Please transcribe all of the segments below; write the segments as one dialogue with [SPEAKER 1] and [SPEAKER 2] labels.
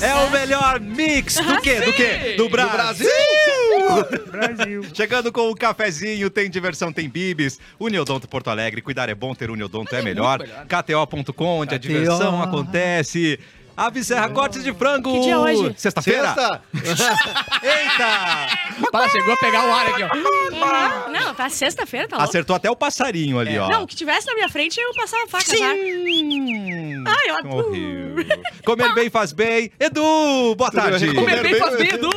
[SPEAKER 1] É o melhor mix do quê? Do quê? Do Brasil!
[SPEAKER 2] Brasil.
[SPEAKER 1] Chegando com o cafezinho, tem diversão, tem bibis. Uniodonto Porto Alegre, cuidar é bom, ter Uniodonto é, melhor. KTO.com, onde a
[SPEAKER 2] KTO.
[SPEAKER 1] diversão acontece. Ave Serra Cortes de Frango.
[SPEAKER 3] Que dia é hoje?
[SPEAKER 1] Sexta-feira.
[SPEAKER 4] Sexta!
[SPEAKER 1] Eita!
[SPEAKER 2] Para, chegou a pegar o ar aqui, ó.
[SPEAKER 3] É, Não, tá sexta-feira,
[SPEAKER 1] Ah,
[SPEAKER 3] tá louco?
[SPEAKER 1] Acertou até o passarinho ali, ó.
[SPEAKER 3] É. Não, o que tivesse na minha frente, eu passava a faca, tá?
[SPEAKER 1] Sim!
[SPEAKER 3] Ai, eu
[SPEAKER 1] Que
[SPEAKER 3] adoro.
[SPEAKER 1] horrível. Comer bem faz bem. Edu, boa tarde.
[SPEAKER 4] bem, comer bem faz bem,
[SPEAKER 2] Edu.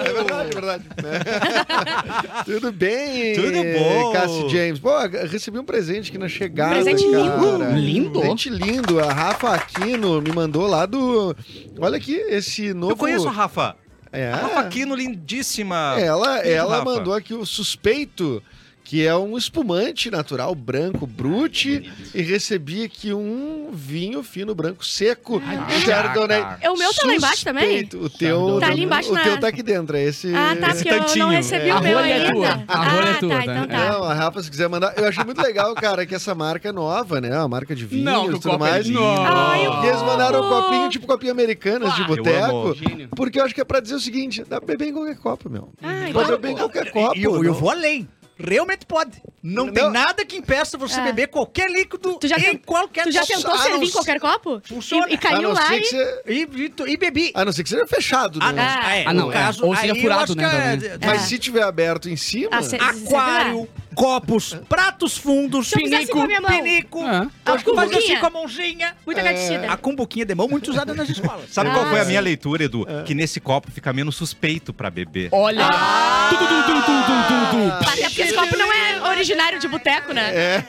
[SPEAKER 3] É verdade.
[SPEAKER 4] É verdade, é verdade. É. Tudo bem?
[SPEAKER 1] Tudo bom?
[SPEAKER 4] Cassie James. Pô, recebi um presente aqui na chegada.
[SPEAKER 3] Presente
[SPEAKER 4] cara.
[SPEAKER 2] lindo. Lindo?
[SPEAKER 4] Presente lindo. A Rafa Aquino me mandou lá do. Olha aqui, esse novo.
[SPEAKER 1] Eu conheço a Rafa.
[SPEAKER 4] É.
[SPEAKER 1] A Rafa Quino, lindíssima.
[SPEAKER 4] Ela,
[SPEAKER 1] Beijo,
[SPEAKER 4] ela
[SPEAKER 1] Rafa.
[SPEAKER 4] mandou aqui o suspeito, que é um espumante natural branco
[SPEAKER 3] É
[SPEAKER 4] brute, e recebi aqui um vinho fino branco seco. Chardonnay.
[SPEAKER 2] caraca.
[SPEAKER 3] É, o meu tá lá embaixo também?
[SPEAKER 4] Suspeito. O teu
[SPEAKER 3] Tá ali embaixo
[SPEAKER 4] O
[SPEAKER 3] na-
[SPEAKER 4] teu tá aqui dentro, é esse.
[SPEAKER 3] Ah, tá,
[SPEAKER 1] Esse
[SPEAKER 3] porque eu
[SPEAKER 1] tantinho.
[SPEAKER 3] não recebi
[SPEAKER 4] É.
[SPEAKER 3] o meu
[SPEAKER 2] A rolha é
[SPEAKER 3] ainda.
[SPEAKER 2] tua. A rolha é
[SPEAKER 3] ah,
[SPEAKER 2] tua,
[SPEAKER 3] tá, então
[SPEAKER 2] né?
[SPEAKER 3] tá.
[SPEAKER 4] Não, a Rafa, se quiser mandar. Eu achei muito legal, cara, que essa marca é nova, né? Uma marca de vinhos
[SPEAKER 2] Não, que
[SPEAKER 4] e
[SPEAKER 2] o
[SPEAKER 4] tudo
[SPEAKER 2] copo é
[SPEAKER 4] mais.
[SPEAKER 2] lindo.
[SPEAKER 3] Ai, eu
[SPEAKER 4] E eles mandaram um
[SPEAKER 3] amo.
[SPEAKER 4] copinho, tipo copinho americanas de
[SPEAKER 2] Ah, eu
[SPEAKER 1] amo.
[SPEAKER 4] boteco. Porque eu acho que é pra dizer o seguinte: dá pra beber em qualquer copo, meu.
[SPEAKER 3] Ah,
[SPEAKER 4] Pode
[SPEAKER 3] então...
[SPEAKER 4] beber em qualquer é copo.
[SPEAKER 5] E eu, eu
[SPEAKER 4] não-
[SPEAKER 5] vou além. Realmente pode. Não, tem
[SPEAKER 4] Não.
[SPEAKER 5] nada que impeça você
[SPEAKER 3] Ah.
[SPEAKER 5] beber qualquer líquido
[SPEAKER 3] Tu já
[SPEAKER 5] em
[SPEAKER 3] tem-
[SPEAKER 5] qualquer
[SPEAKER 3] Tu já
[SPEAKER 5] copo.
[SPEAKER 3] tentou
[SPEAKER 4] Ah,
[SPEAKER 3] servir
[SPEAKER 4] não
[SPEAKER 3] em qualquer copo?
[SPEAKER 5] é Funciona.
[SPEAKER 3] E, e
[SPEAKER 4] A
[SPEAKER 3] caiu
[SPEAKER 4] não,
[SPEAKER 3] Tá lá
[SPEAKER 4] ser que
[SPEAKER 3] e...
[SPEAKER 4] você-
[SPEAKER 5] E, e, tu- e bebi.
[SPEAKER 4] a não ser que seja fechado,
[SPEAKER 5] Ah,
[SPEAKER 4] né?
[SPEAKER 3] Ah.
[SPEAKER 5] é,
[SPEAKER 2] Ah, não,
[SPEAKER 5] no
[SPEAKER 2] é. Ou
[SPEAKER 5] aí
[SPEAKER 2] seria
[SPEAKER 5] eu
[SPEAKER 2] furado,
[SPEAKER 5] acho que
[SPEAKER 2] né,
[SPEAKER 5] é-
[SPEAKER 4] Mas se tiver aberto em cima.
[SPEAKER 3] Ah, se-
[SPEAKER 5] Aquário, copos, pratos fundos,
[SPEAKER 3] Se eu fizesse
[SPEAKER 5] pinico,
[SPEAKER 3] com a minha mão.
[SPEAKER 5] pinico.
[SPEAKER 2] Ah.
[SPEAKER 3] A
[SPEAKER 5] Acho que faz
[SPEAKER 3] cumbuquinha.
[SPEAKER 5] assim com a mãozinha. É,
[SPEAKER 3] Muita
[SPEAKER 5] A
[SPEAKER 3] gatida.
[SPEAKER 5] cumbuquinha de mão, muito usada nas escolas.
[SPEAKER 1] Sabe qual
[SPEAKER 3] Ah,
[SPEAKER 1] foi a
[SPEAKER 3] sim.
[SPEAKER 1] minha leitura, Edu?
[SPEAKER 4] É.
[SPEAKER 1] Que nesse copo fica menos suspeito pra beber.
[SPEAKER 2] Olha!
[SPEAKER 4] Ah,
[SPEAKER 2] Ah, Tu, tu, tu, tu, tu, tu, tu, tu.
[SPEAKER 3] Até porque esse copo não é originário de boteco, né?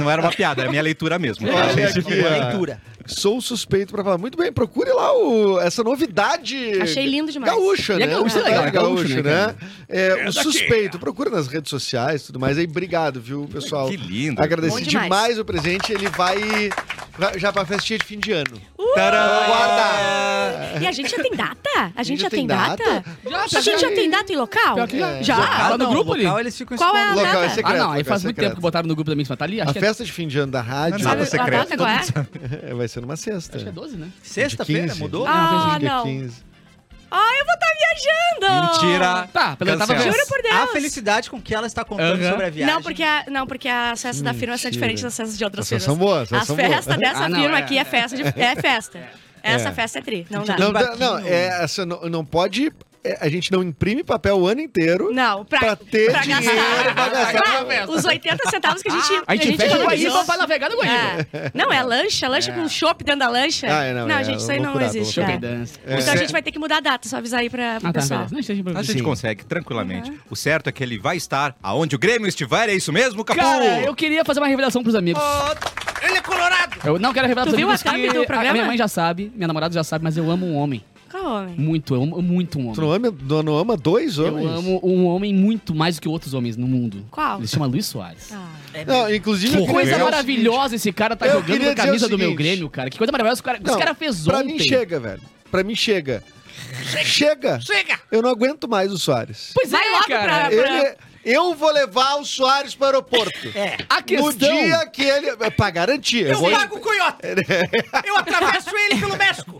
[SPEAKER 1] Não era uma piada, era minha leitura mesmo. tá,
[SPEAKER 4] Olha
[SPEAKER 1] gente?
[SPEAKER 4] aqui, ó.
[SPEAKER 5] Leitura.
[SPEAKER 4] Sou um suspeito pra falar. Muito bem, procure lá o- essa novidade.
[SPEAKER 3] Achei lindo demais.
[SPEAKER 4] Gaúcha,
[SPEAKER 2] E
[SPEAKER 4] né?
[SPEAKER 2] é gaúcho,
[SPEAKER 4] Uma
[SPEAKER 2] é legal,
[SPEAKER 4] cidade
[SPEAKER 2] é gaúcho,
[SPEAKER 4] gaúcha,
[SPEAKER 2] né,
[SPEAKER 4] né? É, o suspeito. Procura nas redes sociais e tudo mais. Aí, obrigado, viu, pessoal?
[SPEAKER 1] Que lindo.
[SPEAKER 4] Agradeci
[SPEAKER 3] Bom
[SPEAKER 4] demais.
[SPEAKER 3] demais.
[SPEAKER 4] o presente. Ele vai vai já pra festinha de fim de ano.
[SPEAKER 1] Tcharam!
[SPEAKER 4] Guarda!
[SPEAKER 3] E a gente já tem data? A gente já tem data?
[SPEAKER 2] Já,
[SPEAKER 3] A gente já tem data e local?
[SPEAKER 2] Pior que já.
[SPEAKER 3] Já?
[SPEAKER 2] Lá no
[SPEAKER 5] Ah, não,
[SPEAKER 2] grupo ali?
[SPEAKER 5] local eles ficam
[SPEAKER 3] Qual é a
[SPEAKER 5] escondendo.
[SPEAKER 4] Local é
[SPEAKER 3] data?
[SPEAKER 4] secreto.
[SPEAKER 2] Ah, não, aí
[SPEAKER 4] local
[SPEAKER 2] faz
[SPEAKER 4] é
[SPEAKER 2] muito
[SPEAKER 4] secreto.
[SPEAKER 2] tempo que botaram no grupo da minha mas tá ali.
[SPEAKER 4] A
[SPEAKER 2] Acho que, é,
[SPEAKER 4] festa de fim de ano da
[SPEAKER 1] Nada
[SPEAKER 4] rádio
[SPEAKER 3] Sabe a
[SPEAKER 1] secreto.
[SPEAKER 3] data qual é?
[SPEAKER 4] é, vai ser numa sexta.
[SPEAKER 2] acho que é 12, né?
[SPEAKER 5] Sexta-feira,
[SPEAKER 4] 15.
[SPEAKER 5] mudou?
[SPEAKER 3] Ah,
[SPEAKER 4] Acho que é
[SPEAKER 3] não.
[SPEAKER 4] 15.
[SPEAKER 3] Ah, eu vou estar viajando!
[SPEAKER 1] É.
[SPEAKER 4] Ah,
[SPEAKER 1] Mentira.
[SPEAKER 2] Tá, pela oitava
[SPEAKER 1] Cancela.
[SPEAKER 2] vez.
[SPEAKER 3] Juro por Deus!
[SPEAKER 5] A felicidade com que ela está contando
[SPEAKER 2] Aham.
[SPEAKER 5] sobre a viagem.
[SPEAKER 3] Não, porque, a, não, porque as festas da firma são
[SPEAKER 4] Mentira.
[SPEAKER 3] diferentes das festas de outras
[SPEAKER 4] Essas
[SPEAKER 3] firmas.
[SPEAKER 4] são boas, essas
[SPEAKER 3] As
[SPEAKER 4] são boas.
[SPEAKER 3] festas dessa
[SPEAKER 2] Ah, não,
[SPEAKER 3] firma
[SPEAKER 2] é.
[SPEAKER 3] aqui é festa. de- é festa. Essa festa é tri, não dá.
[SPEAKER 4] Não,
[SPEAKER 5] Tem
[SPEAKER 4] dá- não,
[SPEAKER 5] barquinho.
[SPEAKER 4] é, essa, não, não pode. é, a gente não imprime papel o ano inteiro.
[SPEAKER 3] Não, pra,
[SPEAKER 4] Pra ter
[SPEAKER 3] pra
[SPEAKER 4] dinheiro,
[SPEAKER 3] gastar.
[SPEAKER 4] pra gastar
[SPEAKER 3] Ah,
[SPEAKER 4] na festa.
[SPEAKER 3] os 80 centavos que a gente.
[SPEAKER 2] A gente fecha o Guaíba
[SPEAKER 3] economizou.
[SPEAKER 2] pra navegar no Guaíba.
[SPEAKER 3] É. Não, é lancha, lancha com chopp dentro da lancha.
[SPEAKER 4] Ah, é, não, é
[SPEAKER 3] gente, isso aí não
[SPEAKER 4] loucurado,
[SPEAKER 3] existe.
[SPEAKER 2] Choque
[SPEAKER 3] é.
[SPEAKER 2] e dança.
[SPEAKER 3] Então a gente vai ter que mudar a data, só avisar aí pra, pro
[SPEAKER 2] Ah, tá.
[SPEAKER 3] pessoal.
[SPEAKER 2] Não, deixa eu-
[SPEAKER 1] A gente
[SPEAKER 4] Sim.
[SPEAKER 1] consegue, tranquilamente. O certo é que ele vai estar aonde o Grêmio estiver, é isso mesmo, Capu?
[SPEAKER 2] Cara, eu queria fazer uma revelação pros amigos.
[SPEAKER 5] Ó, ele é colorado!
[SPEAKER 2] Eu não quero revelar
[SPEAKER 3] Tu
[SPEAKER 2] pros
[SPEAKER 3] viu
[SPEAKER 2] amigos
[SPEAKER 3] a thumb
[SPEAKER 2] que
[SPEAKER 3] do
[SPEAKER 2] a-
[SPEAKER 3] programa?
[SPEAKER 2] a minha mãe já sabe, minha namorada já sabe, mas eu amo um homem.
[SPEAKER 3] Qual homem?
[SPEAKER 2] Muito, eu amo muito um
[SPEAKER 4] Tu
[SPEAKER 2] homem.
[SPEAKER 4] não ama, tu não ama dois
[SPEAKER 2] Eu
[SPEAKER 4] homens?
[SPEAKER 2] amo um homem muito mais do que outros homens no mundo.
[SPEAKER 3] Qual?
[SPEAKER 2] Ele se chama Luiz Soares.
[SPEAKER 3] Ah.
[SPEAKER 4] Não, inclusive.
[SPEAKER 2] Que
[SPEAKER 4] eu queria
[SPEAKER 2] coisa
[SPEAKER 4] dizer o
[SPEAKER 2] maravilhosa esse cara tá
[SPEAKER 4] Eu
[SPEAKER 2] jogando
[SPEAKER 4] queria
[SPEAKER 2] com a
[SPEAKER 4] dizer o
[SPEAKER 2] camisa do meu
[SPEAKER 4] seguinte.
[SPEAKER 2] Grêmio, cara. Que coisa maravilhosa esse cara, esse
[SPEAKER 4] Não,
[SPEAKER 2] cara fez
[SPEAKER 4] Pra
[SPEAKER 2] ontem.
[SPEAKER 4] mim chega, velho. Pra mim chega. Chega.
[SPEAKER 5] Chega!
[SPEAKER 4] Eu não aguento mais o Soares.
[SPEAKER 2] Pois
[SPEAKER 3] Vai
[SPEAKER 2] é,
[SPEAKER 3] logo pra-
[SPEAKER 2] cara.
[SPEAKER 4] Ele- eu vou levar o Soares para o aeroporto.
[SPEAKER 2] A
[SPEAKER 4] No
[SPEAKER 2] questão...
[SPEAKER 4] dia que ele. é, Pra garantir.
[SPEAKER 5] É. Eu
[SPEAKER 4] vou-
[SPEAKER 5] pago o coiote! Eu atravesso ele pelo México!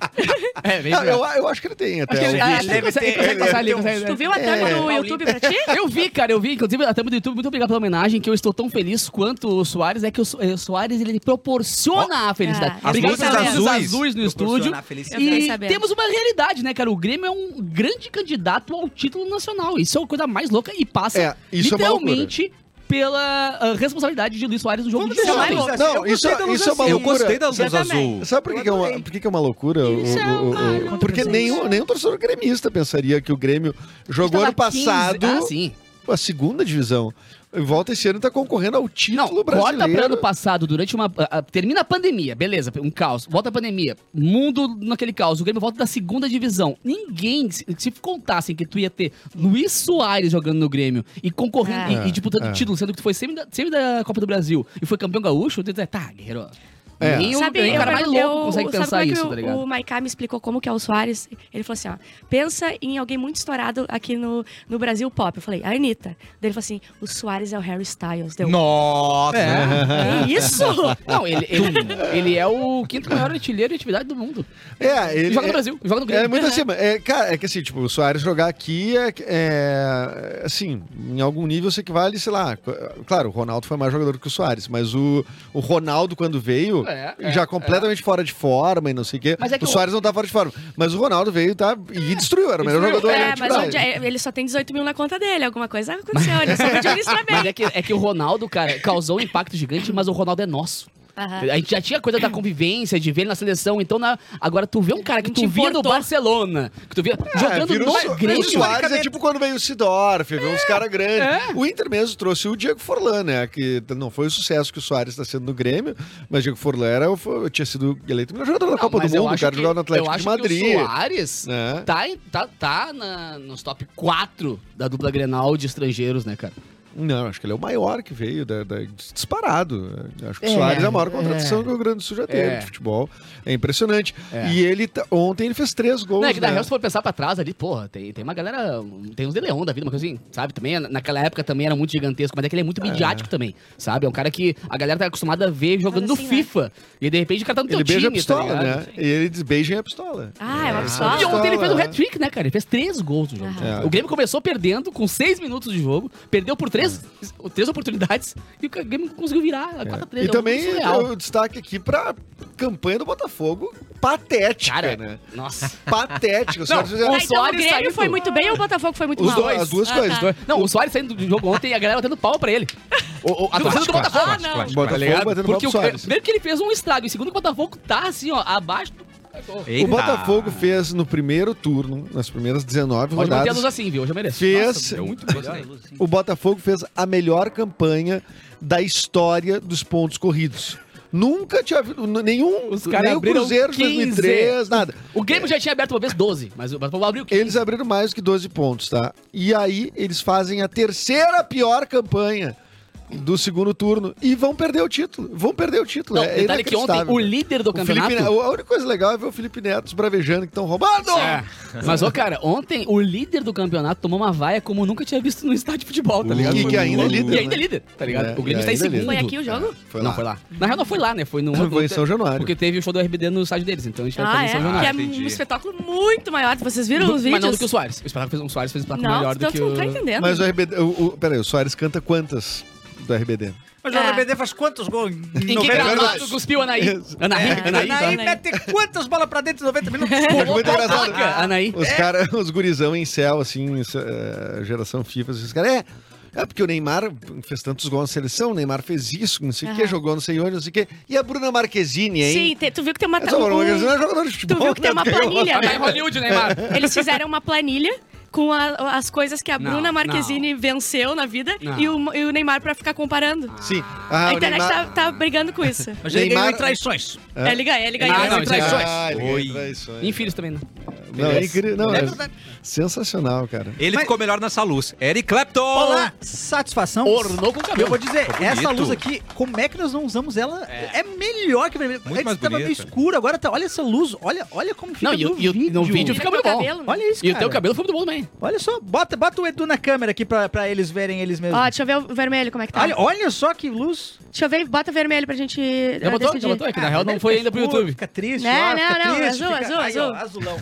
[SPEAKER 2] É, vem
[SPEAKER 4] Não,
[SPEAKER 2] eu...
[SPEAKER 4] eu, eu acho que ele tem até.
[SPEAKER 1] É,
[SPEAKER 2] Acho que ele,
[SPEAKER 4] um-
[SPEAKER 2] acho que ele
[SPEAKER 5] Deve
[SPEAKER 2] tá, consegue,
[SPEAKER 5] ter-
[SPEAKER 2] consegue
[SPEAKER 5] ele
[SPEAKER 2] passar
[SPEAKER 5] deve
[SPEAKER 2] ali.
[SPEAKER 5] ter
[SPEAKER 2] consegue-
[SPEAKER 3] Tu viu a thumb
[SPEAKER 4] É.
[SPEAKER 3] no YouTube pra ti?
[SPEAKER 2] Eu vi, cara, eu vi. Inclusive, a thumb do YouTube, muito obrigado pela homenagem, que eu estou tão feliz quanto o Soares. É que o So- eh, o Soares, ele proporciona a
[SPEAKER 4] é.
[SPEAKER 2] felicidade.
[SPEAKER 3] Ah,
[SPEAKER 2] obrigado
[SPEAKER 1] as
[SPEAKER 2] pelas
[SPEAKER 1] luzes
[SPEAKER 2] luzes
[SPEAKER 1] azuis
[SPEAKER 2] azuis no
[SPEAKER 5] Proporciona
[SPEAKER 2] estúdio.
[SPEAKER 5] a felicidade.
[SPEAKER 3] fiquei
[SPEAKER 2] E
[SPEAKER 3] sabendo.
[SPEAKER 2] temos uma realidade, né, cara? O Grêmio é um grande candidato ao título nacional. Isso é uma coisa mais louca e passa
[SPEAKER 4] É, isso é uma loucura.
[SPEAKER 2] literalmente pela ah, responsabilidade de Luiz Soares no jogo
[SPEAKER 5] Vamos
[SPEAKER 2] de
[SPEAKER 5] deixar
[SPEAKER 2] ontem.
[SPEAKER 5] mais
[SPEAKER 4] Não, não, isso, é
[SPEAKER 5] Eu gostei da luz
[SPEAKER 4] isso é uma
[SPEAKER 5] azul.
[SPEAKER 1] Eu
[SPEAKER 4] loucura.
[SPEAKER 1] gostei da luz
[SPEAKER 3] Eu também.
[SPEAKER 1] azul.
[SPEAKER 4] Sabe por que, que é uma, por que, que é uma loucura? o-
[SPEAKER 2] Isso é
[SPEAKER 4] o- o-
[SPEAKER 2] uma
[SPEAKER 4] o-
[SPEAKER 2] loucura,
[SPEAKER 4] porque
[SPEAKER 2] gente.
[SPEAKER 4] nenhum, nenhum torcedor gremista pensaria que o Grêmio jogou
[SPEAKER 2] Tava
[SPEAKER 3] Tá
[SPEAKER 4] ano passado
[SPEAKER 2] 15. Ah, sim.
[SPEAKER 4] a segunda divisão. Volta esse ano e tá concorrendo ao
[SPEAKER 2] Não,
[SPEAKER 4] título
[SPEAKER 2] corta pra ano
[SPEAKER 4] brasileiro.
[SPEAKER 2] passado, durante uma. a- a- termina a pandemia, beleza, um caos. Volta a pandemia. Mundo naquele caos. O Grêmio volta da segunda divisão. Ninguém, se, se contassem que tu ia ter Luiz Soares jogando no Grêmio e concorrendo
[SPEAKER 3] É.
[SPEAKER 2] e, e disputando
[SPEAKER 4] É.
[SPEAKER 2] título, sendo que tu foi semi da, semi da Copa do Brasil e foi campeão gaúcho, tu ia dizer, tá, guerreiro.
[SPEAKER 4] É.
[SPEAKER 2] Nem, o-
[SPEAKER 3] sabe,
[SPEAKER 2] nem o
[SPEAKER 3] eu
[SPEAKER 2] cara mais
[SPEAKER 3] perguntei-
[SPEAKER 2] louco
[SPEAKER 3] eu-
[SPEAKER 2] consegue
[SPEAKER 3] sabe
[SPEAKER 2] pensar
[SPEAKER 3] como é que
[SPEAKER 2] isso,
[SPEAKER 3] o-
[SPEAKER 2] tá ligado?
[SPEAKER 3] O Maiká me explicou como que é o Soares. Ele falou assim, ó, pensa em alguém muito estourado aqui no, no Brasil pop. Eu falei, a Anitta. Daí ele falou assim, o Soares é o Harry Styles. Deu,
[SPEAKER 1] Nossa!
[SPEAKER 4] né?
[SPEAKER 3] que É, isso?
[SPEAKER 2] Não, ele, ele, ele é o quinto maior artilheiro de atividade do mundo.
[SPEAKER 4] É, ele.
[SPEAKER 2] joga no
[SPEAKER 4] é-
[SPEAKER 2] Brasil, joga no Grêmio.
[SPEAKER 4] É muito assim, mas é, cara, é que assim, tipo, o Soares jogar aqui é, é, assim, em algum nível você equivale, sei lá, co- claro, o Ronaldo foi mais jogador que o Soares, mas o, o Ronaldo quando veio,
[SPEAKER 2] É, é,
[SPEAKER 4] já completamente fora de forma e não sei o quê,
[SPEAKER 2] Mas é que
[SPEAKER 4] o
[SPEAKER 2] o-
[SPEAKER 4] Soares não tá fora de forma, mas o Ronaldo veio tá, e destruiu, era o melhor
[SPEAKER 2] Destruiu,
[SPEAKER 4] jogador da
[SPEAKER 3] É, mas
[SPEAKER 2] Tipo,
[SPEAKER 4] atividade.
[SPEAKER 3] onde- é, ele só tem 18 mil na conta dele. Alguma coisa aconteceu, ele soube administrar bem.
[SPEAKER 2] Mas é que, é que o Ronaldo, cara, causou um impacto gigante, mas o Ronaldo é nosso.
[SPEAKER 3] Aham.
[SPEAKER 2] A gente já tinha coisa da convivência, de ver ele na seleção. Então, na- agora tu vê um cara que
[SPEAKER 3] Não
[SPEAKER 2] tu
[SPEAKER 3] te
[SPEAKER 2] via no
[SPEAKER 3] importou.
[SPEAKER 2] Barcelona, que tu via jogando
[SPEAKER 4] virou
[SPEAKER 2] no
[SPEAKER 4] so-
[SPEAKER 2] Grêmio. É,
[SPEAKER 4] mas É, o Soares é tipo quando veio o Sidorf, veio uns caras grandes. O Inter mesmo trouxe o Diego Forlan, né? Que t- não foi o sucesso que o Soares está sendo no Grêmio, mas o Diego Forlan era, o fo- tinha sido eleito o melhor jogador da Copa do
[SPEAKER 2] mas eu
[SPEAKER 4] Mundo, o
[SPEAKER 2] acho
[SPEAKER 4] cara
[SPEAKER 2] que-
[SPEAKER 4] jogava no
[SPEAKER 2] eu
[SPEAKER 4] Atlético
[SPEAKER 2] acho
[SPEAKER 4] de
[SPEAKER 2] Que
[SPEAKER 4] Madrid.
[SPEAKER 2] o Soares
[SPEAKER 4] né?
[SPEAKER 2] tá, em- tá, tá na- nos top 4 da dupla Grenal de estrangeiros, né, cara?
[SPEAKER 4] Não, acho que ele é o maior que veio, da- da- disparado. Acho que o
[SPEAKER 2] É,
[SPEAKER 4] Soares é a maior
[SPEAKER 2] é.
[SPEAKER 4] contratação que o Rio Grande do Sul já teve
[SPEAKER 2] É.
[SPEAKER 4] de futebol. É impressionante.
[SPEAKER 2] É.
[SPEAKER 4] E ele, tá- ontem, ele fez três gols.
[SPEAKER 2] Não, é que na
[SPEAKER 4] né?
[SPEAKER 2] real, se for pensar pra trás ali, porra, tem, tem uma galera. Tem uns de Leão da vida, uma coisa assim, sabe? Também, naquela época também era muito gigantesco, mas é que ele é muito midiático também, sabe? É um cara que a galera tá acostumada a ver jogando
[SPEAKER 3] Mas assim,
[SPEAKER 2] no
[SPEAKER 3] né?
[SPEAKER 2] FIFA. E de repente o cara tá no
[SPEAKER 4] Ele
[SPEAKER 2] teu time,
[SPEAKER 4] beija a
[SPEAKER 2] tá
[SPEAKER 4] pistola,
[SPEAKER 2] ligado?
[SPEAKER 4] né? E ele diz, beijem a pistola.
[SPEAKER 3] Ah, é uma
[SPEAKER 4] Ah,
[SPEAKER 2] E
[SPEAKER 3] pessoa.
[SPEAKER 2] ontem ele fez um
[SPEAKER 4] né?
[SPEAKER 2] hat-trick, né, cara? Ele fez três gols no jogo.
[SPEAKER 4] É.
[SPEAKER 2] O Grêmio começou perdendo com seis minutos de jogo, perdeu por três, três oportunidades e o Grêmio conseguiu virar a 4 a 3
[SPEAKER 4] É. E também
[SPEAKER 2] é um surreal.
[SPEAKER 4] o destaque aqui pra campanha do Botafogo patética,
[SPEAKER 2] Cara,
[SPEAKER 4] né?
[SPEAKER 2] nossa.
[SPEAKER 4] Patética. Os
[SPEAKER 2] Não,
[SPEAKER 4] caras fizeram-
[SPEAKER 3] Tá,
[SPEAKER 2] o
[SPEAKER 3] então o
[SPEAKER 2] Soares
[SPEAKER 3] Grêmio
[SPEAKER 2] saindo.
[SPEAKER 3] foi muito bem ou o Botafogo foi muito
[SPEAKER 4] Os
[SPEAKER 3] mal?
[SPEAKER 4] dois, as duas
[SPEAKER 3] Ah,
[SPEAKER 4] coisas.
[SPEAKER 3] tá.
[SPEAKER 2] Não, o Soares saindo do jogo ontem e a galera batendo pau pra ele. O- o- a torcida do Botafogo.
[SPEAKER 3] Ah, não.
[SPEAKER 1] Clássico,
[SPEAKER 4] Botafogo
[SPEAKER 1] clássico.
[SPEAKER 2] Tá ligado?
[SPEAKER 4] batendo
[SPEAKER 2] Porque
[SPEAKER 4] papo
[SPEAKER 2] o
[SPEAKER 4] Soares.
[SPEAKER 2] primeiro que ele fez um estrago, e segundo que o Botafogo tá assim, ó, abaixo do.
[SPEAKER 1] Eita.
[SPEAKER 4] O Botafogo fez no primeiro turno, nas primeiras 19
[SPEAKER 2] Pode manter a luz
[SPEAKER 4] rodadas,
[SPEAKER 2] assim, viu? Eu já mereço.
[SPEAKER 4] fez...
[SPEAKER 1] deu muito
[SPEAKER 4] o Botafogo fez a melhor campanha da história dos pontos corridos. Nunca tinha havido nenhum,
[SPEAKER 2] Os caras
[SPEAKER 4] nem o
[SPEAKER 2] abriram
[SPEAKER 4] Cruzeiro de 2003, nada.
[SPEAKER 2] O Grêmio já tinha aberto uma vez 12, mas o Botafogo abriu 15.
[SPEAKER 4] Eles é- abriram mais do que 12 pontos, tá? E aí eles fazem a terceira pior campanha do segundo turno e vão perder o título. Vão perder o título.
[SPEAKER 2] Não,
[SPEAKER 4] é
[SPEAKER 2] detalhe que ontem
[SPEAKER 4] inacreditável,
[SPEAKER 2] o
[SPEAKER 4] cara.
[SPEAKER 2] líder do
[SPEAKER 4] O Felipe
[SPEAKER 2] campeonato.
[SPEAKER 4] Ne- a única coisa legal é ver o Felipe Neto os bravejando que estão roubando.
[SPEAKER 2] É. Mas, ô, cara, ontem o líder do campeonato tomou uma vaia como eu nunca tinha visto no estádio de futebol, tá
[SPEAKER 1] Uh,
[SPEAKER 2] ligado?
[SPEAKER 1] e
[SPEAKER 2] Foi
[SPEAKER 1] que
[SPEAKER 4] ainda é
[SPEAKER 2] louco.
[SPEAKER 4] líder,
[SPEAKER 2] E ainda é
[SPEAKER 4] né?
[SPEAKER 2] líder, tá ligado?
[SPEAKER 4] É,
[SPEAKER 2] o Grêmio
[SPEAKER 4] e
[SPEAKER 2] tá em
[SPEAKER 4] ainda é líder.
[SPEAKER 2] segundo.
[SPEAKER 3] Foi aqui o jogo?
[SPEAKER 4] Foi
[SPEAKER 2] não,
[SPEAKER 4] lá.
[SPEAKER 2] foi lá. Na real, não foi lá, né? Foi no.
[SPEAKER 4] Foi em São Januário.
[SPEAKER 2] Porque teve o show do RBD no estádio deles, então a gente
[SPEAKER 3] Ah,
[SPEAKER 2] foi em
[SPEAKER 3] é?
[SPEAKER 2] São
[SPEAKER 3] Que
[SPEAKER 2] Januário.
[SPEAKER 3] é
[SPEAKER 1] entendi.
[SPEAKER 3] um espetáculo muito maior. Vocês viram os
[SPEAKER 2] Mas
[SPEAKER 3] vídeos?
[SPEAKER 2] não do que o Soares. O espetáculo fez um Soares fez um espetáculo melhor do
[SPEAKER 3] tanto
[SPEAKER 2] que
[SPEAKER 3] não
[SPEAKER 2] o. é,
[SPEAKER 3] tá entendendo.
[SPEAKER 4] Mas o RBD. O, o, peraí, o Soares canta quantas do RBD?
[SPEAKER 5] Mas
[SPEAKER 3] É.
[SPEAKER 5] o RBD faz quantos gols? Em
[SPEAKER 2] Em que tá.
[SPEAKER 5] 90
[SPEAKER 2] gramado
[SPEAKER 5] minutos?
[SPEAKER 2] cuspiu Anaí? Anaí,
[SPEAKER 3] É, Anaí.
[SPEAKER 2] Anaí.
[SPEAKER 5] Aí mete quantas bolas pra dentro em 90 minutos?
[SPEAKER 4] Acho É muito engraçado.
[SPEAKER 2] Toca, Anaí.
[SPEAKER 3] É.
[SPEAKER 4] Os cara, os gurizão em céu, assim, isso, é, geração FIFA, esses caras, é. É porque o Neymar fez tantos gols na seleção, o Neymar fez isso, não sei o que,
[SPEAKER 3] Aham.
[SPEAKER 4] jogou não sei onde, não sei o que. E a Bruna Marquezine, hein?
[SPEAKER 3] Sim, te- tu viu que tem uma...
[SPEAKER 4] Essa Bruna Marquezine é jogadora de futebol.
[SPEAKER 3] Tu viu que tem
[SPEAKER 4] né?
[SPEAKER 3] uma planilha,
[SPEAKER 2] Tá
[SPEAKER 3] né?
[SPEAKER 2] em Hollywood, Neymar.
[SPEAKER 3] Eles fizeram uma planilha com a- as coisas que a
[SPEAKER 2] Não,
[SPEAKER 3] Bruna Marquezine venceu na vida
[SPEAKER 2] Não. Ah.
[SPEAKER 3] e o, e o Neymar pra ficar comparando.
[SPEAKER 4] Sim. Ah,
[SPEAKER 3] a internet tá, tá brigando com isso.
[SPEAKER 5] Mas ele ganhou
[SPEAKER 4] Neymar-
[SPEAKER 5] em traições.
[SPEAKER 4] É.
[SPEAKER 3] Ele ganha, ele ganha.
[SPEAKER 2] Ah, não,
[SPEAKER 5] Ele
[SPEAKER 2] isso
[SPEAKER 5] ganhou em
[SPEAKER 2] é-
[SPEAKER 5] traições.
[SPEAKER 1] Oi.
[SPEAKER 4] traições.
[SPEAKER 2] E em filhos também, né?
[SPEAKER 4] Não, é incrível. Não,
[SPEAKER 5] É
[SPEAKER 4] é
[SPEAKER 5] verdade.
[SPEAKER 4] sensacional, cara.
[SPEAKER 1] Ele ficou melhor nessa luz. Eric Clapton!
[SPEAKER 5] Olá, satisfação.
[SPEAKER 2] Ornou com o cabelo.
[SPEAKER 5] Eu vou dizer,
[SPEAKER 1] Ficou bonito.
[SPEAKER 5] essa luz aqui, como é que nós não usamos ela? É, melhor que vermelho.
[SPEAKER 1] Muito
[SPEAKER 5] Antes
[SPEAKER 1] mais
[SPEAKER 5] tava meio
[SPEAKER 1] bonita.
[SPEAKER 5] escuro, agora tá. Olha essa luz, olha, olha como fica
[SPEAKER 2] Não, e o- e o- no vídeo fica muito bom.
[SPEAKER 3] Cabelo, né?
[SPEAKER 5] Olha isso,
[SPEAKER 2] E
[SPEAKER 5] cara.
[SPEAKER 2] o teu cabelo foi muito bom também.
[SPEAKER 5] Olha só, bota, bota o Edu na câmera aqui pra, pra eles verem eles mesmos.
[SPEAKER 3] Ó, deixa eu ver o vermelho como é que tá.
[SPEAKER 5] Olha, olha só que luz.
[SPEAKER 3] Deixa eu ver, bota vermelho pra gente eh,
[SPEAKER 2] Já botou?
[SPEAKER 3] decidir.
[SPEAKER 2] Já botou? É que na real não foi ainda pro
[SPEAKER 5] Fica escuro,
[SPEAKER 2] YouTube.
[SPEAKER 5] Fica triste,
[SPEAKER 3] Não,
[SPEAKER 5] ó, fica
[SPEAKER 3] não, não,
[SPEAKER 5] triste.
[SPEAKER 3] azul,
[SPEAKER 5] fica-
[SPEAKER 3] azul,
[SPEAKER 5] ó, azulão.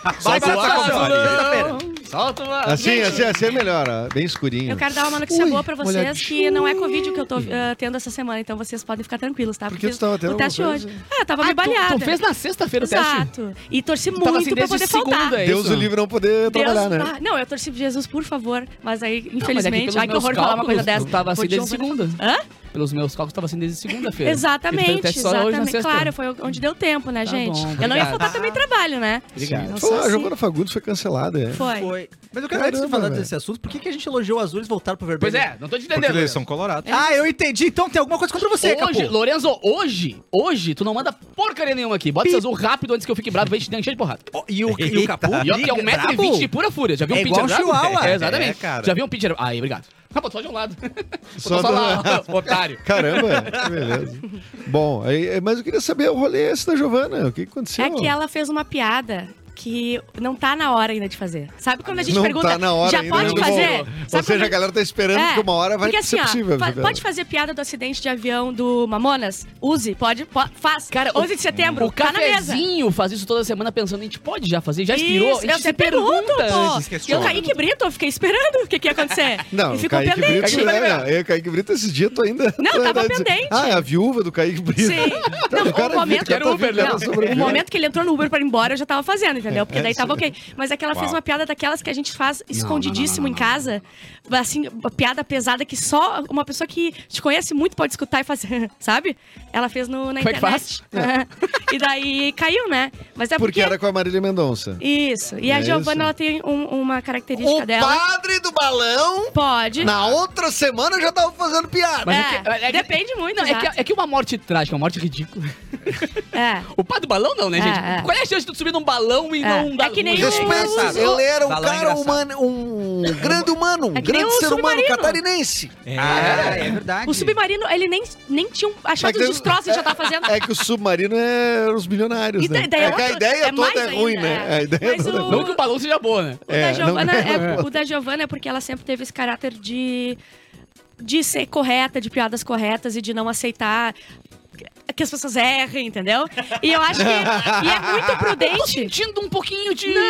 [SPEAKER 1] Vai,
[SPEAKER 5] Solta
[SPEAKER 1] vai,
[SPEAKER 5] o
[SPEAKER 1] vai,
[SPEAKER 5] azul,
[SPEAKER 1] vai.
[SPEAKER 5] sexta-feira.
[SPEAKER 2] Solta uma.
[SPEAKER 4] Assim,
[SPEAKER 3] Gente.
[SPEAKER 4] assim, assim é melhor, ó, bem escurinho.
[SPEAKER 3] Eu quero dar uma notícia
[SPEAKER 4] Ui,
[SPEAKER 3] boa pra vocês,
[SPEAKER 4] olhadinho.
[SPEAKER 3] que não é Covid o que eu tô eh, tendo essa semana, então vocês podem ficar tranquilos, tá?
[SPEAKER 4] Por que tu tava tendo
[SPEAKER 3] o teste
[SPEAKER 4] alguma
[SPEAKER 3] hoje. Ah, eu tava
[SPEAKER 2] Ah,
[SPEAKER 3] me
[SPEAKER 2] tu-
[SPEAKER 3] baleada.
[SPEAKER 2] Tu fez na sexta-feira o teste?
[SPEAKER 3] Exato. E torci
[SPEAKER 2] Tu tava
[SPEAKER 3] muito
[SPEAKER 2] assim
[SPEAKER 3] pra
[SPEAKER 2] desde
[SPEAKER 3] poder faltar.
[SPEAKER 2] segunda, é
[SPEAKER 4] Deus
[SPEAKER 2] isso?
[SPEAKER 4] o livre não poder
[SPEAKER 3] Deus,
[SPEAKER 4] trabalhar, né?
[SPEAKER 3] ah, não, eu torci pro Jesus, por favor. Mas aí,
[SPEAKER 2] mas é que
[SPEAKER 3] infelizmente,
[SPEAKER 2] pelos
[SPEAKER 3] ai que
[SPEAKER 2] meus
[SPEAKER 3] horror falar uma
[SPEAKER 2] cálculos,
[SPEAKER 3] coisa dessa.
[SPEAKER 2] tu tava assim
[SPEAKER 3] Vou te
[SPEAKER 2] desde
[SPEAKER 3] ouvir-
[SPEAKER 2] segunda.
[SPEAKER 3] Hã?
[SPEAKER 2] Pelos meus cálculos, tava assim desde segunda-feira. E tu fez o
[SPEAKER 3] Exatamente,
[SPEAKER 2] teste tá só hoje na
[SPEAKER 3] exatamente.
[SPEAKER 2] sexta.
[SPEAKER 3] Claro, foi onde deu tempo, né,
[SPEAKER 2] Tá
[SPEAKER 3] gente? eu
[SPEAKER 2] bom,
[SPEAKER 3] não ia
[SPEAKER 2] obrigado.
[SPEAKER 3] faltar também trabalho, né?
[SPEAKER 2] Obrigado.
[SPEAKER 3] Não
[SPEAKER 4] Falou,
[SPEAKER 3] sou
[SPEAKER 4] a
[SPEAKER 3] assim.
[SPEAKER 4] Giovana Fagundes foi cancelada, é.
[SPEAKER 3] Foi.
[SPEAKER 5] Foi. Mas eu quero antes de
[SPEAKER 4] Caramba,
[SPEAKER 5] falar
[SPEAKER 4] velho.
[SPEAKER 5] desse assunto, por que, que a gente elogiou o azul e eles voltaram pro vermelho?
[SPEAKER 2] Pois é, não tô te
[SPEAKER 1] Porque
[SPEAKER 2] entendendo.
[SPEAKER 1] eles
[SPEAKER 2] Lorenzo.
[SPEAKER 1] são
[SPEAKER 3] É
[SPEAKER 1] colorados.
[SPEAKER 5] Ah, eu entendi. Então tem alguma coisa contra você,
[SPEAKER 2] Hoje,
[SPEAKER 5] Capô.
[SPEAKER 2] Lorenzo, hoje, hoje, tu não manda porcaria nenhuma aqui. Bota esse azul rápido antes que eu fique bravo, vai te dar encher de porrada.
[SPEAKER 5] Oh, E o, e o Capô?
[SPEAKER 2] E ó, que é
[SPEAKER 5] Brabo.
[SPEAKER 2] 1,20m de pura fúria. Já viu
[SPEAKER 5] É
[SPEAKER 2] um
[SPEAKER 5] igual
[SPEAKER 2] pincher bravo?
[SPEAKER 5] chihuahua.
[SPEAKER 2] É, exatamente.
[SPEAKER 1] É, cara.
[SPEAKER 2] Já viu um pincher... Aí, obrigado. Ah, botou só de um lado. Botou
[SPEAKER 4] Só
[SPEAKER 2] só,
[SPEAKER 4] do-
[SPEAKER 2] lá, ó, otário.
[SPEAKER 4] Caramba, que beleza. Bom, aí, é, mas eu queria saber o rolê esse da Giovana. O que que aconteceu?
[SPEAKER 3] É que ela fez uma piada que não tá na hora ainda de fazer. Sabe quando a gente
[SPEAKER 4] não
[SPEAKER 3] pergunta,
[SPEAKER 4] tá na hora
[SPEAKER 3] já
[SPEAKER 4] ainda,
[SPEAKER 3] pode
[SPEAKER 4] né?
[SPEAKER 3] fazer?
[SPEAKER 4] Ou
[SPEAKER 3] Sabe
[SPEAKER 4] seja,
[SPEAKER 3] quando-
[SPEAKER 4] a galera tá esperando
[SPEAKER 3] É,
[SPEAKER 4] que uma hora vai
[SPEAKER 3] porque
[SPEAKER 4] ser
[SPEAKER 3] assim, ó,
[SPEAKER 4] possível.
[SPEAKER 3] fa-
[SPEAKER 4] Giovana.
[SPEAKER 3] pode fazer a piada do acidente de avião do Mamonas? Use, pode, po- faz.
[SPEAKER 2] Cara, o-
[SPEAKER 3] 11 de setembro,
[SPEAKER 2] O
[SPEAKER 3] tá na mesa.
[SPEAKER 2] cafezinho faz isso toda semana pensando, a gente pode já fazer? Já expirou?
[SPEAKER 3] Isso,
[SPEAKER 2] a gente
[SPEAKER 3] eu
[SPEAKER 2] se
[SPEAKER 3] te pergunto,
[SPEAKER 2] pergunta.
[SPEAKER 1] A
[SPEAKER 3] pô.
[SPEAKER 1] gente se
[SPEAKER 3] E o
[SPEAKER 1] questiona.
[SPEAKER 3] Kaique Brito, eu fiquei esperando o que, que ia acontecer.
[SPEAKER 4] Não,
[SPEAKER 3] e
[SPEAKER 4] o
[SPEAKER 3] ficou
[SPEAKER 4] Kaique
[SPEAKER 3] pendente.
[SPEAKER 4] Brito, é, não, eu, Kaique Brito esse dia tô ainda...
[SPEAKER 3] Não,
[SPEAKER 4] tô
[SPEAKER 3] tava
[SPEAKER 4] ainda-
[SPEAKER 3] pendente.
[SPEAKER 4] Ah, é a viúva do Kaique Brito.
[SPEAKER 3] Sim. é Não,
[SPEAKER 4] o cara
[SPEAKER 3] o momento,
[SPEAKER 4] que era Uber, né? Ela
[SPEAKER 3] não,
[SPEAKER 4] sobreviveu.
[SPEAKER 3] o momento que ele entrou no Uber pra ir embora, eu já tava fazendo, entendeu? Porque
[SPEAKER 4] É,
[SPEAKER 3] daí
[SPEAKER 4] isso
[SPEAKER 3] tava ok. Mas é que ela fez
[SPEAKER 1] Uau.
[SPEAKER 3] uma piada daquelas que a gente faz escondidíssimo
[SPEAKER 2] não, não,
[SPEAKER 3] em casa. Assim, uma piada pesada que só uma pessoa que te conhece muito pode escutar e fazer, sabe? Ela fez no, na
[SPEAKER 2] Como é que
[SPEAKER 3] internet. e daí caiu, né? Mas é
[SPEAKER 4] Porque
[SPEAKER 3] porque...
[SPEAKER 4] era com a Marília Mendonça.
[SPEAKER 3] Isso. E
[SPEAKER 4] É
[SPEAKER 3] a
[SPEAKER 4] isso.
[SPEAKER 3] Giovana, ela tem um- uma característica dela.
[SPEAKER 4] padre do balão,
[SPEAKER 3] Pode.
[SPEAKER 4] outra semana, já tava fazendo piada.
[SPEAKER 2] Mas
[SPEAKER 3] É, depende muito,
[SPEAKER 2] Não, é,
[SPEAKER 3] exato.
[SPEAKER 2] que, é que uma morte trágica, uma morte ridícula.
[SPEAKER 3] É.
[SPEAKER 2] O pai do balão não, né,
[SPEAKER 3] É,
[SPEAKER 2] gente?
[SPEAKER 3] é.
[SPEAKER 2] Qual é a chance de tu subir num balão e
[SPEAKER 3] É.
[SPEAKER 2] não dar...
[SPEAKER 3] É que nem
[SPEAKER 2] não-
[SPEAKER 3] o- Respeito.
[SPEAKER 5] Engraçado. Balão é engraçado.
[SPEAKER 4] um grande humano, um
[SPEAKER 3] É que nem o submarino.
[SPEAKER 4] catarinense.
[SPEAKER 5] É, é verdade.
[SPEAKER 3] O submarino, ele nem, nem tinha um-
[SPEAKER 4] É
[SPEAKER 3] achado
[SPEAKER 4] que
[SPEAKER 3] os
[SPEAKER 4] eu-
[SPEAKER 3] destroços, ele já tava fazendo.
[SPEAKER 4] É que o submarino é os bilionários,
[SPEAKER 3] E
[SPEAKER 4] né?
[SPEAKER 3] da- daí é
[SPEAKER 4] é que a
[SPEAKER 3] outro-
[SPEAKER 4] ideia
[SPEAKER 3] é mais
[SPEAKER 4] toda é ruim,
[SPEAKER 3] ainda,
[SPEAKER 4] né?
[SPEAKER 3] é.
[SPEAKER 4] A ideia
[SPEAKER 3] Mas
[SPEAKER 4] toda é
[SPEAKER 3] o-
[SPEAKER 4] ruim.
[SPEAKER 2] Não que o balão seja boa, né?
[SPEAKER 3] O,
[SPEAKER 4] É,
[SPEAKER 3] da
[SPEAKER 4] não-
[SPEAKER 3] Giovana é, o da Giovana é porque ela sempre teve esse caráter de, de ser correta, de piadas corretas e de não aceitar que as pessoas errem, entendeu? E eu acho que e é muito prudente.
[SPEAKER 2] Ah, Sentindo um pouquinho de... né?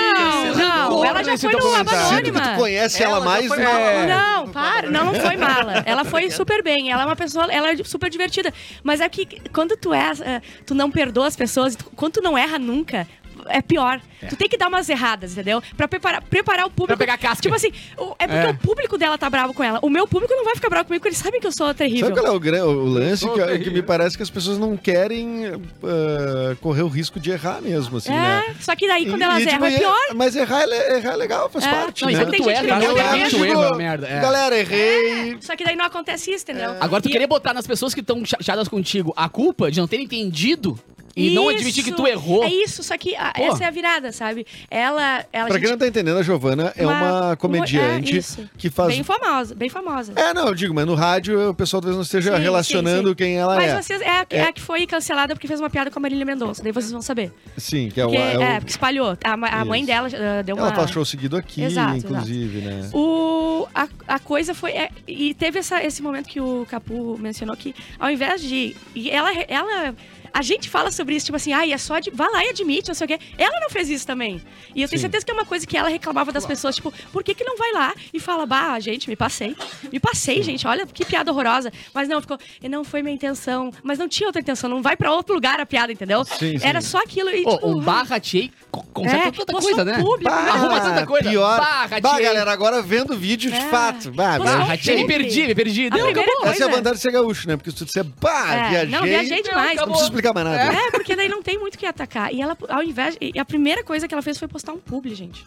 [SPEAKER 3] Não, não, ela já
[SPEAKER 2] nesse
[SPEAKER 3] foi
[SPEAKER 2] teu
[SPEAKER 4] então
[SPEAKER 3] no Aba
[SPEAKER 2] comentário.
[SPEAKER 4] Sinto que tu
[SPEAKER 3] Anônima.
[SPEAKER 4] conhece ela,
[SPEAKER 5] Ela já
[SPEAKER 4] mais,
[SPEAKER 5] foi
[SPEAKER 4] né?
[SPEAKER 5] mala. É.
[SPEAKER 3] Não, para, não, não foi mala. Ela foi super bem, ela é uma pessoa, ela é super divertida. Mas é que quando tu é, eh, tu não perdoa as pessoas, tu- quando tu não erra nunca, é pior. Tu tem que dar umas erradas, entendeu? Pra preparar, preparar o público.
[SPEAKER 2] Pra pegar casca.
[SPEAKER 3] Tipo assim, o- é porque
[SPEAKER 2] É.
[SPEAKER 3] o público dela tá bravo com ela. O meu público não vai ficar bravo comigo, porque eles sabem que eu sou terrível.
[SPEAKER 4] Sabe qual é o, gran- o lance que,
[SPEAKER 2] Sou
[SPEAKER 4] que me parece que as pessoas não querem ah, correr o risco de errar mesmo, assim, né?
[SPEAKER 3] É, só que daí quando
[SPEAKER 4] E-
[SPEAKER 3] elas
[SPEAKER 4] e, tipo,
[SPEAKER 3] erram, é pior.
[SPEAKER 4] Mas errar é, le- errar é legal, faz
[SPEAKER 3] É.
[SPEAKER 4] parte,
[SPEAKER 2] Não, e
[SPEAKER 4] né?
[SPEAKER 2] quando tu
[SPEAKER 3] Tem gente
[SPEAKER 2] erra,
[SPEAKER 3] que
[SPEAKER 2] eu
[SPEAKER 3] não
[SPEAKER 2] erro,
[SPEAKER 3] entende,
[SPEAKER 2] tu erra, é uma
[SPEAKER 4] digo,
[SPEAKER 2] merda. É.
[SPEAKER 4] tipo, Galera, errei.
[SPEAKER 3] Só que daí É, não acontece isso, entendeu?
[SPEAKER 2] Agora, tu
[SPEAKER 3] E-
[SPEAKER 2] querer botar nas pessoas que estão chateadas contigo a culpa de não ter entendido e não admitir que
[SPEAKER 3] Isso.
[SPEAKER 2] tu errou.
[SPEAKER 3] É isso, só que a-
[SPEAKER 2] Pô.
[SPEAKER 3] essa é a virada, sabe? Ela. ela
[SPEAKER 4] Pra quem não tá entendendo, a Giovana é
[SPEAKER 3] Uma-
[SPEAKER 4] uma
[SPEAKER 3] uma-
[SPEAKER 4] comediante
[SPEAKER 3] é, isso.
[SPEAKER 4] que faz
[SPEAKER 3] Bem famosa, bem famosa.
[SPEAKER 4] É, não, eu digo, mas no rádio o pessoal talvez não esteja
[SPEAKER 3] Sim,
[SPEAKER 4] relacionando
[SPEAKER 3] sim, sim.
[SPEAKER 4] quem ela
[SPEAKER 3] Mas
[SPEAKER 4] é.
[SPEAKER 3] vocês, é, a,
[SPEAKER 4] É.
[SPEAKER 3] é a que foi cancelada porque fez uma piada com a Marília Mendonça, daí vocês vão saber.
[SPEAKER 4] Sim, que é, o-
[SPEAKER 3] Porque,
[SPEAKER 4] é o-
[SPEAKER 3] é, porque espalhou. A, ma- a
[SPEAKER 4] Isso.
[SPEAKER 3] mãe dela ah, deu uma.
[SPEAKER 4] Ela tá show seguido aqui,
[SPEAKER 3] Exato,
[SPEAKER 4] inclusive, né?
[SPEAKER 3] O, a, a coisa foi. é, e teve essa- esse momento que o Capu mencionou que, ao invés de. E ela. ela a gente fala sobre isso, tipo assim, ai, é só. De, vai lá e admite, não sei o quê. Ela não fez isso também. E eu tenho
[SPEAKER 4] Sim.
[SPEAKER 3] certeza que é uma coisa que ela reclamava das pessoas, tipo, por que, que não vai lá e fala, bah, gente, me passei. Me passei, gente, olha que piada horrorosa. Mas não, ficou, "E não foi minha intenção. Mas não tinha outra intenção, não vai pra outro lugar a piada, entendeu?
[SPEAKER 4] Sim, sim.
[SPEAKER 3] Era só aquilo e,
[SPEAKER 2] Ô,
[SPEAKER 3] tipo.
[SPEAKER 2] um barra Tchê co- consegue
[SPEAKER 3] É,
[SPEAKER 2] tanta
[SPEAKER 3] mostrou
[SPEAKER 2] coisa, né?
[SPEAKER 3] público, né?
[SPEAKER 2] Arruma tanta coisa.
[SPEAKER 4] Pior.
[SPEAKER 2] Barra
[SPEAKER 4] bah,
[SPEAKER 2] Tchê.
[SPEAKER 4] galera, agora vendo vídeo de
[SPEAKER 3] É.
[SPEAKER 4] fato. Bah, né?
[SPEAKER 3] Nossa,
[SPEAKER 4] bah,
[SPEAKER 2] Barra Tchê. Me
[SPEAKER 3] gente.
[SPEAKER 2] perdi, me perdi.
[SPEAKER 3] A
[SPEAKER 2] Não,
[SPEAKER 3] primeira
[SPEAKER 2] acabou.
[SPEAKER 4] Essa é a
[SPEAKER 3] coisa.
[SPEAKER 4] vantagem de ser gaúcho, né? Porque se tu disser, bah,
[SPEAKER 3] É,
[SPEAKER 4] viajei.
[SPEAKER 3] não, viajei demais.
[SPEAKER 4] Não precisa explicar mais nada.
[SPEAKER 3] É, porque daí não tem muito o que atacar. E ela, ao invés. E a primeira coisa que ela fez foi postar um publi, gente.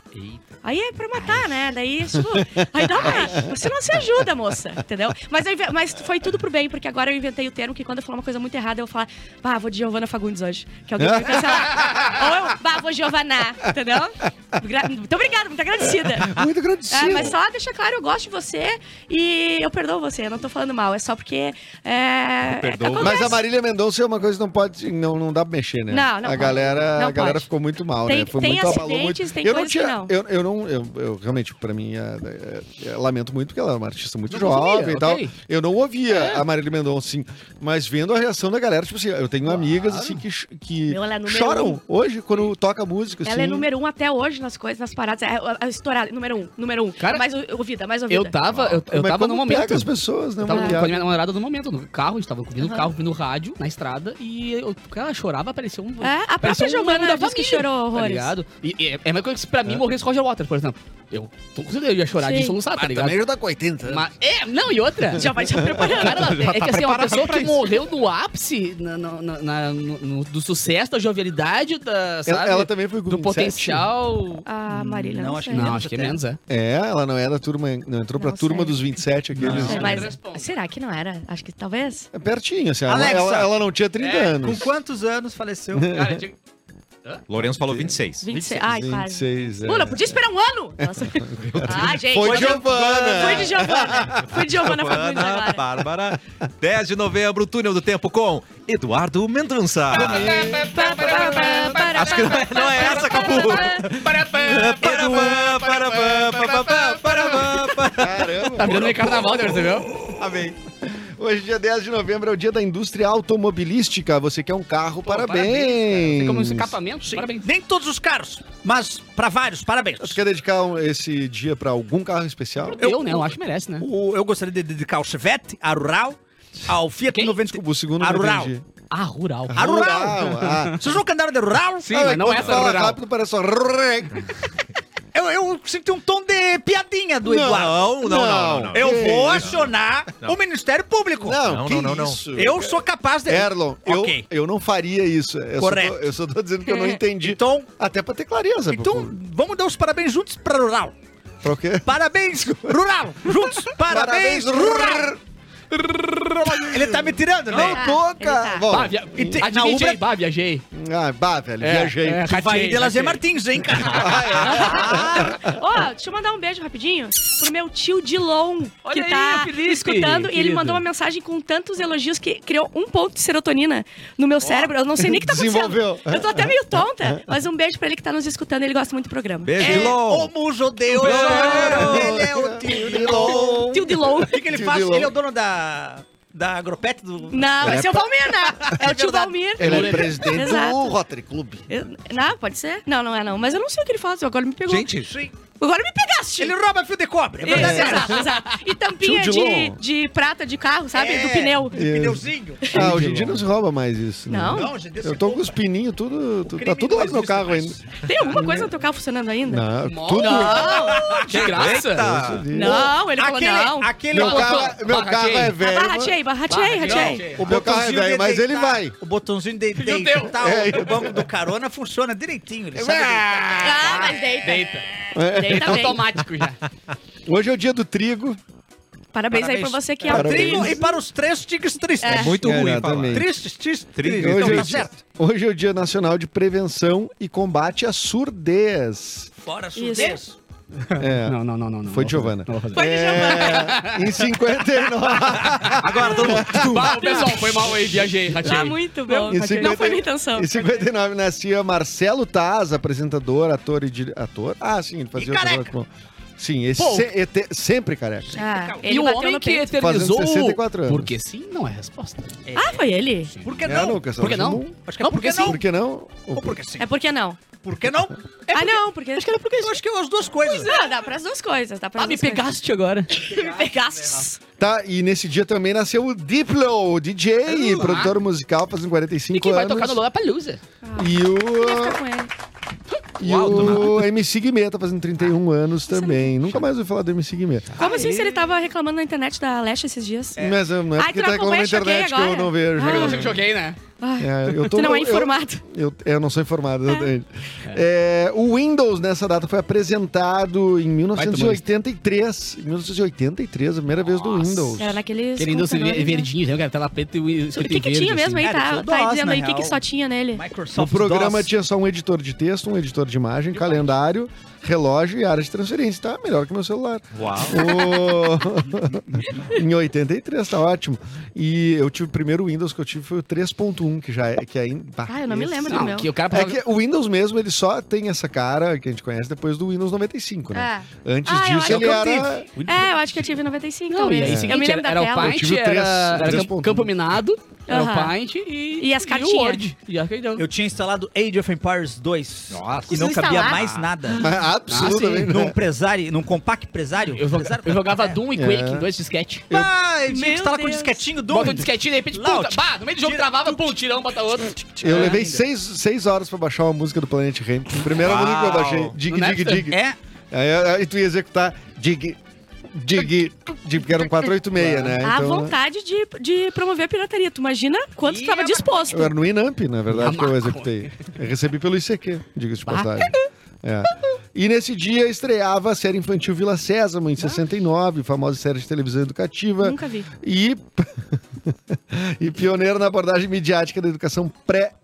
[SPEAKER 3] Aí é pra matar, né? Daí, tipo, aí dá uma- Você não se ajuda, moça, entendeu? Mas, eu inve- mas foi tudo pro bem, porque agora eu inventei o termo que quando eu falar uma coisa muito errada, eu vou falar, bah, vou de Giovana Fagundes hoje. Que alguém vai me cancelar. Ou eu, bah, vou Giovaná, entendeu? Gra- Muito obrigada, muito agradecida.
[SPEAKER 4] Muito agradecido.
[SPEAKER 3] É, mas só deixa claro, eu gosto de você e eu perdoo você. Eu não tô falando mal, é só porque. É,
[SPEAKER 1] perdoo.
[SPEAKER 3] acontece.
[SPEAKER 4] Mas a Marília Mendonça é uma coisa que não pode, não, não dá pra mexer, né?
[SPEAKER 3] Não, não
[SPEAKER 4] a
[SPEAKER 3] pode.
[SPEAKER 4] galera,
[SPEAKER 3] Não
[SPEAKER 4] A galera
[SPEAKER 3] pode.
[SPEAKER 4] ficou muito mal,
[SPEAKER 3] Tem-
[SPEAKER 4] né? Foi
[SPEAKER 3] tem
[SPEAKER 4] muito abalou
[SPEAKER 3] acidentes,
[SPEAKER 4] muito.
[SPEAKER 3] tem
[SPEAKER 4] eu não
[SPEAKER 3] coisas que
[SPEAKER 4] tinha,
[SPEAKER 3] não.
[SPEAKER 4] Eu, eu não, eu, eu realmente, pra mim, é, é, é, lamento muito porque ela é uma artista muito
[SPEAKER 2] Não
[SPEAKER 4] jovem
[SPEAKER 2] consumia,
[SPEAKER 4] e tal.
[SPEAKER 2] ok. É.
[SPEAKER 4] Eu não ouvia a Marília Mendonça, assim, mas vendo a reação da galera, tipo assim, eu tenho amigas assim que, ch- que
[SPEAKER 3] Meu, ela é número
[SPEAKER 4] choram
[SPEAKER 3] um.
[SPEAKER 4] hoje quando toca música, assim.
[SPEAKER 3] Ela é número um até hoje nas coisas, nas paradas. É, é, é estourada, número um, número um.
[SPEAKER 2] Cara,
[SPEAKER 3] mais ou- ouvida, mais ouvida.
[SPEAKER 2] Eu tava, eu, eu
[SPEAKER 4] Mas
[SPEAKER 2] tava
[SPEAKER 4] como
[SPEAKER 2] no
[SPEAKER 4] pega
[SPEAKER 2] momento.
[SPEAKER 4] as pessoas, né?
[SPEAKER 2] Eu tava
[SPEAKER 4] uma
[SPEAKER 2] com a
[SPEAKER 4] piada.
[SPEAKER 2] minha namorada no momento, no carro, a gente tava ouvindo o
[SPEAKER 3] Aham.
[SPEAKER 2] carro, ouvindo rádio, na estrada, e eu, ela chorava, parecia um.
[SPEAKER 3] É, a própria Giovanna disse que chorou
[SPEAKER 2] Tá
[SPEAKER 3] horrores.
[SPEAKER 2] ligado? E, e é, é uma coisa que pra mim morresse Roger Waters, por exemplo. Eu, tô com certeza, eu ia chorar de
[SPEAKER 3] Sim.
[SPEAKER 2] soluçar, tá ligado?
[SPEAKER 4] já tá com 80
[SPEAKER 2] Mas, é, não, e outra.
[SPEAKER 3] Já vai te preparando.
[SPEAKER 4] tá
[SPEAKER 2] Cara, é que assim, é uma
[SPEAKER 1] preparado
[SPEAKER 2] pessoa
[SPEAKER 1] pra
[SPEAKER 2] que
[SPEAKER 1] isso.
[SPEAKER 2] morreu no ápice na- na- na- na- no- no- do sucesso, da jovialidade, da,
[SPEAKER 4] Ela,
[SPEAKER 2] sabe?
[SPEAKER 4] ela também foi com
[SPEAKER 2] do
[SPEAKER 4] 27?
[SPEAKER 2] potencial.
[SPEAKER 3] A Marília,
[SPEAKER 5] Não,
[SPEAKER 3] não,
[SPEAKER 5] acho
[SPEAKER 3] sei.
[SPEAKER 5] que
[SPEAKER 2] Não, acho que é
[SPEAKER 5] até.
[SPEAKER 2] menos, é.
[SPEAKER 4] É, ela não é da turma, não entrou pra
[SPEAKER 3] Não,
[SPEAKER 4] turma
[SPEAKER 3] sério.
[SPEAKER 4] dos 27 aqueles.
[SPEAKER 3] Sei,
[SPEAKER 2] Responda.
[SPEAKER 3] Mas, será que não era? Acho que talvez.
[SPEAKER 4] É pertinho, assim. ela-
[SPEAKER 5] Alexa.
[SPEAKER 4] Ela, ela não tinha 30
[SPEAKER 5] É,
[SPEAKER 4] anos.
[SPEAKER 5] Com quantos anos faleceu?
[SPEAKER 2] Cara, eu tinha-
[SPEAKER 1] Lourenço falou 26.
[SPEAKER 3] 26. Ai, quase.
[SPEAKER 4] 26, é.
[SPEAKER 3] Mano, eu podia esperar um ano. Nossa. Ai, gente.
[SPEAKER 4] Foi
[SPEAKER 3] hoje eu-
[SPEAKER 4] Giovana.
[SPEAKER 3] Foi de Giovana. Foi de Giovana Fagundes
[SPEAKER 1] Ana
[SPEAKER 3] agora.
[SPEAKER 1] Bárbara, 10 de novembro, Túnel do Tempo com Eduardo Mendonça. Acho que não é, não é essa, Capu. Parabã, parabã, parabã, parabã, parabã.
[SPEAKER 2] Tá
[SPEAKER 4] Caramba.
[SPEAKER 2] virando meio carnaval, né, percebeu?
[SPEAKER 1] Amei.
[SPEAKER 4] Hoje, dia 10 de novembro, é o dia da indústria automobilística. Você quer um carro, parabéns.
[SPEAKER 2] Tem como um escapamento? Parabéns.
[SPEAKER 5] Nem todos os carros, mas pra vários, parabéns.
[SPEAKER 4] Tu quer dedicar um- esse dia pra algum carro especial?
[SPEAKER 2] Eu, né? Eu acho que merece, né?
[SPEAKER 5] O- eu gostaria de dedicar ao Chevette, à Rural, ao Fiat
[SPEAKER 2] Quem?
[SPEAKER 5] 90.
[SPEAKER 4] Desculpa, o segundo
[SPEAKER 5] a
[SPEAKER 4] não
[SPEAKER 5] Rural.
[SPEAKER 4] entendi.
[SPEAKER 2] Ah, rural.
[SPEAKER 5] A Rural.
[SPEAKER 4] Ah.
[SPEAKER 5] Vocês nunca andaram de Rural?
[SPEAKER 2] Sim, mas não
[SPEAKER 4] quando
[SPEAKER 2] essa
[SPEAKER 4] fala
[SPEAKER 2] rural.
[SPEAKER 4] rápido, parece só... Não,
[SPEAKER 5] Eu, eu sinto um tom de piadinha do Eduardo.
[SPEAKER 1] Não, não, não, não. não.
[SPEAKER 5] Eu
[SPEAKER 4] Que
[SPEAKER 5] vou
[SPEAKER 4] isso?
[SPEAKER 5] acionar o Ministério Público.
[SPEAKER 4] Não,
[SPEAKER 1] Não,
[SPEAKER 4] que
[SPEAKER 1] não, não, não.
[SPEAKER 4] isso?
[SPEAKER 5] Eu sou capaz de...
[SPEAKER 4] Erlon, eu,
[SPEAKER 5] Ok.
[SPEAKER 4] eu não faria isso. Eu
[SPEAKER 5] Correto.
[SPEAKER 4] Só tô, eu só tô dizendo que eu não entendi.
[SPEAKER 5] Então,
[SPEAKER 4] Até pra ter clareza. pro
[SPEAKER 5] então
[SPEAKER 4] povo.
[SPEAKER 5] vamos dar os parabéns juntos para Rural.
[SPEAKER 4] Pra o quê?
[SPEAKER 5] Parabéns, Rural! Juntos, parabéns, Rural! Ele tá me tirando,
[SPEAKER 4] Não
[SPEAKER 5] né?
[SPEAKER 4] tô,
[SPEAKER 3] ele
[SPEAKER 4] cara.
[SPEAKER 3] tá.
[SPEAKER 4] Bom,
[SPEAKER 2] Bah, via...
[SPEAKER 5] E tem- na
[SPEAKER 2] Adivinhei,
[SPEAKER 5] Ubra-
[SPEAKER 2] bah, viajei.
[SPEAKER 4] ah, bah, velho, viajei.
[SPEAKER 2] é,
[SPEAKER 5] Tu vai
[SPEAKER 2] ratei,
[SPEAKER 5] de
[SPEAKER 2] ratei.
[SPEAKER 5] Lazer Martins, hein, cara?
[SPEAKER 3] Ó, deixa eu mandar um beijo rapidinho pro meu tio Dilon, que
[SPEAKER 2] Olha aí,
[SPEAKER 3] tá
[SPEAKER 2] o Felipe,
[SPEAKER 3] escutando. E ele
[SPEAKER 2] querido.
[SPEAKER 3] mandou uma mensagem com tantos elogios que criou um ponto de serotonina no meu cérebro. Eu não sei nem o que tá acontecendo.
[SPEAKER 4] Desenvolveu.
[SPEAKER 3] Eu tô até meio tonta, mas um beijo pra ele que tá nos escutando. Ele gosta muito do programa.
[SPEAKER 1] Beijo,
[SPEAKER 5] É o
[SPEAKER 1] Dilon.
[SPEAKER 5] muso de ouro. Ele é o tio de ouro.
[SPEAKER 3] Tio Dilon.
[SPEAKER 5] O que, que ele
[SPEAKER 4] Tio
[SPEAKER 5] faz?
[SPEAKER 4] Dilon.
[SPEAKER 5] Ele é o dono da. Da agropete do.
[SPEAKER 3] Não, esse é o Valmir, né? É o tio Valmir.
[SPEAKER 4] Ele Ah, é
[SPEAKER 2] Moreira.
[SPEAKER 4] presidente do
[SPEAKER 3] Exato.
[SPEAKER 4] Rotary Club.
[SPEAKER 3] Eu- Não, pode ser? Não, não é não. Mas eu não sei o que ele faz. Agora me pegou.
[SPEAKER 1] Gente,
[SPEAKER 5] Sim.
[SPEAKER 3] Agora me pegaste.
[SPEAKER 5] Ele rouba fio de cobre. É
[SPEAKER 3] Isso,
[SPEAKER 5] verdade. É.
[SPEAKER 3] exato, exato. E tampinha
[SPEAKER 4] Tio
[SPEAKER 3] de,
[SPEAKER 4] Dilon.
[SPEAKER 3] de prata de carro, sabe? Do pneu.
[SPEAKER 5] É, Do pneuzinho.
[SPEAKER 4] Ah, hoje em dia não se rouba mais isso. né?
[SPEAKER 3] Não?
[SPEAKER 5] Não, gente, esse
[SPEAKER 4] Eu tô com
[SPEAKER 5] povo-
[SPEAKER 4] os pininhos, tudo, tu- tá
[SPEAKER 5] crime
[SPEAKER 4] tudo lá
[SPEAKER 5] não
[SPEAKER 4] no meu
[SPEAKER 5] existe
[SPEAKER 4] carro
[SPEAKER 5] mais.
[SPEAKER 4] ainda.
[SPEAKER 3] Tem alguma coisa no teu carro funcionando ainda?
[SPEAKER 4] Não, é
[SPEAKER 2] Mó-
[SPEAKER 4] tudo.
[SPEAKER 3] Não,
[SPEAKER 2] De graça.
[SPEAKER 1] Eita.
[SPEAKER 3] não, ele
[SPEAKER 5] aquele,
[SPEAKER 3] falou não.
[SPEAKER 5] Aquele
[SPEAKER 4] Meu
[SPEAKER 2] Não,
[SPEAKER 4] carro,
[SPEAKER 2] tô-
[SPEAKER 4] meu
[SPEAKER 2] barra
[SPEAKER 4] carro é
[SPEAKER 2] cheia.
[SPEAKER 4] velho.
[SPEAKER 3] Ah, Ratei, ratei,
[SPEAKER 2] Barra,
[SPEAKER 3] ratei.
[SPEAKER 2] não.
[SPEAKER 4] O meu carro é
[SPEAKER 5] botãozinho
[SPEAKER 4] velho,
[SPEAKER 5] de
[SPEAKER 4] mas ele
[SPEAKER 5] deitar-
[SPEAKER 4] vai.
[SPEAKER 5] O botãozinho de
[SPEAKER 2] Meu
[SPEAKER 5] deitar
[SPEAKER 4] Deus.
[SPEAKER 5] o, o banco do carona funciona direitinho. Ele sabe
[SPEAKER 3] Ah, mas deita.
[SPEAKER 2] Deita.
[SPEAKER 4] É.
[SPEAKER 3] Deita bem.
[SPEAKER 2] Automático já.
[SPEAKER 4] Hoje é o dia do trigo.
[SPEAKER 3] Parabéns aí pra
[SPEAKER 5] Parabéns.
[SPEAKER 3] você que é
[SPEAKER 5] deitar.
[SPEAKER 4] Parabéns.
[SPEAKER 5] Trigo
[SPEAKER 3] atriz.
[SPEAKER 5] e para os três tigres tristes.
[SPEAKER 1] É muito
[SPEAKER 4] É,
[SPEAKER 1] ruim falar.
[SPEAKER 4] exatamente.
[SPEAKER 5] Tristes, tristes,
[SPEAKER 1] Tristes.
[SPEAKER 5] tristes. Então
[SPEAKER 4] Hoje, é
[SPEAKER 5] tá
[SPEAKER 4] o dia,
[SPEAKER 5] certo.
[SPEAKER 4] hoje é o Dia Nacional de Prevenção e Combate à Surdez.
[SPEAKER 5] Fora surdez.
[SPEAKER 4] É,
[SPEAKER 2] Não, não, não, não. não.
[SPEAKER 4] Foi
[SPEAKER 2] Não vou
[SPEAKER 4] Giovana. É,
[SPEAKER 2] fazer, Não vou fazer.
[SPEAKER 3] Foi de Giovana.
[SPEAKER 4] em 59.
[SPEAKER 1] Agora todo mundo.
[SPEAKER 2] Bah, pessoal, foi mal aí, viajei, ratei.
[SPEAKER 3] Ah, muito bom.
[SPEAKER 4] Em
[SPEAKER 3] Não
[SPEAKER 4] 50
[SPEAKER 3] foi minha intenção.
[SPEAKER 4] Em 59 nascia Marcelo Taz, apresentador, ator e dire... ator. Ah, sim, ele fazia
[SPEAKER 5] E careca.
[SPEAKER 4] outras coisas. Sim, esse
[SPEAKER 2] Pô.
[SPEAKER 4] se- ete- sempre careca.
[SPEAKER 3] Ah,
[SPEAKER 2] E
[SPEAKER 3] ele
[SPEAKER 2] o
[SPEAKER 3] bateu
[SPEAKER 2] homem
[SPEAKER 3] no
[SPEAKER 2] que
[SPEAKER 3] peito.
[SPEAKER 2] eternizou.
[SPEAKER 4] Fazendo 64 anos.
[SPEAKER 2] Porque sim, não é a resposta.
[SPEAKER 3] Ah, foi ele?
[SPEAKER 5] Por que
[SPEAKER 4] É,
[SPEAKER 5] não?
[SPEAKER 4] Lucas,
[SPEAKER 2] Por que
[SPEAKER 4] hoje
[SPEAKER 2] não?
[SPEAKER 5] Acho que é porque não.
[SPEAKER 4] Por que não?
[SPEAKER 5] Ou porque sim.
[SPEAKER 3] É porque não.
[SPEAKER 5] Por que não?
[SPEAKER 3] ah, não, porque... Acho que era porque...
[SPEAKER 5] Eu acho que é as duas coisas.
[SPEAKER 3] Não, dá pras duas coisas. Dá pras
[SPEAKER 2] Ah, me
[SPEAKER 3] duas coisas.
[SPEAKER 2] pegaste agora.
[SPEAKER 3] Me pegaste.
[SPEAKER 4] Tá, e nesse dia também nasceu o Diplo, o DJ,
[SPEAKER 2] Ah.
[SPEAKER 4] produtor musical, fazendo 45
[SPEAKER 2] E quem vai
[SPEAKER 4] anos.
[SPEAKER 2] tocar no Lollapalooza?
[SPEAKER 4] E
[SPEAKER 3] Eu ia
[SPEAKER 4] o,
[SPEAKER 3] ficar com ele.
[SPEAKER 4] e o MC Guimê tá fazendo 31 anos também. Nunca mais ouvi falar do MC Guimê.
[SPEAKER 3] Como assim se ele tava reclamando na internet da Leste esses dias?
[SPEAKER 4] Mas eu- não é
[SPEAKER 3] Ai,
[SPEAKER 4] porque
[SPEAKER 3] tu
[SPEAKER 4] tá
[SPEAKER 3] não
[SPEAKER 4] reclamando na
[SPEAKER 3] acompanha Choquei
[SPEAKER 4] internet que eu
[SPEAKER 3] agora?
[SPEAKER 4] não vejo.
[SPEAKER 3] Ah.
[SPEAKER 2] Eu joguei, né?
[SPEAKER 3] Ai,
[SPEAKER 4] É, eu tô-
[SPEAKER 3] tu não é
[SPEAKER 4] eu-
[SPEAKER 3] informado.
[SPEAKER 4] Eu, eu não sou informado. exatamente. É, o Windows, nessa data, foi apresentado em 1983. Em 1983, a primeira vez do
[SPEAKER 2] Nossa.
[SPEAKER 4] Windows.
[SPEAKER 3] Era naqueles.
[SPEAKER 2] Aquele Windows
[SPEAKER 3] computadores, né?
[SPEAKER 2] verdinho, né? Cara, tela preta e assim. o
[SPEAKER 3] O
[SPEAKER 2] escrito
[SPEAKER 3] que, que tinha mesmo aí?
[SPEAKER 5] Cara,
[SPEAKER 3] Tá,
[SPEAKER 5] isso é o
[SPEAKER 3] tá aí
[SPEAKER 5] DOS,
[SPEAKER 3] dizendo
[SPEAKER 5] na
[SPEAKER 3] aí o que, que
[SPEAKER 5] real.
[SPEAKER 3] só tinha nele.
[SPEAKER 4] O
[SPEAKER 5] Microsoft
[SPEAKER 4] programa
[SPEAKER 5] DOS.
[SPEAKER 4] tinha só um editor de texto, um editor de imagem, calendário, relógio e área de transferência. Tá melhor que meu celular.
[SPEAKER 1] Uau.
[SPEAKER 4] O- em 83, tá ótimo. E eu tive o primeiro Windows que eu tive foi o 3.1, que já é. Que ainda,
[SPEAKER 3] Ah, eu não me
[SPEAKER 4] esse-
[SPEAKER 3] lembro do
[SPEAKER 2] Não,
[SPEAKER 3] meu.
[SPEAKER 2] que o cara
[SPEAKER 4] É
[SPEAKER 2] passava...
[SPEAKER 4] que o Windows mesmo, ele só tem essa cara que a gente conhece depois do Windows 95, né? Antes
[SPEAKER 3] Ah, eu
[SPEAKER 4] disso,
[SPEAKER 3] acho
[SPEAKER 4] ele
[SPEAKER 5] que eu
[SPEAKER 4] era...
[SPEAKER 3] É, eu acho que eu tive em 95.
[SPEAKER 2] Não, e
[SPEAKER 3] talvez.
[SPEAKER 2] aí,
[SPEAKER 3] é. eu me
[SPEAKER 2] seguinte,
[SPEAKER 3] lembro
[SPEAKER 2] era, era
[SPEAKER 3] da
[SPEAKER 2] o
[SPEAKER 3] tela.
[SPEAKER 4] Eu
[SPEAKER 2] Paint,
[SPEAKER 4] tive o três-
[SPEAKER 2] era, era
[SPEAKER 4] três
[SPEAKER 2] campo,
[SPEAKER 4] pontos.
[SPEAKER 2] campo minado, era o
[SPEAKER 3] Aham.
[SPEAKER 2] Paint e,
[SPEAKER 3] E as
[SPEAKER 2] E o
[SPEAKER 3] cartinhas.
[SPEAKER 2] Word. E arqueidão.
[SPEAKER 5] Eu tinha instalado Age of Empires 2.
[SPEAKER 1] Nossa.
[SPEAKER 5] E não
[SPEAKER 3] Isso
[SPEAKER 5] cabia
[SPEAKER 3] instalar? Ah.
[SPEAKER 5] mais nada.
[SPEAKER 2] Ah,
[SPEAKER 4] Absolutamente. né?
[SPEAKER 5] Num presari, num compact presário.
[SPEAKER 2] Eu, joga, eu jogava Doom e Quake,
[SPEAKER 4] É.
[SPEAKER 2] dois disquete.
[SPEAKER 5] Ah, eu tinha que
[SPEAKER 3] Meu
[SPEAKER 5] instalar com
[SPEAKER 3] Deus.
[SPEAKER 5] disquetinho do.
[SPEAKER 2] Bota um disquetinho, de repente,
[SPEAKER 5] Lá,
[SPEAKER 2] puta,
[SPEAKER 5] ó,
[SPEAKER 2] bah, no meio do jogo
[SPEAKER 5] tira-
[SPEAKER 2] travava, pum, tirão, bota outro.
[SPEAKER 4] Eu levei
[SPEAKER 2] ainda.
[SPEAKER 4] seis, seis horas pra baixar uma música do Planet Ramp. Primeira
[SPEAKER 1] Uau.
[SPEAKER 4] música que eu baixei. Dig,
[SPEAKER 2] No
[SPEAKER 4] dig,
[SPEAKER 2] Napster?
[SPEAKER 4] dig.
[SPEAKER 5] É,
[SPEAKER 4] Aí, aí tu ia executar dig, dig, dig, porque era um 486, né?
[SPEAKER 3] A Ah, vontade de, de promover a pirataria. Tu imagina quanto tu tava disposto.
[SPEAKER 4] Eu era no Inamp, na verdade, que eu
[SPEAKER 2] Yamaco.
[SPEAKER 4] executei. Eu recebi pelo ICQ, diga-se de passagem. É. E nesse dia estreava a série infantil Vila
[SPEAKER 3] Uhum.
[SPEAKER 4] Sésamo, em 69, famosa série de televisão educativa.
[SPEAKER 3] Nunca vi.
[SPEAKER 4] E e pioneiro na abordagem midiática da educação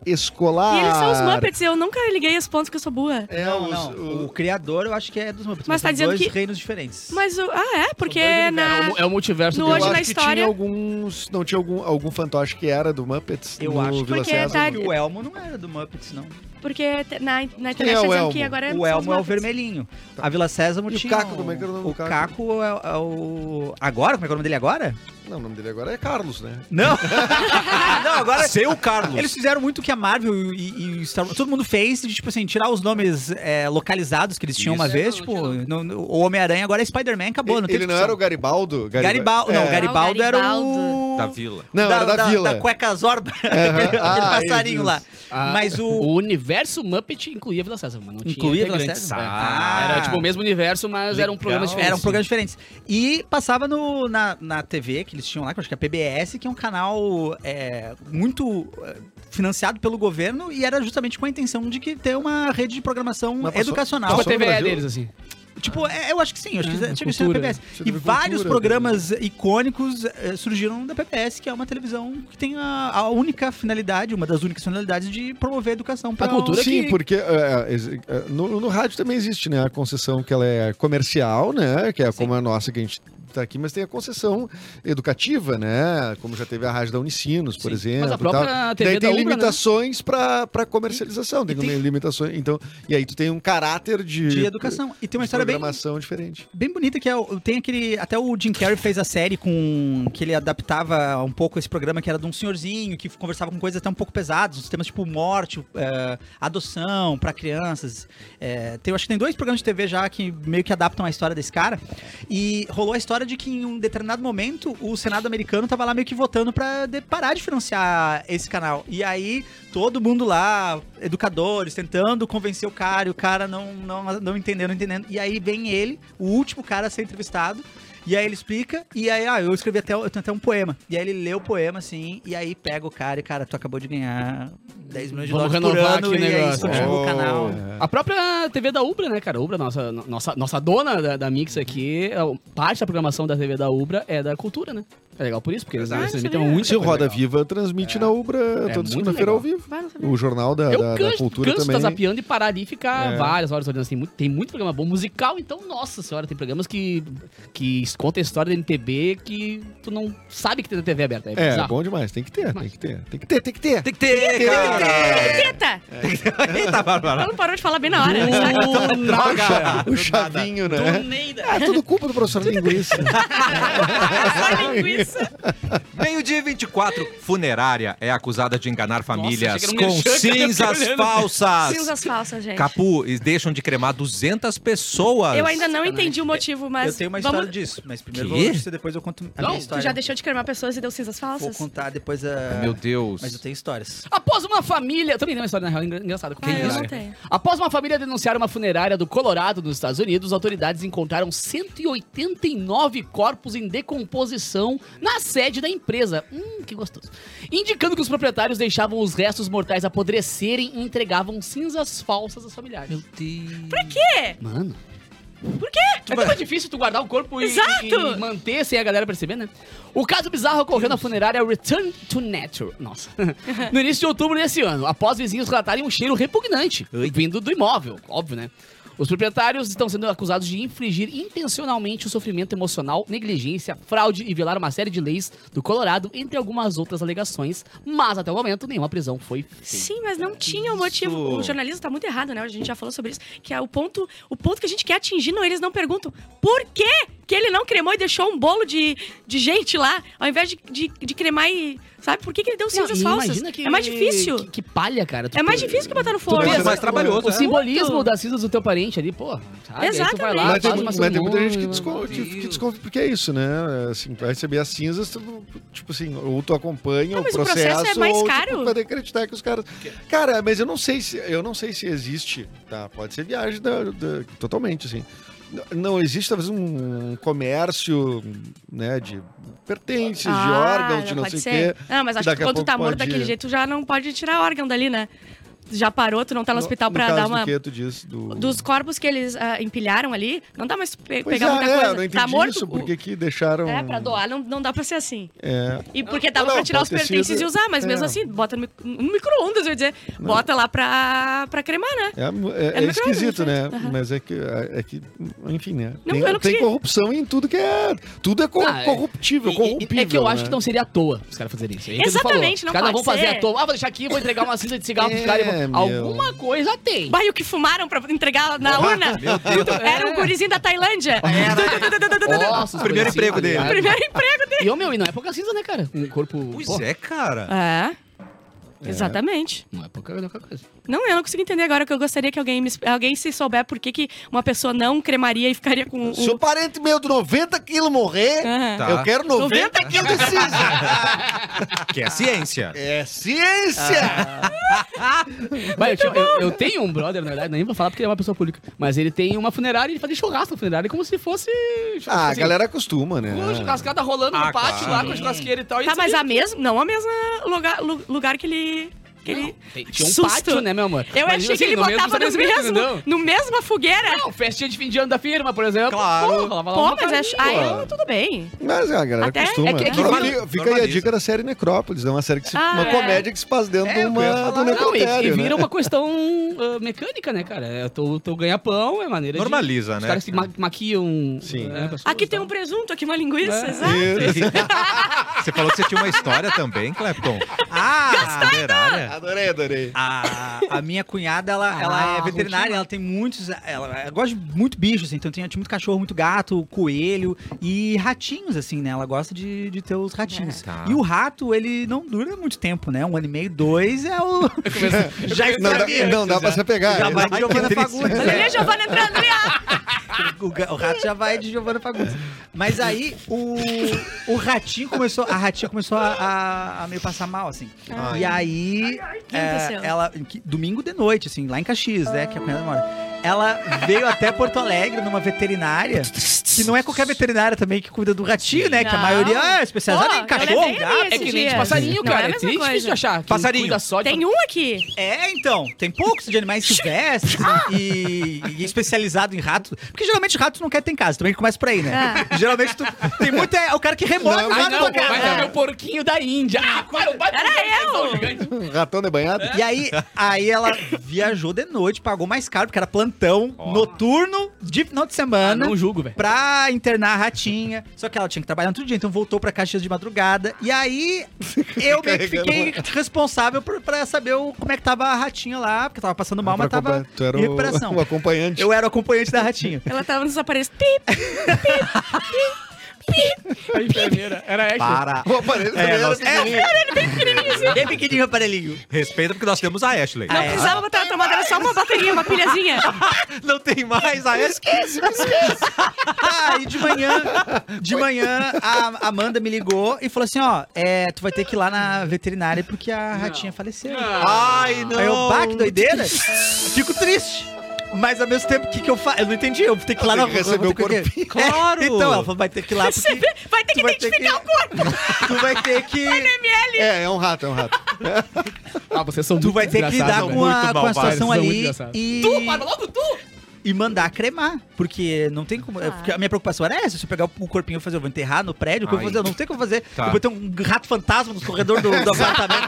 [SPEAKER 4] pré-escolar.
[SPEAKER 3] E eles são os
[SPEAKER 4] Ah.
[SPEAKER 3] Muppets, eu nunca liguei os pontos que eu sou burra.
[SPEAKER 4] É,
[SPEAKER 5] Não,
[SPEAKER 4] os-
[SPEAKER 5] não.
[SPEAKER 4] o-
[SPEAKER 5] O criador eu acho que é dos Muppets.
[SPEAKER 3] Mas
[SPEAKER 5] Mas,
[SPEAKER 3] tá
[SPEAKER 5] são
[SPEAKER 3] dizendo
[SPEAKER 5] dois
[SPEAKER 3] que-
[SPEAKER 5] reinos diferentes.
[SPEAKER 3] Mas o. Ah, é? Porque
[SPEAKER 5] dois
[SPEAKER 2] É
[SPEAKER 3] na.
[SPEAKER 2] o- É o multiverso
[SPEAKER 3] No
[SPEAKER 2] do
[SPEAKER 4] Eu
[SPEAKER 3] hoje
[SPEAKER 4] acho
[SPEAKER 3] na
[SPEAKER 4] que
[SPEAKER 3] história-
[SPEAKER 4] tinha alguns. Não tinha algum, algum fantoche que era do Muppets?
[SPEAKER 5] Eu
[SPEAKER 4] no
[SPEAKER 5] acho que
[SPEAKER 4] Vila
[SPEAKER 3] Porque
[SPEAKER 4] César,
[SPEAKER 3] tá-
[SPEAKER 4] não?
[SPEAKER 5] E o Elmo não era do Muppets, não.
[SPEAKER 3] Porque te-
[SPEAKER 4] Quem
[SPEAKER 3] na, na
[SPEAKER 4] é
[SPEAKER 3] internet tá
[SPEAKER 4] o
[SPEAKER 3] dizendo
[SPEAKER 4] Elmo?
[SPEAKER 3] que agora. são
[SPEAKER 5] O
[SPEAKER 3] os
[SPEAKER 5] Elmo é o
[SPEAKER 3] Muppets.
[SPEAKER 5] vermelhinho. A Vila Sésamo
[SPEAKER 4] Tá. E o
[SPEAKER 5] tinha.
[SPEAKER 4] Caco, como é que era o nome do
[SPEAKER 5] O
[SPEAKER 4] Caco?
[SPEAKER 5] Caco é, é o. Agora? Como é que é o nome dele agora?
[SPEAKER 4] Não, o nome dele agora é Carlos, né?
[SPEAKER 5] Não!
[SPEAKER 1] Ah,
[SPEAKER 5] não, agora.
[SPEAKER 1] é Seu Carlos.
[SPEAKER 5] Eles fizeram muito o que a Marvel e, e- e Star Wars, todo mundo fez, de, tipo assim, tirar os nomes é, localizados que eles tinham
[SPEAKER 1] Isso.
[SPEAKER 5] uma vez, tipo, no- no- o Homem-Aranha agora é Spider-Man, acabou, não tem
[SPEAKER 4] ele não
[SPEAKER 5] discussão.
[SPEAKER 4] era o Garibaldo?
[SPEAKER 5] Garibaldo, não,
[SPEAKER 4] É.
[SPEAKER 5] Garibaldo era o...
[SPEAKER 1] Da vila.
[SPEAKER 4] Não, era da, Vila.
[SPEAKER 5] Da cueca zorba, aquele
[SPEAKER 4] Ah,
[SPEAKER 5] passarinho
[SPEAKER 4] isso. Ah.
[SPEAKER 5] lá. Mas o...
[SPEAKER 2] O universo Muppet incluía Vila César, mas não tinha
[SPEAKER 5] Incluía Vila
[SPEAKER 2] integrantes.
[SPEAKER 5] César?
[SPEAKER 2] É.
[SPEAKER 5] Ah.
[SPEAKER 2] Era tipo o mesmo universo, mas era um programa diferente.
[SPEAKER 5] Eram programas diferentes. E passava no, na, na TV que eles tinham lá, que eu acho que é a PBS, que é um canal é, muito é, financiado pelo governo e era justamente com a intenção de que ter uma rede de programação
[SPEAKER 4] Mas passou-
[SPEAKER 5] educacional.
[SPEAKER 2] Tipo a
[SPEAKER 4] Passou no
[SPEAKER 2] TVE
[SPEAKER 4] Brasil?
[SPEAKER 2] deles, assim.
[SPEAKER 5] Tipo, é, eu acho que sim, eu acho que
[SPEAKER 2] É,
[SPEAKER 5] tinha que ser na
[SPEAKER 2] cultura.
[SPEAKER 5] PBS.
[SPEAKER 4] Tinha
[SPEAKER 5] E
[SPEAKER 4] que ver
[SPEAKER 5] vários
[SPEAKER 4] cultura,
[SPEAKER 5] programas icônicos eh, surgiram da PBS, que é uma televisão que tem a, a única finalidade, uma das únicas finalidades de promover a educação para
[SPEAKER 2] cultura
[SPEAKER 5] Sim.
[SPEAKER 4] Então, Sim,
[SPEAKER 2] que-
[SPEAKER 4] porque é, exi- é, no, no rádio também existe, né? A concessão que ela é comercial, né? Que é como a nossa que a gente tá aqui, mas tem a concessão educativa, né? Como já teve a rádio da Unicinos, por
[SPEAKER 5] Sim.
[SPEAKER 4] exemplo.
[SPEAKER 2] Mas a
[SPEAKER 4] e
[SPEAKER 2] própria
[SPEAKER 4] tal.
[SPEAKER 2] TV
[SPEAKER 4] Daí tem
[SPEAKER 2] da Ubra, né?
[SPEAKER 4] limitações para para comercialização, tem, limitações. Então, e aí tu tem um caráter de,
[SPEAKER 5] de educação. E tem uma
[SPEAKER 4] de
[SPEAKER 5] história bem,
[SPEAKER 4] programação diferente.
[SPEAKER 5] bem bonita que é, o- tem aquele. Até o Jim Carrey fez a série com. que ele adaptava um pouco esse programa que era de um senhorzinho que conversava com coisas até um pouco pesadas, uns temas tipo morte, eh, adoção para crianças. É, tem, eu acho que tem dois programas de TV já que meio que adaptam a história desse cara. E rolou a história de que em um determinado momento o Senado americano tava lá meio que votando pra de- parar de financiar esse canal. E aí todo mundo lá, educadores, tentando convencer o cara, e o cara não, não, não entendendo, não entendendo. E aí vem ele, o último cara a ser entrevistado. E aí ele explica, e aí, ah, eu escrevi até, eu tenho até um poema. E aí ele lê o poema, assim, e aí pega o cara e, cara, tu acabou de ganhar 10 milhões de
[SPEAKER 2] Vamos
[SPEAKER 5] dólares por
[SPEAKER 2] renovar
[SPEAKER 5] ano,
[SPEAKER 2] aqui o
[SPEAKER 5] e aí
[SPEAKER 2] negócio.
[SPEAKER 5] isso continua
[SPEAKER 3] Oh.
[SPEAKER 5] o canal.
[SPEAKER 4] É.
[SPEAKER 2] A própria TV da Ubra, né, cara? A Ubra, nossa, no- nossa, nossa dona da, da Mix
[SPEAKER 4] Uhum.
[SPEAKER 2] aqui, é, parte da programação da TV da Ubra é da cultura, né? É legal por isso, porque eles
[SPEAKER 3] Ah,
[SPEAKER 2] eles
[SPEAKER 3] isso é
[SPEAKER 2] emitem
[SPEAKER 3] legal.
[SPEAKER 2] muito.
[SPEAKER 4] Se o Roda Viva transmite na Ubra
[SPEAKER 2] É
[SPEAKER 4] toda
[SPEAKER 2] muito
[SPEAKER 4] segunda-feira
[SPEAKER 2] legal.
[SPEAKER 4] ao vivo.
[SPEAKER 3] Vai, não sabia.
[SPEAKER 4] O jornal da,
[SPEAKER 2] Eu
[SPEAKER 4] da- da
[SPEAKER 2] canso,
[SPEAKER 4] cultura
[SPEAKER 2] canso de
[SPEAKER 4] também.
[SPEAKER 2] tá zapeando e parar ali e ficar
[SPEAKER 4] É.
[SPEAKER 2] várias horas olhando. Tem muito, tem muito programa bom. Musical, então, nossa senhora, tem programas que, que contam a história da MTB que tu não sabe que tem na TV aberta. É,
[SPEAKER 4] É,
[SPEAKER 2] bizarro.
[SPEAKER 4] bom demais, tem que ter, tem que ter, tem que ter, tem que ter.
[SPEAKER 5] Tem que ter, cara!
[SPEAKER 3] Teta!
[SPEAKER 5] Eita, Bárbara!
[SPEAKER 3] É. Ela não parou de falar bem na
[SPEAKER 2] Uhum.
[SPEAKER 3] hora. sabe?
[SPEAKER 2] Do nada.
[SPEAKER 4] O chavinho, é né?
[SPEAKER 2] Do Neida.
[SPEAKER 4] É tudo culpa do professor linguiça.
[SPEAKER 3] Só linguiça.
[SPEAKER 1] Meio-dia e 24, funerária é acusada de enganar famílias
[SPEAKER 2] achei que era um
[SPEAKER 1] com
[SPEAKER 2] merchan, cara, eu fiquei
[SPEAKER 1] cinzas
[SPEAKER 2] olhando.
[SPEAKER 1] falsas.
[SPEAKER 3] Cinzas falsas, gente.
[SPEAKER 1] Capu, e deixam de cremar 200 pessoas.
[SPEAKER 3] Eu ainda não entendi o motivo, mas.
[SPEAKER 5] eu tenho uma história
[SPEAKER 3] vamos...
[SPEAKER 5] disso, mas primeiro
[SPEAKER 1] Quê?
[SPEAKER 5] vou notícia, depois eu conto a
[SPEAKER 2] Não, tu
[SPEAKER 5] minha
[SPEAKER 3] Tu
[SPEAKER 5] história.
[SPEAKER 3] já deixou de cremar pessoas e deu cinzas
[SPEAKER 5] Vou
[SPEAKER 3] falsas?
[SPEAKER 5] contar depois a...
[SPEAKER 1] Meu Deus.
[SPEAKER 5] Mas eu tenho histórias.
[SPEAKER 2] Após uma família. Também tem uma história, na real, engra- engraçada. com
[SPEAKER 3] Ah, eu
[SPEAKER 5] é?
[SPEAKER 4] é
[SPEAKER 2] funerária.
[SPEAKER 3] não tenho.
[SPEAKER 2] Após uma família denunciar uma funerária do Colorado, nos Estados Unidos, autoridades encontraram 189 corpos em decomposição na sede da empresa. Hum, que gostoso. Indicando que os proprietários deixavam os restos mortais apodrecerem e entregavam cinzas falsas aos familiares.
[SPEAKER 5] Deus.
[SPEAKER 2] Mano.
[SPEAKER 3] É Por
[SPEAKER 2] quê? É tão mais difícil tu guardar o corpo e,
[SPEAKER 3] Exato!
[SPEAKER 2] e manter sem a galera perceber, né? O caso bizarro ocorreu na funerária Return to Nature. Nossa. no início de outubro desse ano, após vizinhos relatarem um cheiro repugnante vindo do imóvel. Óbvio, né? Os proprietários estão sendo acusados de infligir intencionalmente o sofrimento emocional, negligência, fraude e violar uma série de leis do Colorado, entre algumas outras alegações, mas até o momento nenhuma prisão foi feita.
[SPEAKER 3] Sim, mas não tinha o motivo. O jornalismo tá muito errado, né? A gente já falou sobre isso. Que é o ponto, o ponto que a gente quer atingir, não, eles não perguntam por que que ele não cremou e deixou um bolo de, de gente lá, ao invés de, de, de cremar e. Sabe por que, que ele deu
[SPEAKER 2] Não,
[SPEAKER 3] cinzas
[SPEAKER 2] e
[SPEAKER 3] falsas?
[SPEAKER 2] imagina que-
[SPEAKER 3] É mais difícil.
[SPEAKER 2] Que, que palha, cara. Tu
[SPEAKER 3] É mais
[SPEAKER 2] pe-
[SPEAKER 3] difícil que botar no
[SPEAKER 2] Tu
[SPEAKER 3] forno.
[SPEAKER 1] Mas
[SPEAKER 2] pensa,
[SPEAKER 1] é mais trabalhoso,
[SPEAKER 2] O
[SPEAKER 1] né?
[SPEAKER 2] simbolismo
[SPEAKER 3] Muito.
[SPEAKER 2] das cinzas do teu parente ali, pô. Sabe? Aí tu vai lá,
[SPEAKER 4] Mas tem,
[SPEAKER 2] faz uma
[SPEAKER 4] mas tem muita gente que
[SPEAKER 2] cerimônia,
[SPEAKER 4] desconfia, que
[SPEAKER 1] Deus.
[SPEAKER 4] desconfia porque é isso, né? Assim, vai receber as cinzas, tu não- tipo assim, ou tu acompanha
[SPEAKER 3] Não,
[SPEAKER 4] o
[SPEAKER 3] mas o
[SPEAKER 4] processo,
[SPEAKER 3] processo é mais
[SPEAKER 4] ou
[SPEAKER 3] caro.
[SPEAKER 4] tipo, vai acreditar que é. os caras. Cara, mas eu não sei se eu não sei se existe, tá? Pode ser viagem da- da- totalmente assim. N- Não existe talvez um comércio, né, de pertences, de órgãos, de não sei o quê.
[SPEAKER 3] Ah, Não, mas acho
[SPEAKER 4] Daqui
[SPEAKER 3] que
[SPEAKER 4] a
[SPEAKER 3] quando
[SPEAKER 4] pouco
[SPEAKER 3] tá morto
[SPEAKER 4] pode-
[SPEAKER 3] daquele jeito, já não pode tirar órgão dali, né? já parou, tu não tá no hospital
[SPEAKER 4] no
[SPEAKER 3] pra
[SPEAKER 4] caso
[SPEAKER 3] dar
[SPEAKER 4] do
[SPEAKER 3] uma.
[SPEAKER 4] que tu diz? Do...
[SPEAKER 3] Dos corpos que eles ah, empilharam ali, não dá mais pe-
[SPEAKER 4] Pois
[SPEAKER 3] pegar muita
[SPEAKER 4] é,
[SPEAKER 3] coisa.
[SPEAKER 4] eu não entendi
[SPEAKER 3] tá morto?
[SPEAKER 4] isso,
[SPEAKER 3] o-
[SPEAKER 4] porque que deixaram...
[SPEAKER 3] É, pra doar não, não dá pra ser assim.
[SPEAKER 4] Então, É,
[SPEAKER 3] E porque dava
[SPEAKER 4] Não,
[SPEAKER 3] pra tirar
[SPEAKER 4] pode
[SPEAKER 3] os
[SPEAKER 4] ter
[SPEAKER 3] pertences
[SPEAKER 4] sido-
[SPEAKER 3] e usar, mas
[SPEAKER 4] é.
[SPEAKER 3] mesmo assim, bota no, mic- no micro-ondas, eu ia dizer. Bota lá pra, pra cremar, né?
[SPEAKER 4] É, é- é
[SPEAKER 3] micro-ondas,
[SPEAKER 4] esquisito, né?
[SPEAKER 3] né? Aham.
[SPEAKER 4] Mas é que, é que, enfim, né?
[SPEAKER 3] Não,
[SPEAKER 4] tem
[SPEAKER 3] eu não
[SPEAKER 4] tem
[SPEAKER 3] consegui.
[SPEAKER 4] corrupção em tudo que é. Tudo é cor-
[SPEAKER 2] Ah, é.
[SPEAKER 4] corruptível,
[SPEAKER 2] E- e-
[SPEAKER 4] corrompível.
[SPEAKER 2] é que eu acho
[SPEAKER 4] né?
[SPEAKER 2] que não seria à toa os caras fazerem isso. É isso que ele
[SPEAKER 3] Exatamente,
[SPEAKER 2] falou.
[SPEAKER 3] não
[SPEAKER 2] Os caras
[SPEAKER 3] pode
[SPEAKER 2] vão
[SPEAKER 3] ser.
[SPEAKER 2] fazer à toa. Ah, vou deixar aqui, vou entregar uma cinza de cigarro pros
[SPEAKER 4] É,
[SPEAKER 2] caras. e vão-
[SPEAKER 4] meu.
[SPEAKER 2] Alguma coisa tem.
[SPEAKER 3] Bah, e o que fumaram pra entregar na urna? Era um gurizinho da Tailândia.
[SPEAKER 2] Nossa, os
[SPEAKER 1] Primeiro
[SPEAKER 2] coisinhas,
[SPEAKER 1] emprego
[SPEAKER 2] tá
[SPEAKER 1] dele.
[SPEAKER 2] ligado?
[SPEAKER 3] Primeiro emprego dele.
[SPEAKER 2] E, ô, meu, e não é pouca cinza, né, cara? Um corpo...
[SPEAKER 1] Pois
[SPEAKER 2] Pô,
[SPEAKER 1] é, cara.
[SPEAKER 3] É. Exatamente.
[SPEAKER 2] Não é pouca, não é pouca coisa.
[SPEAKER 3] Não, eu não consigo entender agora que eu gostaria que alguém, me exp- alguém se souber por que, que uma pessoa não cremaria e ficaria com o.
[SPEAKER 4] Se o parente meu de 90 quilos morrer,
[SPEAKER 3] Aham.
[SPEAKER 1] Tá.
[SPEAKER 4] eu quero 90,
[SPEAKER 3] 90
[SPEAKER 4] quilos de cinza.
[SPEAKER 1] Que é ciência.
[SPEAKER 4] É ciência!
[SPEAKER 2] Vai, eu, tinha- eu- eu tenho um brother, na verdade, nem vou falar porque ele é uma pessoa pública. Mas ele tem uma funerária e ele fazia churrasco na funerária como se fosse.
[SPEAKER 4] Ah, a
[SPEAKER 2] assim,
[SPEAKER 4] galera acostuma, né?
[SPEAKER 2] Com a churrascada rolando
[SPEAKER 1] Ah,
[SPEAKER 2] no pátio
[SPEAKER 1] claro.
[SPEAKER 2] lá com a churrasqueira e tal. e
[SPEAKER 3] Tá,
[SPEAKER 2] isso
[SPEAKER 3] mas
[SPEAKER 2] aí-
[SPEAKER 3] a mesma. Não a mesma lugar, lu- lugar que ele. Que ele...
[SPEAKER 2] Tem- Tinha um
[SPEAKER 3] Susto.
[SPEAKER 2] pátio, né, meu amor?
[SPEAKER 3] Eu
[SPEAKER 2] Mas,
[SPEAKER 3] achei
[SPEAKER 2] assim,
[SPEAKER 3] que ele
[SPEAKER 2] no mesmo
[SPEAKER 3] botava nos
[SPEAKER 2] estabelecimento,
[SPEAKER 3] mesmo,
[SPEAKER 2] entendeu?
[SPEAKER 3] no mesma fogueira.
[SPEAKER 2] Não, festinha de fim de ano da firma, por exemplo.
[SPEAKER 1] Claro.
[SPEAKER 2] Pô, rolava lá
[SPEAKER 3] Pô,
[SPEAKER 2] uma
[SPEAKER 3] mas acho. é
[SPEAKER 2] farinha, pô.
[SPEAKER 3] Aí tudo bem.
[SPEAKER 4] Mas a galera
[SPEAKER 3] Até-
[SPEAKER 4] acostuma.
[SPEAKER 2] é que- é que
[SPEAKER 4] Fica-
[SPEAKER 1] normaliza.
[SPEAKER 4] fica aí a dica da série Necrópolis, é uma série que se,
[SPEAKER 3] Ah,
[SPEAKER 4] uma
[SPEAKER 3] é.
[SPEAKER 4] comédia que se faz dentro de
[SPEAKER 2] É, eu ia
[SPEAKER 4] uma,
[SPEAKER 2] falar,
[SPEAKER 4] do
[SPEAKER 2] não, e, e
[SPEAKER 4] necrotério, né?
[SPEAKER 2] vira um uma questão ah, mecânica, né, cara? É, tu, tu ganha pão, é maneira de...
[SPEAKER 1] Normaliza,
[SPEAKER 2] Os
[SPEAKER 1] né?
[SPEAKER 2] caras se ma maquiam...
[SPEAKER 4] Sim.
[SPEAKER 2] né, pessoas,
[SPEAKER 3] Aqui tem
[SPEAKER 2] tal.
[SPEAKER 3] um presunto, aqui uma linguiça,
[SPEAKER 2] É.
[SPEAKER 3] exato.
[SPEAKER 1] Você falou que você tinha uma história também, Clepton.
[SPEAKER 5] Ah,
[SPEAKER 1] Funerária?
[SPEAKER 4] Adorei, adorei.
[SPEAKER 5] a, a minha cunhada, ela, ela
[SPEAKER 2] Ah,
[SPEAKER 5] é veterinária, ela tem muitos. Ela, ela gosta de muito bichos, assim, então tem, tinha muito cachorro, muito gato, coelho e ratinhos, assim, né? Ela gosta de, de ter os ratinhos.
[SPEAKER 4] É.
[SPEAKER 1] Tá.
[SPEAKER 5] E o rato, ele não dura muito tempo, né? Um ano e meio, dois é o. já
[SPEAKER 4] Não dá,
[SPEAKER 5] estraguei
[SPEAKER 4] não dá
[SPEAKER 5] antes,
[SPEAKER 4] pra né?
[SPEAKER 2] é.
[SPEAKER 5] já.
[SPEAKER 4] se apegar.
[SPEAKER 5] Já vai
[SPEAKER 4] Esse-
[SPEAKER 5] de Giovanna
[SPEAKER 1] triste.
[SPEAKER 5] Fagundes.
[SPEAKER 3] Olha ali
[SPEAKER 5] né?
[SPEAKER 3] a Giovana entrando ali, ó.
[SPEAKER 5] O, ga- o rato já vai de Giovanna Fagundes. Mas aí o, o ratinho começou. A ratinha começou a, a- a meio passar mal, assim.
[SPEAKER 4] Ai.
[SPEAKER 5] E aí.
[SPEAKER 3] que
[SPEAKER 5] é,
[SPEAKER 3] aconteceu?
[SPEAKER 5] ela. que- domingo de noite, assim, lá em Caxias, né? Que a cunhada mora. Ela veio até Porto Alegre numa veterinária. Que não é qualquer veterinária também que cuida do ratinho, né? Que a
[SPEAKER 3] Não.
[SPEAKER 5] maioria é especializada
[SPEAKER 3] Pô,
[SPEAKER 5] em
[SPEAKER 3] eu levei
[SPEAKER 5] cachorro,
[SPEAKER 3] a minha
[SPEAKER 5] gato.
[SPEAKER 2] É que nem de
[SPEAKER 3] Sim.
[SPEAKER 2] passarinho,
[SPEAKER 3] Não é a
[SPEAKER 2] cara. É,
[SPEAKER 3] mesma
[SPEAKER 2] trem
[SPEAKER 3] coisa.
[SPEAKER 2] difícil de achar. que
[SPEAKER 1] Passarinho.
[SPEAKER 2] Cuida só de
[SPEAKER 3] Tem um aqui.
[SPEAKER 5] É, então, tem poucos de animais silvestres e, e especializado em rato. Porque geralmente rato tu não quer ter em casa, também começa por aí, né?
[SPEAKER 3] Ah.
[SPEAKER 5] Geralmente tu, tem muito é, o cara que remove
[SPEAKER 4] Não,
[SPEAKER 5] o
[SPEAKER 4] mas
[SPEAKER 5] rato
[SPEAKER 2] Ah,
[SPEAKER 5] da
[SPEAKER 2] não,
[SPEAKER 5] tua
[SPEAKER 2] mas é
[SPEAKER 5] casa.
[SPEAKER 2] meu porquinho da Índia. Ah, para, vai
[SPEAKER 3] Era eu.
[SPEAKER 4] Um Ratão
[SPEAKER 2] É.
[SPEAKER 4] debanhado?
[SPEAKER 5] E aí, aí ela viajou de noite, pagou mais caro, porque era plantão
[SPEAKER 1] Ó.
[SPEAKER 5] noturno de final de
[SPEAKER 2] Ah,
[SPEAKER 5] semana.
[SPEAKER 2] não julgo, velho.
[SPEAKER 5] Pra internar a ratinha. Só que ela tinha que trabalhar no outro dia, então voltou pra Caxias de madrugada. E aí, eu meio que fiquei responsável por, pra saber o- como é que tava a ratinha lá, porque tava passando mal,
[SPEAKER 4] Pra
[SPEAKER 5] mas tava
[SPEAKER 4] acompanhar- tu era
[SPEAKER 5] em
[SPEAKER 4] o-
[SPEAKER 5] recuperação.
[SPEAKER 4] o acompanhante.
[SPEAKER 5] Eu era o acompanhante da ratinha.
[SPEAKER 3] Ela tava nos aparelhos. Pip.
[SPEAKER 2] A enfermeira. Era extra.
[SPEAKER 5] Para. É,
[SPEAKER 4] O aparelho
[SPEAKER 2] É,
[SPEAKER 4] também era
[SPEAKER 5] nós- um
[SPEAKER 4] pequenininho.
[SPEAKER 5] Bem pequenininho o aparelhinho.
[SPEAKER 1] Respeita porque nós temos a Ashley.
[SPEAKER 2] Ah,
[SPEAKER 3] Não
[SPEAKER 5] é.
[SPEAKER 3] precisava botar na tomada, era só uma bateria, uma pilhazinha.
[SPEAKER 1] Não tem mais a Ashley.
[SPEAKER 5] Ah, e de manhã, de manhã, a Amanda me ligou e falou assim, ó, é, tu vai ter que ir lá na veterinária porque a ratinha faleceu.
[SPEAKER 1] Ai,
[SPEAKER 5] Aí eu, bah, que doideira. Fico triste. Mas ao mesmo tempo, o que, que eu faço? Eu não entendi. Eu vou ter que ir lá
[SPEAKER 4] Tem
[SPEAKER 5] na
[SPEAKER 4] que receber
[SPEAKER 5] eu vou ter
[SPEAKER 4] o
[SPEAKER 5] que- É, então, ela falou, vai ter que ir lá porque
[SPEAKER 3] Vai ter que
[SPEAKER 5] Tu vai ter
[SPEAKER 3] identificar
[SPEAKER 5] que-
[SPEAKER 3] o corpo.
[SPEAKER 5] tu vai ter que...
[SPEAKER 4] É, é um rato, é um rato.
[SPEAKER 2] Ah, vocês são
[SPEAKER 5] Tu vai ter que lidar
[SPEAKER 2] né?
[SPEAKER 5] com
[SPEAKER 1] Muito
[SPEAKER 5] a, com a
[SPEAKER 1] malvado.
[SPEAKER 5] situação
[SPEAKER 2] Eles são muito
[SPEAKER 5] ali
[SPEAKER 2] engraçados.
[SPEAKER 5] e...
[SPEAKER 2] Tu, para logo tu!
[SPEAKER 5] e mandar cremar. Porque não tem como. é, porque a minha preocupação era essa: se eu pegar o corpinho e fazer, eu vou enterrar no prédio, o que eu vou
[SPEAKER 1] Ai.
[SPEAKER 5] fazer? Eu não sei o que eu vou fazer.
[SPEAKER 1] Tá.
[SPEAKER 5] Eu vou ter um rato fantasma no corredor do, do apartamento.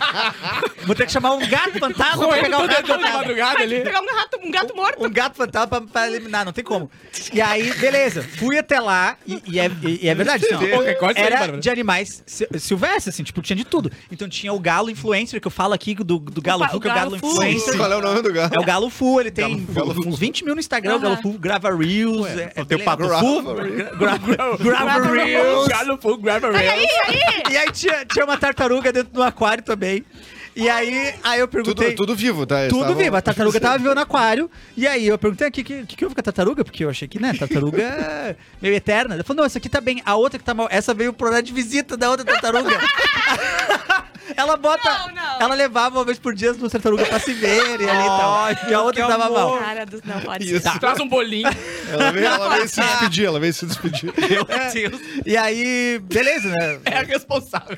[SPEAKER 5] vou ter que chamar um gato fantasma pra pegar o gato
[SPEAKER 2] de
[SPEAKER 5] fantasma.
[SPEAKER 2] madrugada ali.
[SPEAKER 3] Pegar um gato, um gato morto.
[SPEAKER 5] Um gato fantasma pra, pra eliminar, não tem como. E aí, beleza, fui até lá, e, e é, e- e é verdade, assim, ó,
[SPEAKER 2] Qualquer coisa, sai,
[SPEAKER 5] era
[SPEAKER 2] Bárbara.
[SPEAKER 5] de animais si- silvestres, assim, tipo, tinha de tudo. Então tinha o galo influencer, que eu falo aqui, do, do galo
[SPEAKER 3] Opa,
[SPEAKER 5] fu,
[SPEAKER 3] o
[SPEAKER 5] que é o galo
[SPEAKER 3] galo fu.
[SPEAKER 5] influencer.
[SPEAKER 4] Qual é o nome do gato?
[SPEAKER 5] É o Galo Fu, ele tem
[SPEAKER 4] Galo
[SPEAKER 5] uns 20 mil no Instagram, o Galo
[SPEAKER 3] Aham.
[SPEAKER 5] Fu grava Reels. é, é,
[SPEAKER 1] tem o Papo
[SPEAKER 5] gra-
[SPEAKER 4] Fu?
[SPEAKER 5] gra- gra- gra- Grava Reels.
[SPEAKER 2] Galo pro Grabber
[SPEAKER 3] Olha aí, aí.
[SPEAKER 5] E aí tinha, tinha uma tartaruga dentro do aquário também. E aí, aí eu perguntei...
[SPEAKER 4] Tudo, tudo vivo, tá? Eles
[SPEAKER 5] Tudo
[SPEAKER 4] estavam-
[SPEAKER 5] vivo, a tartaruga tava viva no aquário. E aí eu perguntei, o que, que, que que houve com a tartaruga? Porque eu achei que, né, tartaruga é meio eterna. Ele falou, não, essa aqui tá bem, a outra que tá mal. Essa veio pro horário de visita da outra tartaruga. ela bota...
[SPEAKER 3] Não, não.
[SPEAKER 5] Ela levava uma vez por dia as duas tartarugas pra se verem ali e tal. E a outra
[SPEAKER 1] que
[SPEAKER 5] tava
[SPEAKER 1] amor.
[SPEAKER 5] mal.
[SPEAKER 3] Cara do... Não, pode ser.
[SPEAKER 4] Isso.
[SPEAKER 5] Tá.
[SPEAKER 2] Traz um bolinho.
[SPEAKER 4] Ela veio, ela
[SPEAKER 5] Ah.
[SPEAKER 4] veio se despedir, ela veio se despedir.
[SPEAKER 1] Meu Deus.
[SPEAKER 5] E aí, beleza, né?
[SPEAKER 2] É a responsável.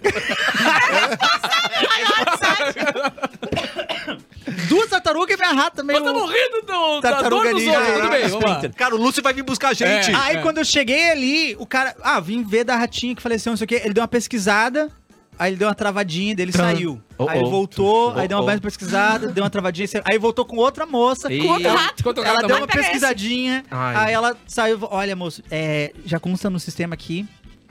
[SPEAKER 5] Duas tartaruga e vem a rata meio...
[SPEAKER 6] Mas tá morrendo do, da dor
[SPEAKER 5] Tartaruga
[SPEAKER 6] dos
[SPEAKER 5] ninja,
[SPEAKER 6] outros, tudo bem,
[SPEAKER 5] é,
[SPEAKER 6] vamos lá.
[SPEAKER 5] Splinter.
[SPEAKER 1] Cara, o Lúcio vai vir buscar a gente.
[SPEAKER 6] É.
[SPEAKER 1] Ah,
[SPEAKER 5] Aí
[SPEAKER 6] É.
[SPEAKER 5] quando eu cheguei ali, o cara. Ah, vim ver da ratinha que faleceu, não sei o quê. Ele deu uma pesquisada, aí ele deu uma travadinha, dele saiu.
[SPEAKER 6] Oh,
[SPEAKER 5] aí ele
[SPEAKER 6] oh.
[SPEAKER 5] voltou,
[SPEAKER 6] Oh,
[SPEAKER 5] aí deu uma
[SPEAKER 6] oh.
[SPEAKER 5] mais pesquisada, deu uma travadinha, saiu. aí voltou com outra moça.
[SPEAKER 6] E-
[SPEAKER 5] com outra-
[SPEAKER 6] Quanto
[SPEAKER 5] Ela
[SPEAKER 6] gato
[SPEAKER 5] deu
[SPEAKER 6] mais-
[SPEAKER 5] uma pesquisadinha,
[SPEAKER 6] tá Ai.
[SPEAKER 5] aí ela saiu. Olha, moço, é, já consta no sistema aqui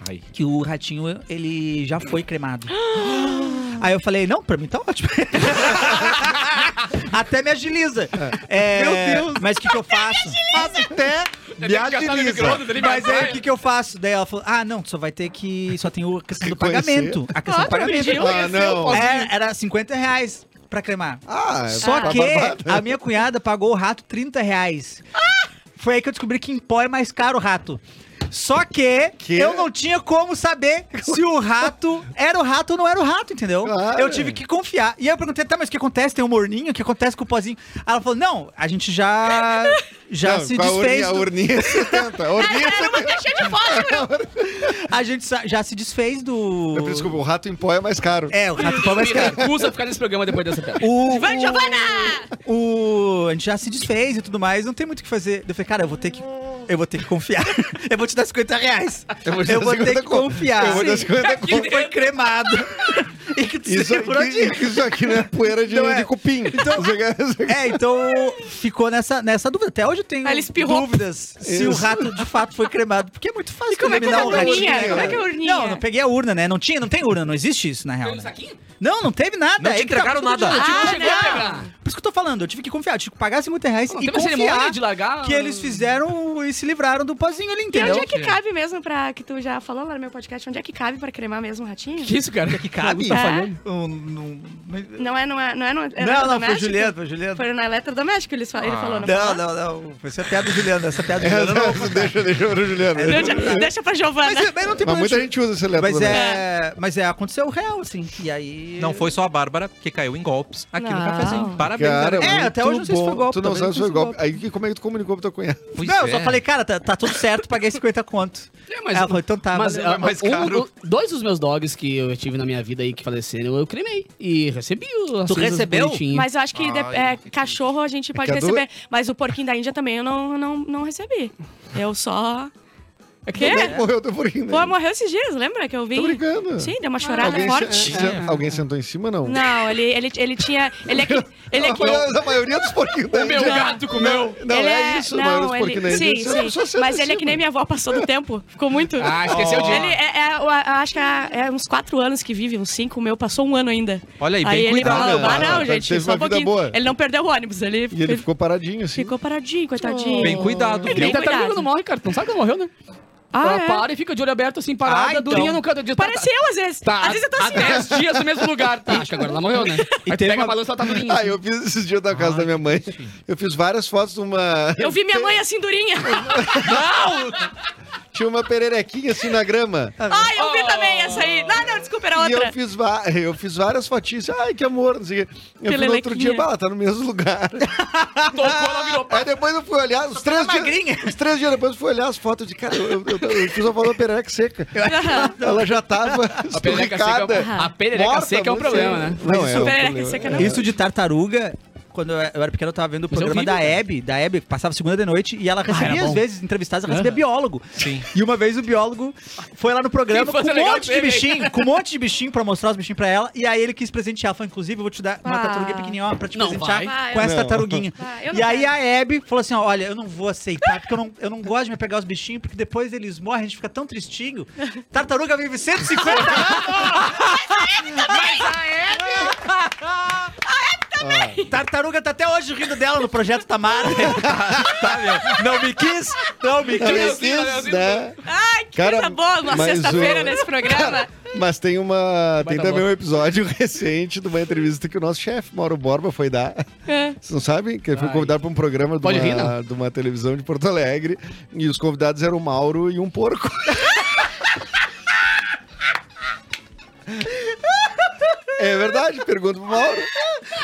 [SPEAKER 6] Ai.
[SPEAKER 5] que o ratinho, ele já foi cremado. Aí eu falei, não, pra mim tá ótimo. Até me agiliza. É,
[SPEAKER 4] Meu Deus.
[SPEAKER 5] Mas o que, que eu faço?
[SPEAKER 4] Até
[SPEAKER 6] É, tem que
[SPEAKER 4] me
[SPEAKER 6] gastar no
[SPEAKER 2] um
[SPEAKER 4] agiliza.
[SPEAKER 6] micro-ondas, ele me
[SPEAKER 5] Mas aí
[SPEAKER 6] atrai.
[SPEAKER 5] o que, que eu faço? Daí ela falou: Ah, não, tu só vai ter que. Só tem o- a questão do
[SPEAKER 4] Reconhecer.
[SPEAKER 5] pagamento. A questão do pagamento.
[SPEAKER 6] pediu.
[SPEAKER 4] Ah, não.
[SPEAKER 5] É, era 50 reais pra cremar.
[SPEAKER 4] Ah,
[SPEAKER 5] Só
[SPEAKER 4] tá
[SPEAKER 5] que
[SPEAKER 4] babado.
[SPEAKER 5] a minha cunhada pagou o rato 30 reais. Foi aí que eu descobri que em pó é mais caro o rato. Só que,
[SPEAKER 4] Que?
[SPEAKER 5] eu não tinha como saber se o rato era o rato ou não era o rato, entendeu?
[SPEAKER 4] Claro.
[SPEAKER 5] Eu tive que confiar. E aí eu perguntei, tá, mas o que acontece? Tem um morninho? O que acontece com o pozinho? Ela falou, não, a gente já, já
[SPEAKER 4] Não,
[SPEAKER 5] se
[SPEAKER 4] com a urni-
[SPEAKER 5] desfez.
[SPEAKER 4] A
[SPEAKER 5] do-
[SPEAKER 4] urninha 70. A urninha
[SPEAKER 3] Era uma caixinha de fósforo.
[SPEAKER 5] A gente sa- já se desfez do.
[SPEAKER 4] Eu, é Desculpa, o rato em pó é mais caro.
[SPEAKER 5] É, o rato
[SPEAKER 2] né?
[SPEAKER 5] pau mais caro.
[SPEAKER 6] Recusa ficar nesse programa depois dessa piada.
[SPEAKER 5] O,
[SPEAKER 3] Vai, Giovana!
[SPEAKER 5] o, o- a gente já se desfez e tudo mais, não tem muito o que fazer. Eu falei, cara, eu vou ter que. Eu vou ter que confiar. Eu vou te dar 50 reais. Eu vou,
[SPEAKER 4] te dar
[SPEAKER 5] ter
[SPEAKER 4] 50
[SPEAKER 5] que confiar.
[SPEAKER 4] Eu vou dar
[SPEAKER 5] Sim.
[SPEAKER 4] 50
[SPEAKER 5] que tu foi cremado. e que tu
[SPEAKER 4] Isso
[SPEAKER 5] se livrou disso.
[SPEAKER 4] aqui, isso aqui não é poeira de,
[SPEAKER 5] Não é.
[SPEAKER 4] de cupim. Isso aqui- isso aqui-
[SPEAKER 5] É, então ficou nessa, nessa dúvida. Até hoje eu tenho
[SPEAKER 3] Aí ele espirrou.
[SPEAKER 5] dúvidas se
[SPEAKER 4] Isso.
[SPEAKER 5] o rato de fato foi cremado. Porque é muito fácil
[SPEAKER 3] E como é que é
[SPEAKER 5] criminar
[SPEAKER 3] a
[SPEAKER 5] um ratinho.
[SPEAKER 3] urninha?
[SPEAKER 4] ratinho,
[SPEAKER 3] Como é que é a urninha?
[SPEAKER 5] Não, não peguei a urna, né? Não tinha, não tem urna, não existe isso na real. né? Não, não teve nada.
[SPEAKER 6] Não te
[SPEAKER 5] É que tá
[SPEAKER 6] entregaram
[SPEAKER 5] tudo
[SPEAKER 6] nada.
[SPEAKER 5] direitinho.
[SPEAKER 3] Ah,
[SPEAKER 5] Não chegou a
[SPEAKER 3] não.
[SPEAKER 5] pegar. Por isso que eu tô falando, eu tive que confiar, eu tive que pagar 50 reais e
[SPEAKER 6] Teve uma cerimônia
[SPEAKER 5] confiar
[SPEAKER 6] de largar. um
[SPEAKER 5] que eles fizeram e se livraram do pozinho ali,
[SPEAKER 3] E
[SPEAKER 5] entendeu?
[SPEAKER 3] onde é que cabe mesmo pra. Que tu já falou lá no meu podcast, onde é que cabe pra cremar mesmo o ratinho?
[SPEAKER 6] Que isso, cara?
[SPEAKER 5] que cabe?
[SPEAKER 3] É.
[SPEAKER 2] tá
[SPEAKER 5] Um- um-
[SPEAKER 3] Não é, não é, não é no
[SPEAKER 5] Não, não, foi o
[SPEAKER 3] eletrodoméstico?
[SPEAKER 5] Juliano, foi o Juliano.
[SPEAKER 3] Foi né? no eletrodoméstico, ele falou, ele falou não,
[SPEAKER 5] Não,
[SPEAKER 3] falou?
[SPEAKER 5] não, não. Foi essa piada do Juliano, essa
[SPEAKER 6] É,
[SPEAKER 5] piada do Juliano. eu não vou fazer.
[SPEAKER 4] Deixa, deixa o
[SPEAKER 5] É,
[SPEAKER 4] Juliano.
[SPEAKER 3] Deixa, deixa pra Giovana.
[SPEAKER 5] Mas, é- mas não tem
[SPEAKER 4] Mas
[SPEAKER 5] problema.
[SPEAKER 4] muita gente usa esse elétrico.
[SPEAKER 5] Mas
[SPEAKER 4] né?
[SPEAKER 5] é, mas é, aconteceu real, assim. E aí.
[SPEAKER 6] Não foi só a Bárbara que caiu em golpes aqui no
[SPEAKER 3] Não.
[SPEAKER 6] cafezinho. Parabéns,
[SPEAKER 4] Cara,
[SPEAKER 5] É,
[SPEAKER 4] muito
[SPEAKER 5] até hoje eu não sei se foi
[SPEAKER 4] bom.
[SPEAKER 5] golpe,
[SPEAKER 4] Tu não
[SPEAKER 5] talvez
[SPEAKER 4] sabe se
[SPEAKER 5] não
[SPEAKER 4] foi
[SPEAKER 5] seja
[SPEAKER 4] golpe. Aí como é que tu comunicou pra tua cunhada?
[SPEAKER 6] um
[SPEAKER 5] não,
[SPEAKER 1] é.
[SPEAKER 5] eu só falei, cara, tá, tá tudo certo, paguei 50 conto.
[SPEAKER 6] É, mas- é
[SPEAKER 5] Ela falou, então tá,
[SPEAKER 2] Mas,
[SPEAKER 5] mas.
[SPEAKER 2] ah,
[SPEAKER 1] mais
[SPEAKER 2] um-
[SPEAKER 1] caro.
[SPEAKER 2] o- dois dos meus dogs que eu tive na minha vida aí que faleceram, eu cremei. E recebi o
[SPEAKER 5] Tu recebeu?
[SPEAKER 3] Mas eu acho que de-
[SPEAKER 1] Ai,
[SPEAKER 3] é,
[SPEAKER 1] que
[SPEAKER 3] cachorro a gente pode
[SPEAKER 4] que a do-
[SPEAKER 3] receber. Mas o porquinho da Índia também eu não, não, não recebi. Eu só. O quê?
[SPEAKER 4] Como é que morreu o tamborim?
[SPEAKER 3] Pô, morreu esses dias, lembra que eu vi?
[SPEAKER 4] Tô brincando.
[SPEAKER 3] Sim, deu uma chorada
[SPEAKER 4] Alguém,
[SPEAKER 3] forte.
[SPEAKER 4] se- é, se- alguém sentou em cima, não? Ah,
[SPEAKER 3] Não, ele, ele, ele tinha. Ele é que. Ele é que.
[SPEAKER 4] A maioria dos porquinhos da
[SPEAKER 6] O meu
[SPEAKER 4] Índia-
[SPEAKER 6] gato comeu.
[SPEAKER 4] Não,
[SPEAKER 3] ele
[SPEAKER 4] é isso. a maioria
[SPEAKER 3] Não,
[SPEAKER 4] dos porquinhos da
[SPEAKER 3] ele,
[SPEAKER 4] Índia
[SPEAKER 3] sim,
[SPEAKER 4] são- só
[SPEAKER 3] sim.
[SPEAKER 4] sentam
[SPEAKER 3] Mas
[SPEAKER 4] em
[SPEAKER 3] ele é que nem
[SPEAKER 4] cima.
[SPEAKER 3] minha avó passou do tempo. Ficou muito.
[SPEAKER 6] Ah, esqueceu de.
[SPEAKER 3] Ele é, é- eu acho que há é uns quatro anos que vive, uns cinco, o meu passou um ano ainda.
[SPEAKER 6] Olha aí, bem
[SPEAKER 3] ele
[SPEAKER 6] cuidado.
[SPEAKER 3] falou,
[SPEAKER 4] né?
[SPEAKER 3] ah, não,
[SPEAKER 4] Ele
[SPEAKER 3] gente,
[SPEAKER 4] teve
[SPEAKER 3] só
[SPEAKER 4] uma
[SPEAKER 3] um
[SPEAKER 4] vida
[SPEAKER 3] pouquinho.
[SPEAKER 4] boa.
[SPEAKER 3] Ele não perdeu o ônibus, ele,
[SPEAKER 4] E ele ficou paradinho, assim.
[SPEAKER 3] ficou paradinho, coitadinho.
[SPEAKER 6] Bem cuidado,
[SPEAKER 3] Ele
[SPEAKER 6] viu?
[SPEAKER 3] nem-
[SPEAKER 2] Até
[SPEAKER 3] cuidado.
[SPEAKER 2] tartaruga não morre, cara. Tu não sabe que ela morreu, né?
[SPEAKER 3] Ah,
[SPEAKER 2] ela
[SPEAKER 3] é?
[SPEAKER 2] para e fica de olho aberto, assim, parada,
[SPEAKER 5] Ah, então.
[SPEAKER 2] durinha no canto. de- tá-
[SPEAKER 3] Parece eu, às vezes.
[SPEAKER 2] Tá,
[SPEAKER 3] Às vezes eu tô
[SPEAKER 2] há
[SPEAKER 3] assim. né?
[SPEAKER 2] 10 dias no mesmo lugar. Tá, acho que agora ela morreu, né? E
[SPEAKER 5] E
[SPEAKER 2] Aí tu
[SPEAKER 5] teve
[SPEAKER 2] pega
[SPEAKER 5] uma-
[SPEAKER 2] a balança, ela tá durinha.
[SPEAKER 4] Ah, eu fiz esses dias na casa da minha mãe. Eu fiz várias fotos de uma.
[SPEAKER 3] Eu vi minha mãe assim durinha.
[SPEAKER 4] Tinha uma pererequinha assim na grama.
[SPEAKER 3] Ai, eu vi também essa aí. Não, não, desculpa, era
[SPEAKER 4] E eu
[SPEAKER 3] outra.
[SPEAKER 4] fiz, va- eu fiz várias fotinhas. assim, Ai, que amor. Não sei o quê. Eu fui no outro
[SPEAKER 3] Pelelequinha.
[SPEAKER 4] dia, bah, ela tá no mesmo lugar.
[SPEAKER 6] Tocou, ela virou.
[SPEAKER 4] Aí depois eu fui olhar, os
[SPEAKER 3] é
[SPEAKER 4] três,
[SPEAKER 5] tá magrinha.
[SPEAKER 4] dias, os três dias depois eu fui olhar as fotos de cara, eu, eu- eu- eu fiz uma foto da perereca seca.
[SPEAKER 3] Aham.
[SPEAKER 4] Ela já tava
[SPEAKER 2] A perereca seca, é-
[SPEAKER 4] esturricada.
[SPEAKER 2] a perereca
[SPEAKER 4] Morta,
[SPEAKER 2] seca é um
[SPEAKER 4] não
[SPEAKER 2] problema,
[SPEAKER 4] sei.
[SPEAKER 2] né?
[SPEAKER 4] Não,
[SPEAKER 5] Mas
[SPEAKER 4] é
[SPEAKER 5] isso-
[SPEAKER 4] um
[SPEAKER 3] Perereca
[SPEAKER 4] problema.
[SPEAKER 3] seca não.
[SPEAKER 5] Isso de tartaruga, quando eu eu era pequeno, eu tava vendo o
[SPEAKER 6] é
[SPEAKER 5] programa
[SPEAKER 6] horrível, Ah,
[SPEAKER 5] da
[SPEAKER 6] cara.
[SPEAKER 5] Hebe, da Hebe, que passava segunda de noite, e ela recebia, às
[SPEAKER 2] bom.
[SPEAKER 5] vezes, entrevistadas, ela recebia biólogo.
[SPEAKER 6] Sim.
[SPEAKER 5] E uma vez o biólogo foi lá no programa
[SPEAKER 6] Sim,
[SPEAKER 5] com
[SPEAKER 6] foi
[SPEAKER 5] um
[SPEAKER 6] legal
[SPEAKER 5] monte de
[SPEAKER 6] ver, hein?
[SPEAKER 5] bichinho, com um monte de bichinho pra mostrar os bichinhos pra ela, e aí ele quis presentear, ela falou, inclusive, eu vou te dar uma
[SPEAKER 3] Ah.
[SPEAKER 5] tartaruga pequenininha ó, pra te
[SPEAKER 6] Não
[SPEAKER 5] presentear
[SPEAKER 3] vai.
[SPEAKER 5] com essa
[SPEAKER 4] Não.
[SPEAKER 5] tartaruguinha.
[SPEAKER 3] Vai, eu não
[SPEAKER 5] e aí
[SPEAKER 3] quero.
[SPEAKER 5] a Hebe falou assim, ó, olha, eu não vou aceitar, porque eu não, eu não gosto de me pegar os bichinhos, porque depois eles morrem, a gente fica tão tristinho. Tartaruga vive 150 anos!
[SPEAKER 4] ah, é?
[SPEAKER 5] Tartaruga tá até hoje rindo dela no Projeto Tamara. tá, meu? Não me quis, não me
[SPEAKER 4] Ela
[SPEAKER 5] quis.
[SPEAKER 6] Leozinho,
[SPEAKER 4] quis,
[SPEAKER 6] Leozinho.
[SPEAKER 4] né?
[SPEAKER 3] Ai, que
[SPEAKER 4] Cara,
[SPEAKER 3] coisa boa uma
[SPEAKER 4] mas
[SPEAKER 3] sexta-feira
[SPEAKER 4] o-
[SPEAKER 3] nesse programa.
[SPEAKER 4] Mas tem uma. Tem
[SPEAKER 2] dar
[SPEAKER 4] também
[SPEAKER 2] bola.
[SPEAKER 4] um episódio recente de uma entrevista que o nosso chefe, Mauro Borba, foi dar.
[SPEAKER 3] É.
[SPEAKER 4] Vocês não sabem? Que ele foi
[SPEAKER 2] Ai.
[SPEAKER 4] convidado para um programa de
[SPEAKER 2] Pode rir,
[SPEAKER 4] uma,
[SPEAKER 2] não?
[SPEAKER 4] de uma televisão de Porto Alegre. E os convidados eram o Mauro e um porco. É verdade, pergunta pro Mauro.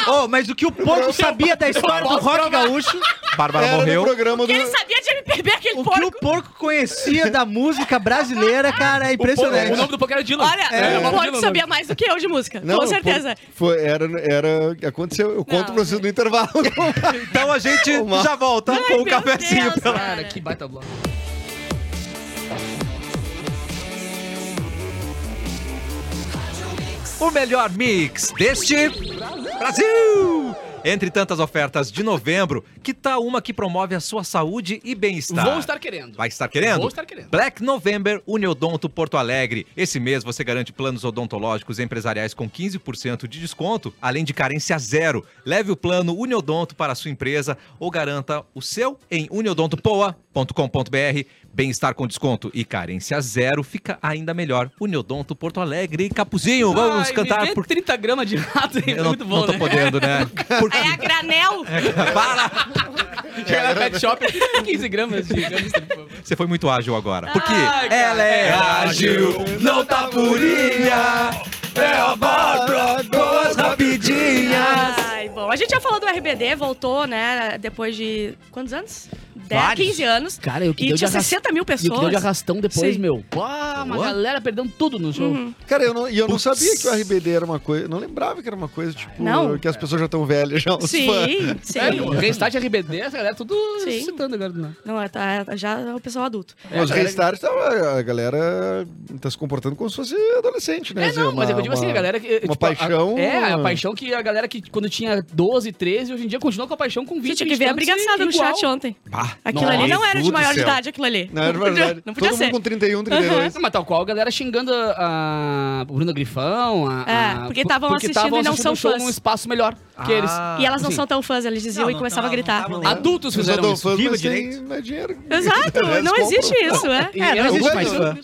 [SPEAKER 5] Oh, mas o que o porco sabia da história do rock gaúcho?
[SPEAKER 6] Bárbara
[SPEAKER 4] Era no
[SPEAKER 6] morreu.
[SPEAKER 4] programa do.
[SPEAKER 2] é
[SPEAKER 3] Ele sabia de MP3. bem aquele
[SPEAKER 5] O que
[SPEAKER 3] porco.
[SPEAKER 5] o porco conhecia da música brasileira, cara, é
[SPEAKER 6] O porco-
[SPEAKER 5] impressionante.
[SPEAKER 6] O nome do porco era Dylan.
[SPEAKER 3] Olha,
[SPEAKER 6] Era
[SPEAKER 3] o
[SPEAKER 6] Bob
[SPEAKER 3] porco
[SPEAKER 6] Dylan,
[SPEAKER 3] sabia mais do que eu de música,
[SPEAKER 4] Não,
[SPEAKER 3] com certeza.
[SPEAKER 4] foi- foi- era, era, aconteceu. Eu conto pra vocês no intervalo.
[SPEAKER 1] Então a gente já volta
[SPEAKER 3] Ai,
[SPEAKER 1] com um
[SPEAKER 3] meu
[SPEAKER 1] cafezinho.
[SPEAKER 3] Deus,
[SPEAKER 1] pela-
[SPEAKER 2] Cara, que baita bloco.
[SPEAKER 1] O melhor mix deste Brasil! Entre tantas ofertas de novembro, que tal uma que promove a sua saúde e bem-estar?
[SPEAKER 2] Vou estar querendo.
[SPEAKER 1] Vai estar querendo?
[SPEAKER 2] Vou estar querendo.
[SPEAKER 1] Black November Uniodonto Porto Alegre. Esse mês você garante planos odontológicos empresariais com 15% de desconto, além de carência zero. Leve o plano Uniodonto para a sua empresa ou garanta o seu em uniodontopoa.com.br. Bem-estar com desconto e carência zero fica ainda melhor. Uniodonto Porto Alegre. Capuzinho, vamos
[SPEAKER 2] Ai, me
[SPEAKER 1] cantar
[SPEAKER 2] dê
[SPEAKER 1] porque
[SPEAKER 2] 30 gramas de rato, hein?
[SPEAKER 1] eu não,
[SPEAKER 2] muito bom,
[SPEAKER 1] não tô
[SPEAKER 2] né?
[SPEAKER 1] podendo, né? Por-
[SPEAKER 3] É a granel.
[SPEAKER 1] Para!
[SPEAKER 2] Chega na pet shop, 15 gramas de gangster, por favor.
[SPEAKER 1] Você foi muito ágil agora. Porque
[SPEAKER 2] Ai, cara.
[SPEAKER 1] ela é
[SPEAKER 2] É
[SPEAKER 1] ágil, não tá purinha, é a Bárbara com as rapidinhas.
[SPEAKER 3] Ai, bom. A gente já falou do RBD, voltou, né? Depois de quantos anos? 10,
[SPEAKER 5] Vários.
[SPEAKER 3] 15 anos.
[SPEAKER 2] Cara, eu que
[SPEAKER 3] E
[SPEAKER 2] deu de
[SPEAKER 3] tinha
[SPEAKER 2] arras-
[SPEAKER 3] 60 mil
[SPEAKER 2] E o que deu de
[SPEAKER 3] pessoas.
[SPEAKER 2] arrastão depois,
[SPEAKER 3] Sim.
[SPEAKER 2] meu. Uau, uma
[SPEAKER 1] Boa.
[SPEAKER 2] galera perdendo tudo no show.
[SPEAKER 4] Cara, eu não, e eu não
[SPEAKER 1] Putz.
[SPEAKER 4] sabia que o RBD era uma coisa. Não lembrava que era uma coisa, tipo,
[SPEAKER 3] Não.
[SPEAKER 4] que as pessoas já estão velhas, já os fãs.
[SPEAKER 3] Sim, sim.
[SPEAKER 2] Sério, Restart RBD, essa galera tudo
[SPEAKER 3] Sim.
[SPEAKER 2] citando agora né? do nada.
[SPEAKER 3] Não, é, tá, é, já é o pessoal adulto.
[SPEAKER 4] Mas o Restart tava, a galera tá se comportando como se fosse adolescente, né?
[SPEAKER 2] É,
[SPEAKER 4] Assim,
[SPEAKER 2] não, mas
[SPEAKER 4] uma-
[SPEAKER 2] eu digo assim,
[SPEAKER 4] uma-
[SPEAKER 2] a galera que.
[SPEAKER 4] uma paixão-
[SPEAKER 2] é, a paixão que a galera que quando tinha 12, 13, hoje em dia continua com a paixão com 20
[SPEAKER 3] Gente, eu que
[SPEAKER 2] 20
[SPEAKER 3] ver a
[SPEAKER 2] anos,
[SPEAKER 3] brigaçada
[SPEAKER 2] e
[SPEAKER 3] no
[SPEAKER 2] igual.
[SPEAKER 3] chat ontem.
[SPEAKER 1] Bah,
[SPEAKER 3] Aquilo ali
[SPEAKER 1] nossa,
[SPEAKER 3] não era de
[SPEAKER 1] Jesus
[SPEAKER 3] maior
[SPEAKER 1] do céu.
[SPEAKER 3] idade, aquilo ali.
[SPEAKER 4] Não, é
[SPEAKER 3] podia-
[SPEAKER 4] verdade.
[SPEAKER 3] não podia
[SPEAKER 4] Todo
[SPEAKER 3] ser.
[SPEAKER 4] mundo com 31, 32.
[SPEAKER 2] Não, mas tal qual a galera xingando a, a Bruna Grifão, a.
[SPEAKER 3] É,
[SPEAKER 2] a-
[SPEAKER 3] porque estavam assistindo
[SPEAKER 2] estavam
[SPEAKER 3] e não
[SPEAKER 2] assistindo
[SPEAKER 3] são
[SPEAKER 2] o show
[SPEAKER 3] fãs.
[SPEAKER 2] num espaço melhor
[SPEAKER 4] Ah,
[SPEAKER 2] que eles.
[SPEAKER 1] Ah,
[SPEAKER 3] E elas não
[SPEAKER 1] assim,
[SPEAKER 2] Sim.
[SPEAKER 3] são tão fãs, eles diziam
[SPEAKER 5] Não,
[SPEAKER 3] e
[SPEAKER 5] não
[SPEAKER 3] começavam
[SPEAKER 5] tava-
[SPEAKER 3] a gritar.
[SPEAKER 5] não tava
[SPEAKER 2] Adultos
[SPEAKER 4] Os
[SPEAKER 2] fizeram isso.
[SPEAKER 4] adolfos,
[SPEAKER 5] Viva
[SPEAKER 4] mas tem
[SPEAKER 5] direito.
[SPEAKER 4] mais dinheiro.
[SPEAKER 3] Exato,
[SPEAKER 4] Eles
[SPEAKER 3] não
[SPEAKER 4] compram.
[SPEAKER 3] existe isso, é.
[SPEAKER 2] E
[SPEAKER 3] É,
[SPEAKER 2] não
[SPEAKER 3] não
[SPEAKER 4] eu-
[SPEAKER 2] existe mais
[SPEAKER 4] eu-
[SPEAKER 2] fã.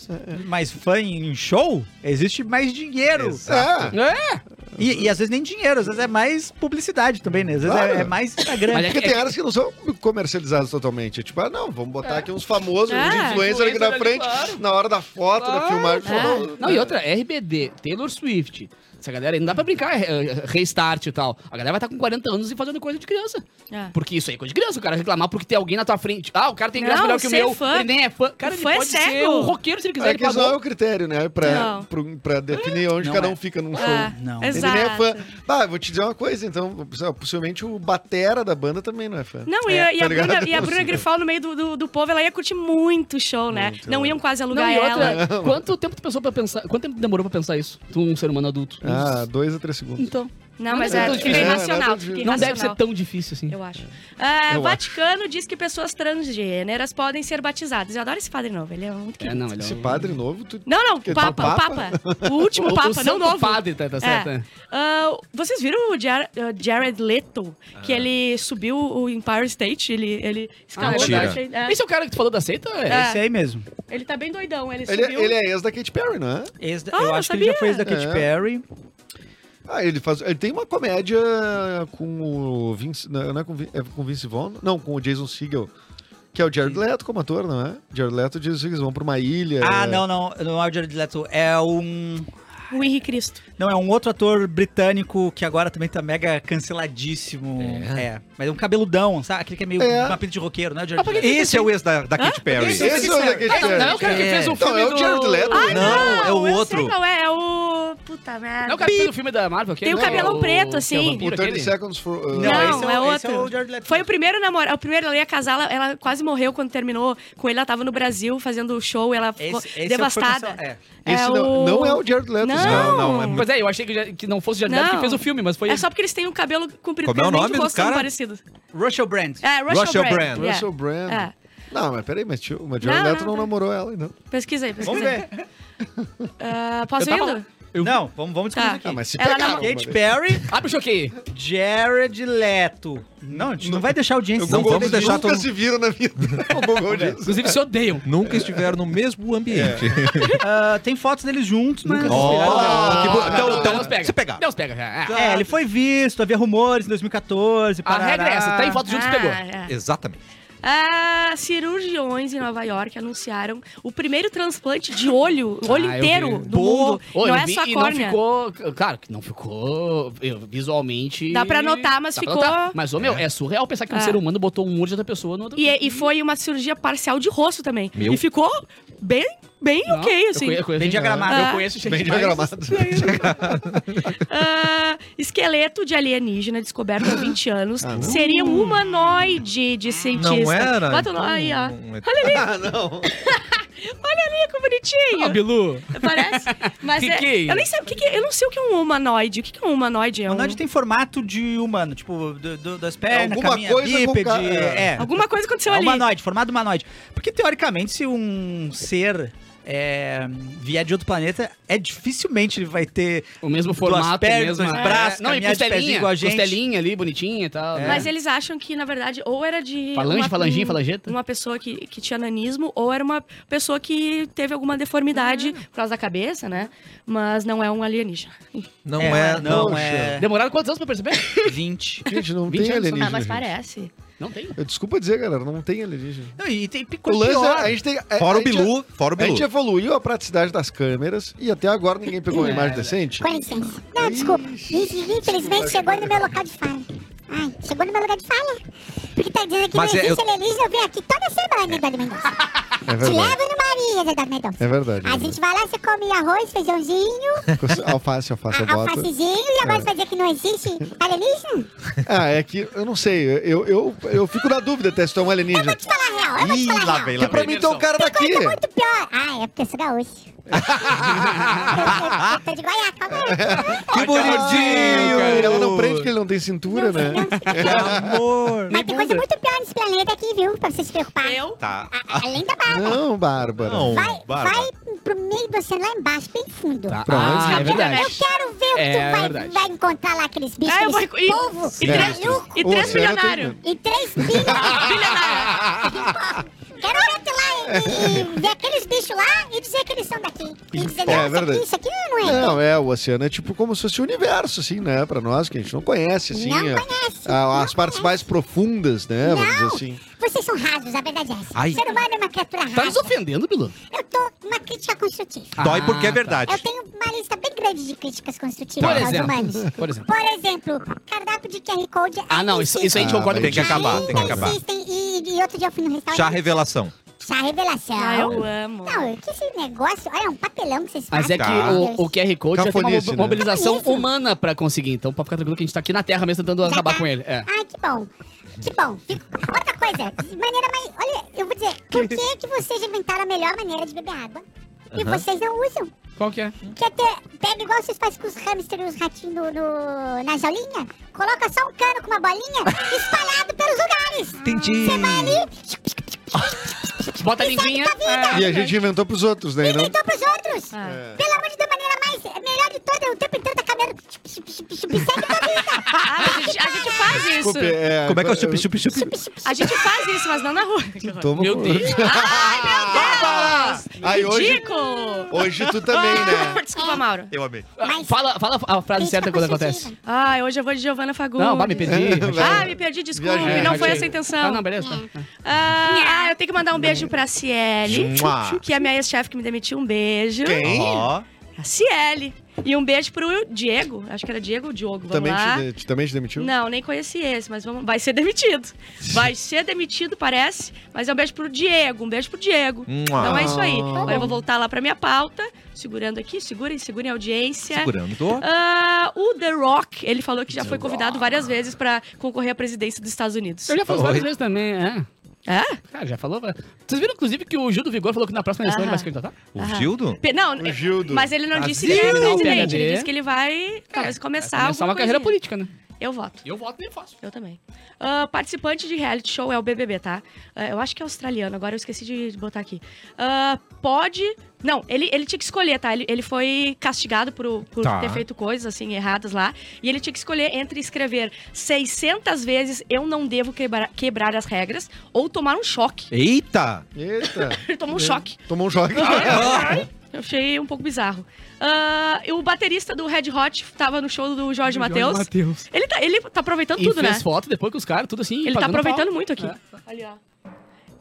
[SPEAKER 5] Mais fã em show, existe mais dinheiro.
[SPEAKER 4] É.
[SPEAKER 2] É,
[SPEAKER 5] E, e às vezes nem dinheiro, às vezes é mais publicidade também, né? Às vezes
[SPEAKER 4] Claro.
[SPEAKER 5] é, é mais Instagram.
[SPEAKER 2] Mas é
[SPEAKER 4] Porque tem áreas que não são comercializadas totalmente. É tipo, ah, não, vamos botar aqui uns famosos,
[SPEAKER 3] É.
[SPEAKER 4] uns influencers aqui
[SPEAKER 2] Influencer ali,
[SPEAKER 4] na frente,
[SPEAKER 2] claro.
[SPEAKER 4] na hora da foto, tipo, da
[SPEAKER 2] Claro.
[SPEAKER 4] filmagem.
[SPEAKER 3] É.
[SPEAKER 4] falou,
[SPEAKER 2] Não, e outra, RBD, Taylor Swift. Essa galera aí não dá pra brincar, é, é, restart e tal. A galera vai estar com 40 anos e fazendo coisa de criança.
[SPEAKER 3] É.
[SPEAKER 2] Porque isso aí é coisa de criança, o cara reclamar porque tem alguém na tua frente. Ah, o cara tem ingresso
[SPEAKER 3] Não,
[SPEAKER 2] melhor que o
[SPEAKER 3] ser
[SPEAKER 2] meu.
[SPEAKER 3] fã.
[SPEAKER 2] Ele nem é fã. Cara, ele
[SPEAKER 3] Fã é
[SPEAKER 2] pode ser
[SPEAKER 3] cego.
[SPEAKER 2] um roqueiro se ele quiser,
[SPEAKER 4] É
[SPEAKER 2] ele
[SPEAKER 4] que isso não é
[SPEAKER 2] pagou.
[SPEAKER 4] o critério, né? Pra,
[SPEAKER 3] Não.
[SPEAKER 4] pro- pra definir onde
[SPEAKER 5] Não
[SPEAKER 4] cada
[SPEAKER 5] é.
[SPEAKER 4] um fica num show.
[SPEAKER 3] É,
[SPEAKER 5] Não.
[SPEAKER 4] Ele
[SPEAKER 3] Exato.
[SPEAKER 4] nem é fã. Ah, vou te dizer uma coisa, então. Possivelmente o Batera da banda também não é fã.
[SPEAKER 3] Não, e,
[SPEAKER 4] É,
[SPEAKER 3] a- e
[SPEAKER 4] tá
[SPEAKER 3] a
[SPEAKER 4] ligado?
[SPEAKER 3] Bruna, e a Bruna Grifal no meio do, do, do povo, ela ia curtir muito o show, né?
[SPEAKER 4] Muito,
[SPEAKER 3] não
[SPEAKER 4] é.
[SPEAKER 3] iam quase
[SPEAKER 2] Não,
[SPEAKER 3] alugar
[SPEAKER 2] e
[SPEAKER 3] ela.
[SPEAKER 2] outra, quanto tempo tu pensou pra pensar? Quanto tempo demorou pra pensar isso? Tu, um ser humano adulto?
[SPEAKER 4] Ah, dois a três segundos.
[SPEAKER 2] Então.
[SPEAKER 3] Não, mas
[SPEAKER 2] Não
[SPEAKER 3] é,
[SPEAKER 2] é tão
[SPEAKER 3] fiquei
[SPEAKER 2] difícil.
[SPEAKER 4] É, não é tão
[SPEAKER 3] irracional.
[SPEAKER 4] difícil.
[SPEAKER 3] fiquei
[SPEAKER 2] Não
[SPEAKER 3] irracional.
[SPEAKER 2] deve ser tão difícil assim.
[SPEAKER 3] Eu acho. É,
[SPEAKER 4] Eu
[SPEAKER 3] o Vaticano diz que pessoas transgêneras podem ser batizadas. Eu adoro esse padre novo, ele é muito
[SPEAKER 2] É,
[SPEAKER 3] querido.
[SPEAKER 2] não, ele é
[SPEAKER 4] Esse
[SPEAKER 2] um-
[SPEAKER 4] padre novo, tu...
[SPEAKER 3] Não, não,
[SPEAKER 4] Que
[SPEAKER 3] o Papa,
[SPEAKER 4] tal
[SPEAKER 3] o Papa. O último
[SPEAKER 2] O-
[SPEAKER 3] Papa,
[SPEAKER 2] o
[SPEAKER 3] não
[SPEAKER 2] santo
[SPEAKER 3] o novo.
[SPEAKER 2] padre, tá, tá certo?
[SPEAKER 3] É.
[SPEAKER 2] é.
[SPEAKER 3] Ah, vocês viram o Jar- ah, Jared Leto? Que ele subiu o Empire State, ele, ele escalou.
[SPEAKER 2] é
[SPEAKER 1] mentira.
[SPEAKER 3] achei- é.
[SPEAKER 2] Esse é o cara que tu falou da seita? É.
[SPEAKER 5] É isso aí mesmo.
[SPEAKER 3] Ele tá bem doidão, ele,
[SPEAKER 4] ele,
[SPEAKER 3] subiu.
[SPEAKER 4] ele é ex da Katy Perry, não é?
[SPEAKER 5] Ex da-
[SPEAKER 3] Ah,
[SPEAKER 5] eu
[SPEAKER 3] não
[SPEAKER 5] acho que ele já
[SPEAKER 3] sabia.
[SPEAKER 5] foi ex da Katy
[SPEAKER 4] É.
[SPEAKER 5] Perry.
[SPEAKER 4] Ah, ele faz. Ele tem uma comédia com o Vince. Não não é com, o Vin- é com o Vince Vaughn? Não, com o Jason Segel. Que é o Jared Leto como ator, não é? Jared Leto e Jason Segel vão pra uma ilha.
[SPEAKER 5] Ah, não, não. Não é o Jared Leto. É um...
[SPEAKER 3] O Henri Cristo.
[SPEAKER 5] Não, é um outro ator britânico que agora também tá mega canceladíssimo. É. Mas é um cabeludão, sabe? Aquele que é meio
[SPEAKER 4] É.
[SPEAKER 5] uma pinta de roqueiro, né? o
[SPEAKER 2] Ah,
[SPEAKER 5] Jared
[SPEAKER 2] por que
[SPEAKER 5] Leto?
[SPEAKER 1] Esse é o ex da, da Katy Perry.
[SPEAKER 4] Esse é o da Katy
[SPEAKER 2] Ah, não,
[SPEAKER 4] Perry.
[SPEAKER 2] não é o cara que
[SPEAKER 5] É.
[SPEAKER 2] fez o
[SPEAKER 4] Então,
[SPEAKER 2] filme
[SPEAKER 4] é o
[SPEAKER 2] do...
[SPEAKER 4] Jared Leto.
[SPEAKER 3] Ah,
[SPEAKER 1] não, é o
[SPEAKER 3] eu
[SPEAKER 1] outro.
[SPEAKER 3] Sei qual é, é o... Puta merda.
[SPEAKER 2] Não é o cara que fez o filme da Marvel? aquele?
[SPEAKER 3] Tem o
[SPEAKER 2] Não,
[SPEAKER 3] cabelão
[SPEAKER 2] o-
[SPEAKER 3] preto,
[SPEAKER 2] que é o
[SPEAKER 3] assim.
[SPEAKER 2] vampiro,
[SPEAKER 4] O 30
[SPEAKER 2] aquele?
[SPEAKER 4] Seconds for. uh,
[SPEAKER 3] Não,
[SPEAKER 5] esse
[SPEAKER 3] é
[SPEAKER 5] Esse é
[SPEAKER 3] outro.
[SPEAKER 5] o Jared Leto.
[SPEAKER 3] Foi o primeiro namorado. O primeiro, ela ia casar, ela, ela quase morreu quando terminou com ele. Ela tava no Brasil fazendo o show e ela ficou
[SPEAKER 5] Esse- esse é o que foi
[SPEAKER 3] devastada.
[SPEAKER 5] cancel- é.
[SPEAKER 4] esse não, não é o Jared Leto.
[SPEAKER 3] Não.
[SPEAKER 4] esse
[SPEAKER 1] Não, não, é muito...
[SPEAKER 2] Pois é, eu achei que, já- que não fosse o Jared Leto que
[SPEAKER 3] Não.
[SPEAKER 2] fez o filme, mas foi...
[SPEAKER 3] É só porque eles têm um cabelo comprido.
[SPEAKER 1] Como é o
[SPEAKER 3] eles nem
[SPEAKER 1] nome
[SPEAKER 3] de
[SPEAKER 1] do
[SPEAKER 3] rosto são
[SPEAKER 1] cara?
[SPEAKER 3] parecidos.
[SPEAKER 5] Russell Brand.
[SPEAKER 3] É, Russell,
[SPEAKER 1] Russell
[SPEAKER 3] Brand.
[SPEAKER 1] Brand.
[SPEAKER 3] yeah.
[SPEAKER 4] Russell Brand.
[SPEAKER 3] É.
[SPEAKER 4] Não, mas peraí, mas, tio, mas Jared
[SPEAKER 3] Não,
[SPEAKER 4] Leto não,
[SPEAKER 3] não, não.
[SPEAKER 4] namorou ela então. ainda.
[SPEAKER 3] Pesquisa aí, pesquisa
[SPEAKER 5] Vamos
[SPEAKER 3] aí.
[SPEAKER 5] ver.
[SPEAKER 3] Ah, posso
[SPEAKER 2] Eu
[SPEAKER 3] ir?
[SPEAKER 2] tava-
[SPEAKER 3] indo?
[SPEAKER 5] Não, vamos, vamos
[SPEAKER 3] Tá.
[SPEAKER 5] discutir
[SPEAKER 4] Ah,
[SPEAKER 5] aqui.
[SPEAKER 4] mas se
[SPEAKER 3] Ela
[SPEAKER 4] pegaram.
[SPEAKER 3] namorou-
[SPEAKER 5] Kate Perry,
[SPEAKER 2] Abre o choquei.
[SPEAKER 5] Jared Leto. Não, a gente não vai deixar a audiência.
[SPEAKER 1] Não
[SPEAKER 5] saber
[SPEAKER 1] vamos
[SPEAKER 5] disso.
[SPEAKER 1] deixar
[SPEAKER 4] Nunca
[SPEAKER 1] todo-
[SPEAKER 4] se viram na vida. o Google diz.
[SPEAKER 2] Inclusive, se odeiam.
[SPEAKER 1] Nunca estiveram no mesmo ambiente.
[SPEAKER 5] Ah, tem fotos deles juntos, mas...
[SPEAKER 1] Oh, que bo- Então, então,
[SPEAKER 2] Deus pega.
[SPEAKER 1] se pegar.
[SPEAKER 2] Deus pega. Ah, ah.
[SPEAKER 5] É, ele foi visto, havia rumores em 2014.
[SPEAKER 2] A
[SPEAKER 5] parará.
[SPEAKER 2] regra é essa, tá em foto juntos,
[SPEAKER 3] Ah,
[SPEAKER 2] pegou.
[SPEAKER 3] é.
[SPEAKER 1] Exatamente.
[SPEAKER 3] Ah, cirurgiões em Nova York anunciaram o primeiro transplante de olho, o olho
[SPEAKER 2] Ah, eu
[SPEAKER 3] inteiro
[SPEAKER 2] vi.
[SPEAKER 3] do mundo.
[SPEAKER 2] Ô,
[SPEAKER 3] não
[SPEAKER 2] eu
[SPEAKER 3] é
[SPEAKER 2] vi
[SPEAKER 3] só a
[SPEAKER 2] e não
[SPEAKER 3] córnea.
[SPEAKER 2] ficou. Claro que não ficou eu, visualmente.
[SPEAKER 3] Dá pra notar, mas
[SPEAKER 2] Dá pra
[SPEAKER 3] ficou.
[SPEAKER 2] notar. Mas, ô, meu, é surreal pensar que um
[SPEAKER 3] É.
[SPEAKER 2] ser humano botou um olho de outra pessoa no outro.
[SPEAKER 3] E, e foi uma cirurgia parcial de rosto também.
[SPEAKER 1] Meu.
[SPEAKER 3] E ficou bem, bem
[SPEAKER 2] Não,
[SPEAKER 3] ok,
[SPEAKER 2] eu
[SPEAKER 3] assim.
[SPEAKER 2] conhe- eu conheço gente-
[SPEAKER 5] Bem diagramado.
[SPEAKER 2] Eu
[SPEAKER 3] Ah.
[SPEAKER 2] conheço gente
[SPEAKER 4] Bem
[SPEAKER 2] mais-
[SPEAKER 4] diagramado.
[SPEAKER 3] Ah, esqueleto de alienígena descoberto há 20 anos.
[SPEAKER 4] Ah, não.
[SPEAKER 3] Seria um humanoide de cientista.
[SPEAKER 1] Não era?
[SPEAKER 3] tá- Bota o nome aí, ó.
[SPEAKER 1] Então, é-
[SPEAKER 4] Ah, não.
[SPEAKER 3] Olha que bonitinho.
[SPEAKER 2] Ah, Bilu.
[SPEAKER 3] Parece. Mas é-
[SPEAKER 2] Fiquei.
[SPEAKER 3] eu nem sei o que, que- Eu não sei o que é um humanoide. O que, que é um humanoide? É um-
[SPEAKER 5] Humanoide tem formato de humano, tipo, do- do- das pernas,
[SPEAKER 4] Alguma
[SPEAKER 5] caminha
[SPEAKER 4] coisa com
[SPEAKER 5] bípede.
[SPEAKER 4] ca-
[SPEAKER 5] É.
[SPEAKER 3] um, Alguma coisa aconteceu
[SPEAKER 5] É
[SPEAKER 3] ali.
[SPEAKER 5] humanoide, formado humanoide. Porque, teoricamente, se um ser é, vier de outro planeta, é dificilmente ele vai ter...
[SPEAKER 2] O mesmo
[SPEAKER 5] Duas
[SPEAKER 2] formato, o
[SPEAKER 5] pernas,
[SPEAKER 2] mesmo
[SPEAKER 5] dois braços,
[SPEAKER 2] Não, e
[SPEAKER 5] caminhar de pezinho
[SPEAKER 2] costelinha.
[SPEAKER 5] igual a gente. É.
[SPEAKER 2] Costelinha ali, bonitinha e tal. né?
[SPEAKER 3] Mas eles acham que, na verdade, ou era de.
[SPEAKER 2] É. Falange,
[SPEAKER 3] uma-
[SPEAKER 2] falanginha,
[SPEAKER 3] um-
[SPEAKER 2] falangeta?
[SPEAKER 3] Uma pessoa que, que tinha nanismo, ou era uma pessoa que teve alguma deformidade por causa da cabeça, né? Mas não é um alienígena.
[SPEAKER 1] Não é,
[SPEAKER 5] Não,
[SPEAKER 4] poxa.
[SPEAKER 5] é...
[SPEAKER 2] Demoraram quantos anos pra perceber?
[SPEAKER 5] 20.
[SPEAKER 4] Gente, não
[SPEAKER 2] 20
[SPEAKER 4] tem
[SPEAKER 2] anos só.
[SPEAKER 4] alienígena.
[SPEAKER 3] Ah, mas
[SPEAKER 4] gente.
[SPEAKER 3] parece.
[SPEAKER 2] Não tem.
[SPEAKER 4] Eu- Desculpa dizer, galera, não tem alienígena.
[SPEAKER 5] Não, e tem pico
[SPEAKER 4] O lance é,
[SPEAKER 5] pior.
[SPEAKER 4] a gente tem. é,
[SPEAKER 1] Fora
[SPEAKER 4] a
[SPEAKER 1] o
[SPEAKER 4] gente-
[SPEAKER 1] Bilu, fora o
[SPEAKER 4] A gente
[SPEAKER 1] Bilu.
[SPEAKER 4] evoluiu a praticidade das câmeras e até agora ninguém pegou uma imagem decente.
[SPEAKER 7] Com licença. Não, desculpa. Infelizmente chegou no meu local de falha. Ai, chegou no meu lugar de falha. Porque tá dizendo que
[SPEAKER 1] Mas
[SPEAKER 7] não
[SPEAKER 1] é,
[SPEAKER 7] existe alienígena, eu venho aqui toda semana, Eduardo Mendonça.
[SPEAKER 4] É
[SPEAKER 7] Te
[SPEAKER 4] verdade.
[SPEAKER 7] levo no Maria, Eduardo Mendonça.
[SPEAKER 4] É verdade.
[SPEAKER 7] A gente vai lá, você come arroz, feijãozinho,
[SPEAKER 4] Alface, alface, eu
[SPEAKER 7] a-
[SPEAKER 4] boto.
[SPEAKER 7] alfacezinho e
[SPEAKER 4] É.
[SPEAKER 7] agora você vai dizer que não existe alienígena?
[SPEAKER 4] Ah, é que eu não sei. Eu, eu, eu fico na dúvida até se tu é um
[SPEAKER 7] Eu vou
[SPEAKER 4] alienígena.
[SPEAKER 7] te falar a real, eu vou te falar a real.
[SPEAKER 4] Porque pra mim tu é um cara daqui.
[SPEAKER 7] Muito pior. Ah, é porque eu sou gaúcho. eu, eu- eu tô de Goiás, calma aí.
[SPEAKER 1] Que bonitinho!
[SPEAKER 4] Ela não prende porque ele não tem cintura, né?
[SPEAKER 5] Amor.
[SPEAKER 7] Mas tem coisa muito pior nesse planeta aqui, viu? Pra você se preocupar.
[SPEAKER 3] Eu?
[SPEAKER 1] Tá.
[SPEAKER 7] A- Além da barba.
[SPEAKER 4] É, Não, Bárbara.
[SPEAKER 1] Não,
[SPEAKER 7] Vai,
[SPEAKER 1] Bárbara.
[SPEAKER 7] vai pro meio do oceano, lá embaixo, bem fundo. Tá
[SPEAKER 2] Ah, é verdade.
[SPEAKER 7] Eu quero ver o que
[SPEAKER 2] É
[SPEAKER 7] tu vai,
[SPEAKER 2] verdade.
[SPEAKER 7] vai encontrar lá, aqueles bichos,
[SPEAKER 3] Ah, eu
[SPEAKER 7] aqueles
[SPEAKER 3] vou- e-
[SPEAKER 7] polvo,
[SPEAKER 3] E três,
[SPEAKER 7] maluco,
[SPEAKER 3] e
[SPEAKER 4] O
[SPEAKER 3] três
[SPEAKER 4] oceano
[SPEAKER 3] milionários.
[SPEAKER 7] e três bilhões. quero ver tu lá e, e ver aqueles bichos lá e dizer que eles são daqui. E dizer, não,
[SPEAKER 4] É
[SPEAKER 7] isso aqui,
[SPEAKER 4] verdade.
[SPEAKER 7] isso aqui não é.
[SPEAKER 4] Não, é, o oceano é tipo como se fosse o universo, assim, né? Pra nós, que a gente não conhece, assim.
[SPEAKER 7] Não
[SPEAKER 4] é-
[SPEAKER 7] conhece,
[SPEAKER 2] Ah,
[SPEAKER 4] a-
[SPEAKER 7] não
[SPEAKER 4] as partes
[SPEAKER 7] conhece.
[SPEAKER 4] mais profundas, né? Vamos dizer assim.
[SPEAKER 7] Vocês são rasos, a verdade é essa.
[SPEAKER 1] Ai.
[SPEAKER 7] O ser humano é uma criatura rasa.
[SPEAKER 2] Tá nos ofendendo, Bilu?
[SPEAKER 7] Eu tô uma crítica construtiva.
[SPEAKER 1] Dói porque é
[SPEAKER 2] Ah, tá.
[SPEAKER 1] verdade.
[SPEAKER 7] Eu tenho uma lista bem grande de críticas construtivas
[SPEAKER 2] Por
[SPEAKER 7] aos
[SPEAKER 2] exemplo,
[SPEAKER 7] humanos.
[SPEAKER 2] por exemplo.
[SPEAKER 7] Por exemplo, cardápio de QR Code.
[SPEAKER 2] Ah, não, isso, isso a gente
[SPEAKER 4] Ah,
[SPEAKER 2] concorda
[SPEAKER 4] mas
[SPEAKER 1] Tem que
[SPEAKER 2] com a gente.
[SPEAKER 1] acabar, tem que
[SPEAKER 7] ainda
[SPEAKER 1] acabar.
[SPEAKER 7] Existem, e, e outro dia eu fui no restaurante.
[SPEAKER 1] Chá revelação.
[SPEAKER 7] Chá revelação.
[SPEAKER 3] Ah, eu amo.
[SPEAKER 7] Não, é que esse negócio, olha, é um papelão que vocês
[SPEAKER 2] Mas
[SPEAKER 7] fazem.
[SPEAKER 2] é que o, o QR Code já tem uma
[SPEAKER 4] Cafonice,
[SPEAKER 2] mo-
[SPEAKER 4] né?
[SPEAKER 2] mobilização
[SPEAKER 7] Cafonice.
[SPEAKER 2] humana pra conseguir. Então, pode ficar tranquilo que a gente tá aqui na Terra mesmo tentando
[SPEAKER 7] Já
[SPEAKER 2] acabar
[SPEAKER 7] tá.
[SPEAKER 2] com ele. É.
[SPEAKER 7] Ai, que bom. Que bom. Fico- Outra coisa, de maneira mais. Olha, eu vou dizer, por que, que vocês inventaram a melhor maneira de beber água? E vocês não usam.
[SPEAKER 2] Qual que é?
[SPEAKER 7] Quer ter. Pega igual vocês fazem com os hamsters e os ratinhos no, no- na jaulinha. Coloca só um cano com uma bolinha espalhado pelos lugares.
[SPEAKER 1] Entendi.
[SPEAKER 7] Você vai ali,
[SPEAKER 2] Bota a
[SPEAKER 7] tá
[SPEAKER 2] linguinha. é.
[SPEAKER 4] E a gente inventou pros outros, né? E não-
[SPEAKER 7] inventou pros outros.
[SPEAKER 3] Ah.
[SPEAKER 7] Pelo amor de Deus, maneira mais. Melhor de toda, o tempo inteiro tá caminhando. Segue tua vida.
[SPEAKER 3] Ah, a, gente, a gente faz isso.
[SPEAKER 4] Desculpe, é,
[SPEAKER 1] Como é que é o chup, chup, chup?
[SPEAKER 3] A gente faz isso, mas não na rua. Que horror.
[SPEAKER 4] Toma
[SPEAKER 2] Meu
[SPEAKER 4] com-
[SPEAKER 2] Deus.
[SPEAKER 3] Ai, meu Deus!
[SPEAKER 4] Aí hoje,
[SPEAKER 3] Ridículo! Ah,
[SPEAKER 4] hoje tu também, né?
[SPEAKER 3] Desculpa, Mauro.
[SPEAKER 1] Eu amei.
[SPEAKER 7] Mas-
[SPEAKER 2] Fala, fala a frase
[SPEAKER 7] Crítica
[SPEAKER 3] tá
[SPEAKER 2] certa quando
[SPEAKER 7] construtiva.
[SPEAKER 2] acontece.
[SPEAKER 3] Ai, hoje eu vou de Giovana Fagundes.
[SPEAKER 2] Não, vai me pedir.
[SPEAKER 3] Ah, me perdi, desculpe,
[SPEAKER 4] Viajei,
[SPEAKER 3] não foi
[SPEAKER 4] viajei.
[SPEAKER 3] essa a intenção.
[SPEAKER 2] Ah, não, beleza. tá.
[SPEAKER 3] Ah, ah, eu tenho que mandar um beijo pra Ciele,
[SPEAKER 1] Mua.
[SPEAKER 3] que é a minha ex-chefe que me demitiu. Um beijo.
[SPEAKER 4] Quem?
[SPEAKER 1] Ó,
[SPEAKER 3] A Ciele. E um beijo pro Diego. Acho que era Diego ou Diogo. Vamos
[SPEAKER 4] Também
[SPEAKER 3] lá.
[SPEAKER 4] te, de- te- também te demitiu?
[SPEAKER 3] Não, nem conheci esse, mas vamos... vai ser demitido. Vai ser demitido, parece. Mas é um beijo pro Diego. Um beijo pro Diego.
[SPEAKER 1] Mua. Tá
[SPEAKER 3] Então é isso aí.
[SPEAKER 4] Ah.
[SPEAKER 3] Agora eu vou voltar lá pra minha pauta. Segurando aqui, segurem, segurem a audiência.
[SPEAKER 1] segurando.
[SPEAKER 3] Ah, o The Rock, ele falou que já foi convidado várias vezes pra concorrer à presidência dos Estados Unidos.
[SPEAKER 2] Eu já falei
[SPEAKER 1] Oi.
[SPEAKER 2] várias vezes também, é.
[SPEAKER 3] É?
[SPEAKER 2] Cara, já falou. vai. Vocês viram, inclusive, que o Gil do Vigor falou que na próxima eleição ele vai se
[SPEAKER 3] É
[SPEAKER 2] candidatar?
[SPEAKER 1] O Gildo?
[SPEAKER 3] Pe- Não,
[SPEAKER 4] O Gildo.
[SPEAKER 3] mas ele não disse que
[SPEAKER 2] Brasil,
[SPEAKER 3] ele é presidente.
[SPEAKER 2] PhD.
[SPEAKER 3] Ele disse que ele vai talvez começar,
[SPEAKER 2] Vai começar
[SPEAKER 3] alguma
[SPEAKER 2] uma carreira
[SPEAKER 3] coisinha.
[SPEAKER 2] política, né?
[SPEAKER 3] Eu voto.
[SPEAKER 2] Eu voto nem faço.
[SPEAKER 3] Eu também. Ah, participante de reality show é o BBB, tá? Ah, eu acho que é australiano, agora eu esqueci de botar aqui. Ah, pode. Não, ele, ele tinha que escolher, tá? Ele, ele foi castigado por, por
[SPEAKER 1] Tá.
[SPEAKER 3] ter feito coisas, assim, erradas lá. E ele tinha que escolher entre escrever 600 vezes eu não devo quebrar, quebrar as regras ou tomar um choque.
[SPEAKER 1] Eita!
[SPEAKER 4] Eita.
[SPEAKER 3] Ele tomou um choque.
[SPEAKER 4] Tomou um choque.
[SPEAKER 3] é? Eu achei um pouco bizarro. Ah, e o baterista do Red Hot tava no show do Jorge Matheus. Ele tá, ele tá aproveitando
[SPEAKER 2] E
[SPEAKER 3] tudo,
[SPEAKER 2] fez
[SPEAKER 3] né?
[SPEAKER 2] foto depois que os caras, tudo assim.
[SPEAKER 3] Ele tá
[SPEAKER 2] pagando
[SPEAKER 3] aproveitando
[SPEAKER 2] pau.
[SPEAKER 3] muito aqui.
[SPEAKER 2] É.
[SPEAKER 3] Ali, ó.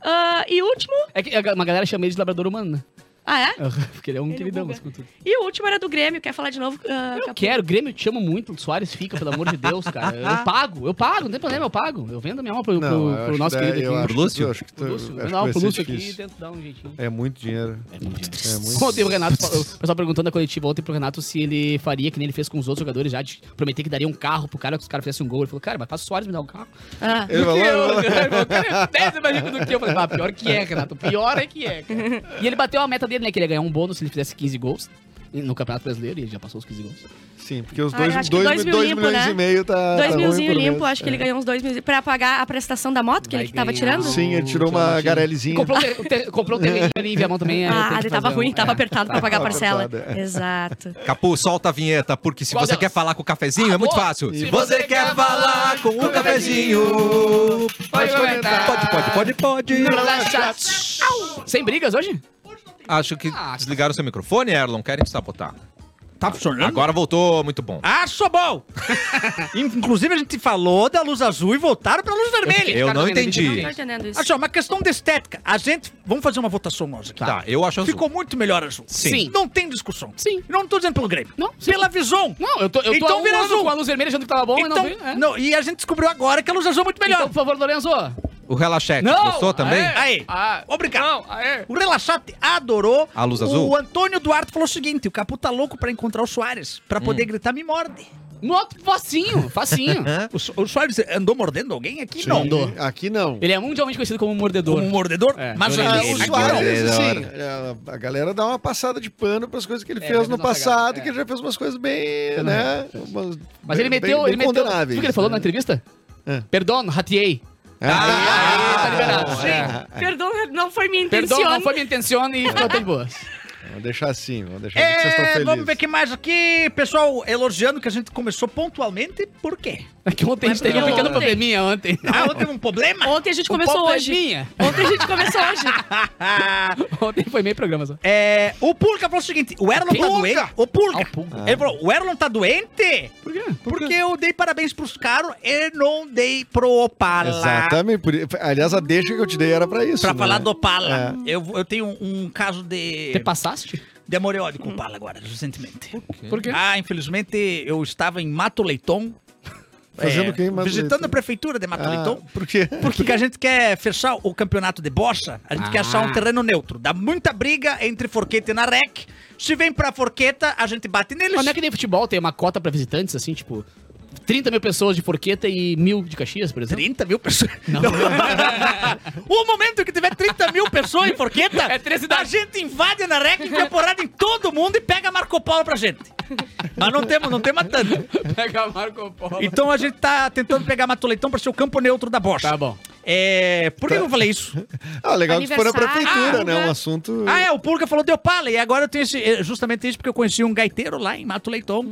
[SPEAKER 3] Ah, e último.
[SPEAKER 2] É que a- uma galera chama ele de labrador humano, né?
[SPEAKER 3] Ah, é?
[SPEAKER 2] Porque ele é um
[SPEAKER 3] Ele
[SPEAKER 2] queridão,
[SPEAKER 3] buga.
[SPEAKER 2] mas com tudo.
[SPEAKER 3] E o último era do Grêmio. Quer falar de novo? ah,
[SPEAKER 2] Eu
[SPEAKER 3] Capu?
[SPEAKER 2] quero, Grêmio, eu te amo muito. O Soares fica, pelo amor de Deus, cara. Eu pago, eu pago, não tem problema, eu pago. Eu vendo a minha alma pro, pro-
[SPEAKER 4] eu
[SPEAKER 2] pro
[SPEAKER 4] acho
[SPEAKER 2] nosso
[SPEAKER 4] que
[SPEAKER 2] querido
[SPEAKER 4] daí eu
[SPEAKER 2] aqui.
[SPEAKER 4] acho que-
[SPEAKER 2] né?
[SPEAKER 1] Lúcio?
[SPEAKER 4] eu acho que tu-
[SPEAKER 2] Pro Lúcio,
[SPEAKER 4] acho
[SPEAKER 2] eu
[SPEAKER 3] né?
[SPEAKER 4] que
[SPEAKER 2] vou dar uma
[SPEAKER 4] vai
[SPEAKER 2] pro
[SPEAKER 4] ser
[SPEAKER 2] Lúcio aqui e
[SPEAKER 4] difícil.
[SPEAKER 2] tento dar um jeitinho.
[SPEAKER 4] É muito dinheiro. É muito
[SPEAKER 2] Ontem o Renato, falou- o pessoal perguntando na coletiva ontem pro Renato se ele faria que nem ele fez com os outros jogadores já, de prometer que daria um carro pro cara, que os caras fizessem um gol. Ele falou, cara, mas passa o Soares me dar um carro.
[SPEAKER 3] Ah.
[SPEAKER 4] Ele falou,
[SPEAKER 2] Porque
[SPEAKER 4] "Ah,
[SPEAKER 2] eu- ele falou, cara, é 10 mais rico do que eu. Eu falei, ah, pior que é, Renato, pior é que é, cara. E ele bateu a meta dele, né, que ele ia ganhar um bônus se ele fizesse 15 gols no Campeonato Brasileiro, e ele já passou os 15 gols.
[SPEAKER 4] Sim, porque os
[SPEAKER 3] Ah,
[SPEAKER 4] dois,
[SPEAKER 3] eu acho que
[SPEAKER 4] dois,
[SPEAKER 3] dois mil
[SPEAKER 4] dois
[SPEAKER 3] limpo,
[SPEAKER 4] milhões
[SPEAKER 3] né?
[SPEAKER 4] e meio tá.
[SPEAKER 3] Dois
[SPEAKER 4] tá ruim
[SPEAKER 3] milzinho
[SPEAKER 4] por mês.
[SPEAKER 3] limpo, acho que ele ganhou uns dois milzinhos. Pra pagar a prestação da moto que
[SPEAKER 2] Vai
[SPEAKER 3] ele tava
[SPEAKER 2] ganhar
[SPEAKER 3] tirando?
[SPEAKER 2] um-
[SPEAKER 4] Sim, ele tirou
[SPEAKER 2] Tirou
[SPEAKER 4] uma
[SPEAKER 2] um
[SPEAKER 4] garelizinha.
[SPEAKER 2] Comprou um, ter, ter- comprou um terreninho ali em Viamão também. é, tem
[SPEAKER 3] Ah,
[SPEAKER 2] que
[SPEAKER 3] ele tava
[SPEAKER 2] fazer um-
[SPEAKER 3] ruim, tava
[SPEAKER 2] é.
[SPEAKER 3] apertado pra pagar a
[SPEAKER 4] Tava
[SPEAKER 3] parcela.
[SPEAKER 4] apertado,
[SPEAKER 3] Exato.
[SPEAKER 1] Capu, solta a vinheta, porque se
[SPEAKER 2] Qual
[SPEAKER 1] você
[SPEAKER 2] delas? Ah,
[SPEAKER 1] quer falar com o cafezinho, é muito
[SPEAKER 2] boa.
[SPEAKER 1] fácil.
[SPEAKER 2] Se
[SPEAKER 1] Se
[SPEAKER 2] você
[SPEAKER 1] você
[SPEAKER 2] quer
[SPEAKER 1] quer falar com o cafezinho,
[SPEAKER 2] Pode comentar.
[SPEAKER 1] pode, pode, pode, pode.
[SPEAKER 2] Relaxa. Au! Sem brigas hoje?
[SPEAKER 1] Acho que
[SPEAKER 2] Ah,
[SPEAKER 1] desligaram seu microfone, Erlon, querem te sabotar.
[SPEAKER 5] Tá funcionando?
[SPEAKER 1] Agora voltou, muito bom.
[SPEAKER 2] Ah,
[SPEAKER 5] Acho Ah, bom! Inclusive, a gente falou da luz azul e voltaram pra luz vermelha.
[SPEAKER 1] Eu
[SPEAKER 2] cara
[SPEAKER 1] não
[SPEAKER 2] também,
[SPEAKER 1] entendi.
[SPEAKER 3] Não tô entendendo isso.
[SPEAKER 5] Acho, uma questão de estética. A gente. Vamos fazer uma votação nós aqui.
[SPEAKER 1] Tá, eu acho azul.
[SPEAKER 5] Ficou muito melhor azul.
[SPEAKER 1] Sim.
[SPEAKER 2] Sim.
[SPEAKER 5] Não tem discussão.
[SPEAKER 2] Sim.
[SPEAKER 5] Não tô dizendo pelo Grêmio.
[SPEAKER 2] Não, sim.
[SPEAKER 5] Pela Visão.
[SPEAKER 2] Não, eu tô, eu tô
[SPEAKER 5] Então
[SPEAKER 2] há um
[SPEAKER 5] vira
[SPEAKER 2] ano
[SPEAKER 5] azul.
[SPEAKER 2] com a luz vermelha achando que tava bom, mas não
[SPEAKER 5] então,
[SPEAKER 2] veio. é.
[SPEAKER 5] não, e a gente descobriu agora que a luz azul é muito melhor.
[SPEAKER 2] Então, por favor, Lorenzo.
[SPEAKER 1] O Relaxete,
[SPEAKER 2] é.
[SPEAKER 1] gostou também?
[SPEAKER 2] aê,
[SPEAKER 5] Aí.
[SPEAKER 2] Ah,
[SPEAKER 5] Obrigado.
[SPEAKER 2] não, aê.
[SPEAKER 5] O Relaxate adorou.
[SPEAKER 1] A luz azul?
[SPEAKER 5] O Antônio Duarte falou o seguinte: o Capu tá louco pra encontrar o Soares, pra poder gritar me morde.
[SPEAKER 2] No Um outro, facinho, facinho.
[SPEAKER 5] O, So- o Soares andou mordendo alguém aqui?
[SPEAKER 4] Sim,
[SPEAKER 5] Não.
[SPEAKER 4] Aqui não.
[SPEAKER 2] Ele é mundialmente conhecido como um mordedor.
[SPEAKER 5] Como um mordedor?
[SPEAKER 2] É,
[SPEAKER 5] mas
[SPEAKER 2] eu
[SPEAKER 5] ah,
[SPEAKER 2] lembrei.
[SPEAKER 5] o
[SPEAKER 4] o
[SPEAKER 1] Ele
[SPEAKER 4] Soares,
[SPEAKER 1] é
[SPEAKER 4] assim, a- a galera dá uma passada de pano pras coisas que ele
[SPEAKER 2] É,
[SPEAKER 4] fez
[SPEAKER 2] mesmo
[SPEAKER 4] no
[SPEAKER 2] na
[SPEAKER 4] passado,
[SPEAKER 2] cagada,
[SPEAKER 4] que
[SPEAKER 2] é.
[SPEAKER 4] ele já fez umas coisas bem, né? umas-
[SPEAKER 2] Mas ele
[SPEAKER 4] bem-
[SPEAKER 2] meteu.
[SPEAKER 4] bem
[SPEAKER 2] ele meteu sabe
[SPEAKER 4] condenáveis,
[SPEAKER 2] o que ele falou
[SPEAKER 4] né?
[SPEAKER 2] na entrevista?
[SPEAKER 4] É.
[SPEAKER 2] Perdão, rateei.
[SPEAKER 4] Ah,
[SPEAKER 2] tá liberado.
[SPEAKER 4] bom,
[SPEAKER 2] É.
[SPEAKER 3] Perdão, não foi minha intenção.
[SPEAKER 2] Perdão, não foi minha intenção e ficou até de boa.
[SPEAKER 4] Vamos deixar assim, vamos deixar assim que vocês estão
[SPEAKER 5] É,
[SPEAKER 4] felizes.
[SPEAKER 5] vamos ver o que mais aqui. Pessoal, elogiando que a gente começou pontualmente. Por quê?
[SPEAKER 2] É que ontem a gente teve um
[SPEAKER 3] Ontem.
[SPEAKER 2] pequeno probleminha ontem.
[SPEAKER 5] Ah, ontem teve um problema?
[SPEAKER 3] Ontem a gente começou
[SPEAKER 2] é
[SPEAKER 3] hoje.
[SPEAKER 2] Probleminha.
[SPEAKER 3] Ontem a gente começou hoje.
[SPEAKER 5] Ah.
[SPEAKER 2] Ontem foi meio programa só.
[SPEAKER 5] É, o Pulca falou o seguinte: o Erlon tá
[SPEAKER 2] Pulca?
[SPEAKER 5] doente. O Pulca.
[SPEAKER 2] Ah, o Pulca.
[SPEAKER 5] Ele falou: o Erlon tá doente?
[SPEAKER 2] Por quê?
[SPEAKER 5] Porque eu dei parabéns pros caras e não dei pro Opala.
[SPEAKER 4] Exatamente. por- Aliás, a deixa que eu te dei era pra isso.
[SPEAKER 5] Pra
[SPEAKER 4] né?
[SPEAKER 5] falar do Opala. Eu, eu tenho um, um caso de,
[SPEAKER 3] É.
[SPEAKER 2] Você passaste?
[SPEAKER 5] de amoriode com o Opala agora, recentemente.
[SPEAKER 2] Por quê?
[SPEAKER 5] Ah, infelizmente eu estava em Mato Leiton.
[SPEAKER 4] Fazendo o quê em Mato
[SPEAKER 5] Visitando
[SPEAKER 4] Leitão?
[SPEAKER 5] a prefeitura de Mato
[SPEAKER 4] Ah,
[SPEAKER 5] Leiton.
[SPEAKER 4] por quê?
[SPEAKER 5] Porque a gente quer fechar o campeonato de bocha, a gente
[SPEAKER 2] Ah.
[SPEAKER 5] quer achar um terreno neutro. Dá muita briga entre Forqueta e Narec. Se vem pra Forqueta, a gente bate neles.
[SPEAKER 2] Mas não é que nem futebol, tem uma cota pra visitantes, assim, tipo, 30 mil pessoas de Forqueta e mil de Caxias, por exemplo?
[SPEAKER 5] 30 mil pessoas. Não. o momento que tiver 30 mil pessoas em Forqueta,
[SPEAKER 2] É três
[SPEAKER 5] a
[SPEAKER 2] cidades.
[SPEAKER 5] gente invade a Narec, enfia a porrada em todo mundo e pega Marco Polo pra gente. Mas não temos, não temos tanto.
[SPEAKER 2] Pega Marco Polo.
[SPEAKER 5] Então a gente tá tentando pegar Matoleitão pra ser o campo neutro da bocha.
[SPEAKER 2] Tá bom.
[SPEAKER 5] É, por que eu falei isso?
[SPEAKER 4] Ah, legal que foi na
[SPEAKER 3] Aniversário.
[SPEAKER 4] prefeitura,
[SPEAKER 3] Ah,
[SPEAKER 4] né? Um
[SPEAKER 3] né?
[SPEAKER 4] assunto.
[SPEAKER 5] Ah, é, o Pulga falou de Opala. E agora eu tenho esse, é, justamente isso, porque eu conheci um gaiteiro lá em Mato Leitão.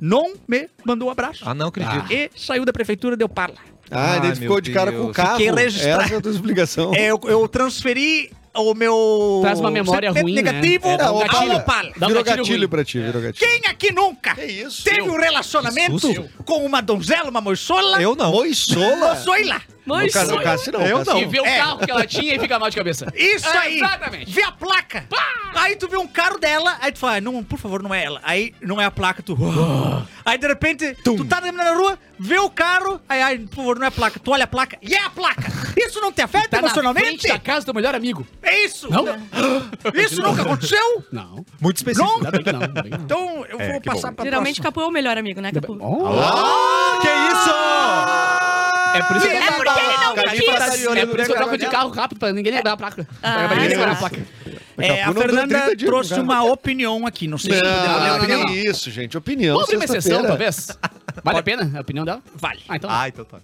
[SPEAKER 5] Não me mandou um abraço.
[SPEAKER 1] Ah, não acredito.
[SPEAKER 5] E saiu da prefeitura de Opala.
[SPEAKER 4] Ah, ele
[SPEAKER 1] Ai,
[SPEAKER 4] ficou
[SPEAKER 1] meu
[SPEAKER 4] de cara
[SPEAKER 1] Deus.
[SPEAKER 4] com o carro.
[SPEAKER 5] Fiquei registrado.
[SPEAKER 4] Essa é a tua explicação.
[SPEAKER 5] É, eu, eu transferi o meu.
[SPEAKER 2] Traz uma memória
[SPEAKER 5] sentimento
[SPEAKER 2] ruim, né?
[SPEAKER 5] negativo
[SPEAKER 2] É, dá
[SPEAKER 4] um
[SPEAKER 5] ao
[SPEAKER 4] gatilho.
[SPEAKER 5] Opala.
[SPEAKER 2] Dá um
[SPEAKER 4] virou
[SPEAKER 2] gatilho
[SPEAKER 4] gatilho,
[SPEAKER 2] ruim.
[SPEAKER 4] pra ti, virou gatilho.
[SPEAKER 5] Quem aqui nunca
[SPEAKER 4] Que isso?
[SPEAKER 5] teve
[SPEAKER 4] Eu.
[SPEAKER 5] um relacionamento
[SPEAKER 1] Que susto.
[SPEAKER 5] com uma donzela, uma moçola?
[SPEAKER 1] Eu não.
[SPEAKER 4] Moissola?
[SPEAKER 5] Moçoila.
[SPEAKER 3] Mas
[SPEAKER 4] Cara,
[SPEAKER 3] sou-
[SPEAKER 4] o Cassi não.
[SPEAKER 1] Eu
[SPEAKER 4] Cassi
[SPEAKER 1] não.
[SPEAKER 2] E vê o
[SPEAKER 5] É.
[SPEAKER 2] carro que ela tinha e fica mal de cabeça.
[SPEAKER 5] Isso
[SPEAKER 2] É,
[SPEAKER 5] aí!
[SPEAKER 2] exatamente.
[SPEAKER 5] Vê a placa! Aí tu vê um carro dela, aí tu fala, "Ah, não, por favor, não é ela. Aí não é a placa, tu. "Ah."
[SPEAKER 2] Ah.
[SPEAKER 5] Aí de repente, tu tá andando na rua, vê o carro, aí, ai, por favor, não é a placa. Tu olha a placa e é a placa! Isso não te afeta
[SPEAKER 2] Tá na
[SPEAKER 5] emocionalmente?
[SPEAKER 2] frente da casa do melhor amigo.
[SPEAKER 5] É isso!
[SPEAKER 2] Não?
[SPEAKER 5] Isso nunca aconteceu?
[SPEAKER 2] Não.
[SPEAKER 1] Muito específico.
[SPEAKER 2] Ainda bem que não. ainda bem É, que não.
[SPEAKER 5] Então eu vou
[SPEAKER 1] que
[SPEAKER 5] passar
[SPEAKER 1] bom.
[SPEAKER 5] pra
[SPEAKER 3] Geralmente
[SPEAKER 5] próxima.
[SPEAKER 3] Capu é o melhor amigo, né, Capu?
[SPEAKER 1] Que isso?
[SPEAKER 2] É por isso que eu
[SPEAKER 3] É
[SPEAKER 2] troco-
[SPEAKER 3] porque ele não me
[SPEAKER 4] Califa tá
[SPEAKER 3] quis.
[SPEAKER 4] de olho
[SPEAKER 2] é
[SPEAKER 4] no
[SPEAKER 2] por isso que
[SPEAKER 4] Grêmio
[SPEAKER 2] eu troco de
[SPEAKER 4] Granel.
[SPEAKER 2] carro rápido pra ninguém lembrar a placa.
[SPEAKER 3] Ah.
[SPEAKER 2] É, pra ninguém lembrar a placa.
[SPEAKER 5] É, a
[SPEAKER 2] Tá
[SPEAKER 4] Capu não deu 30
[SPEAKER 5] Fernanda
[SPEAKER 4] dias,
[SPEAKER 5] trouxe
[SPEAKER 4] cara.
[SPEAKER 5] uma opinião aqui, não sei se podemos
[SPEAKER 4] Não,
[SPEAKER 5] ler a
[SPEAKER 4] não,
[SPEAKER 5] opinião.
[SPEAKER 4] não, isso, gente. Opinião.
[SPEAKER 2] Vamos abrir uma exceção, tá
[SPEAKER 4] sexta-feira.
[SPEAKER 2] talvez? Vale a pena É a opinião dela?
[SPEAKER 5] Vale.
[SPEAKER 2] Ah, então.
[SPEAKER 1] Ah, então tá.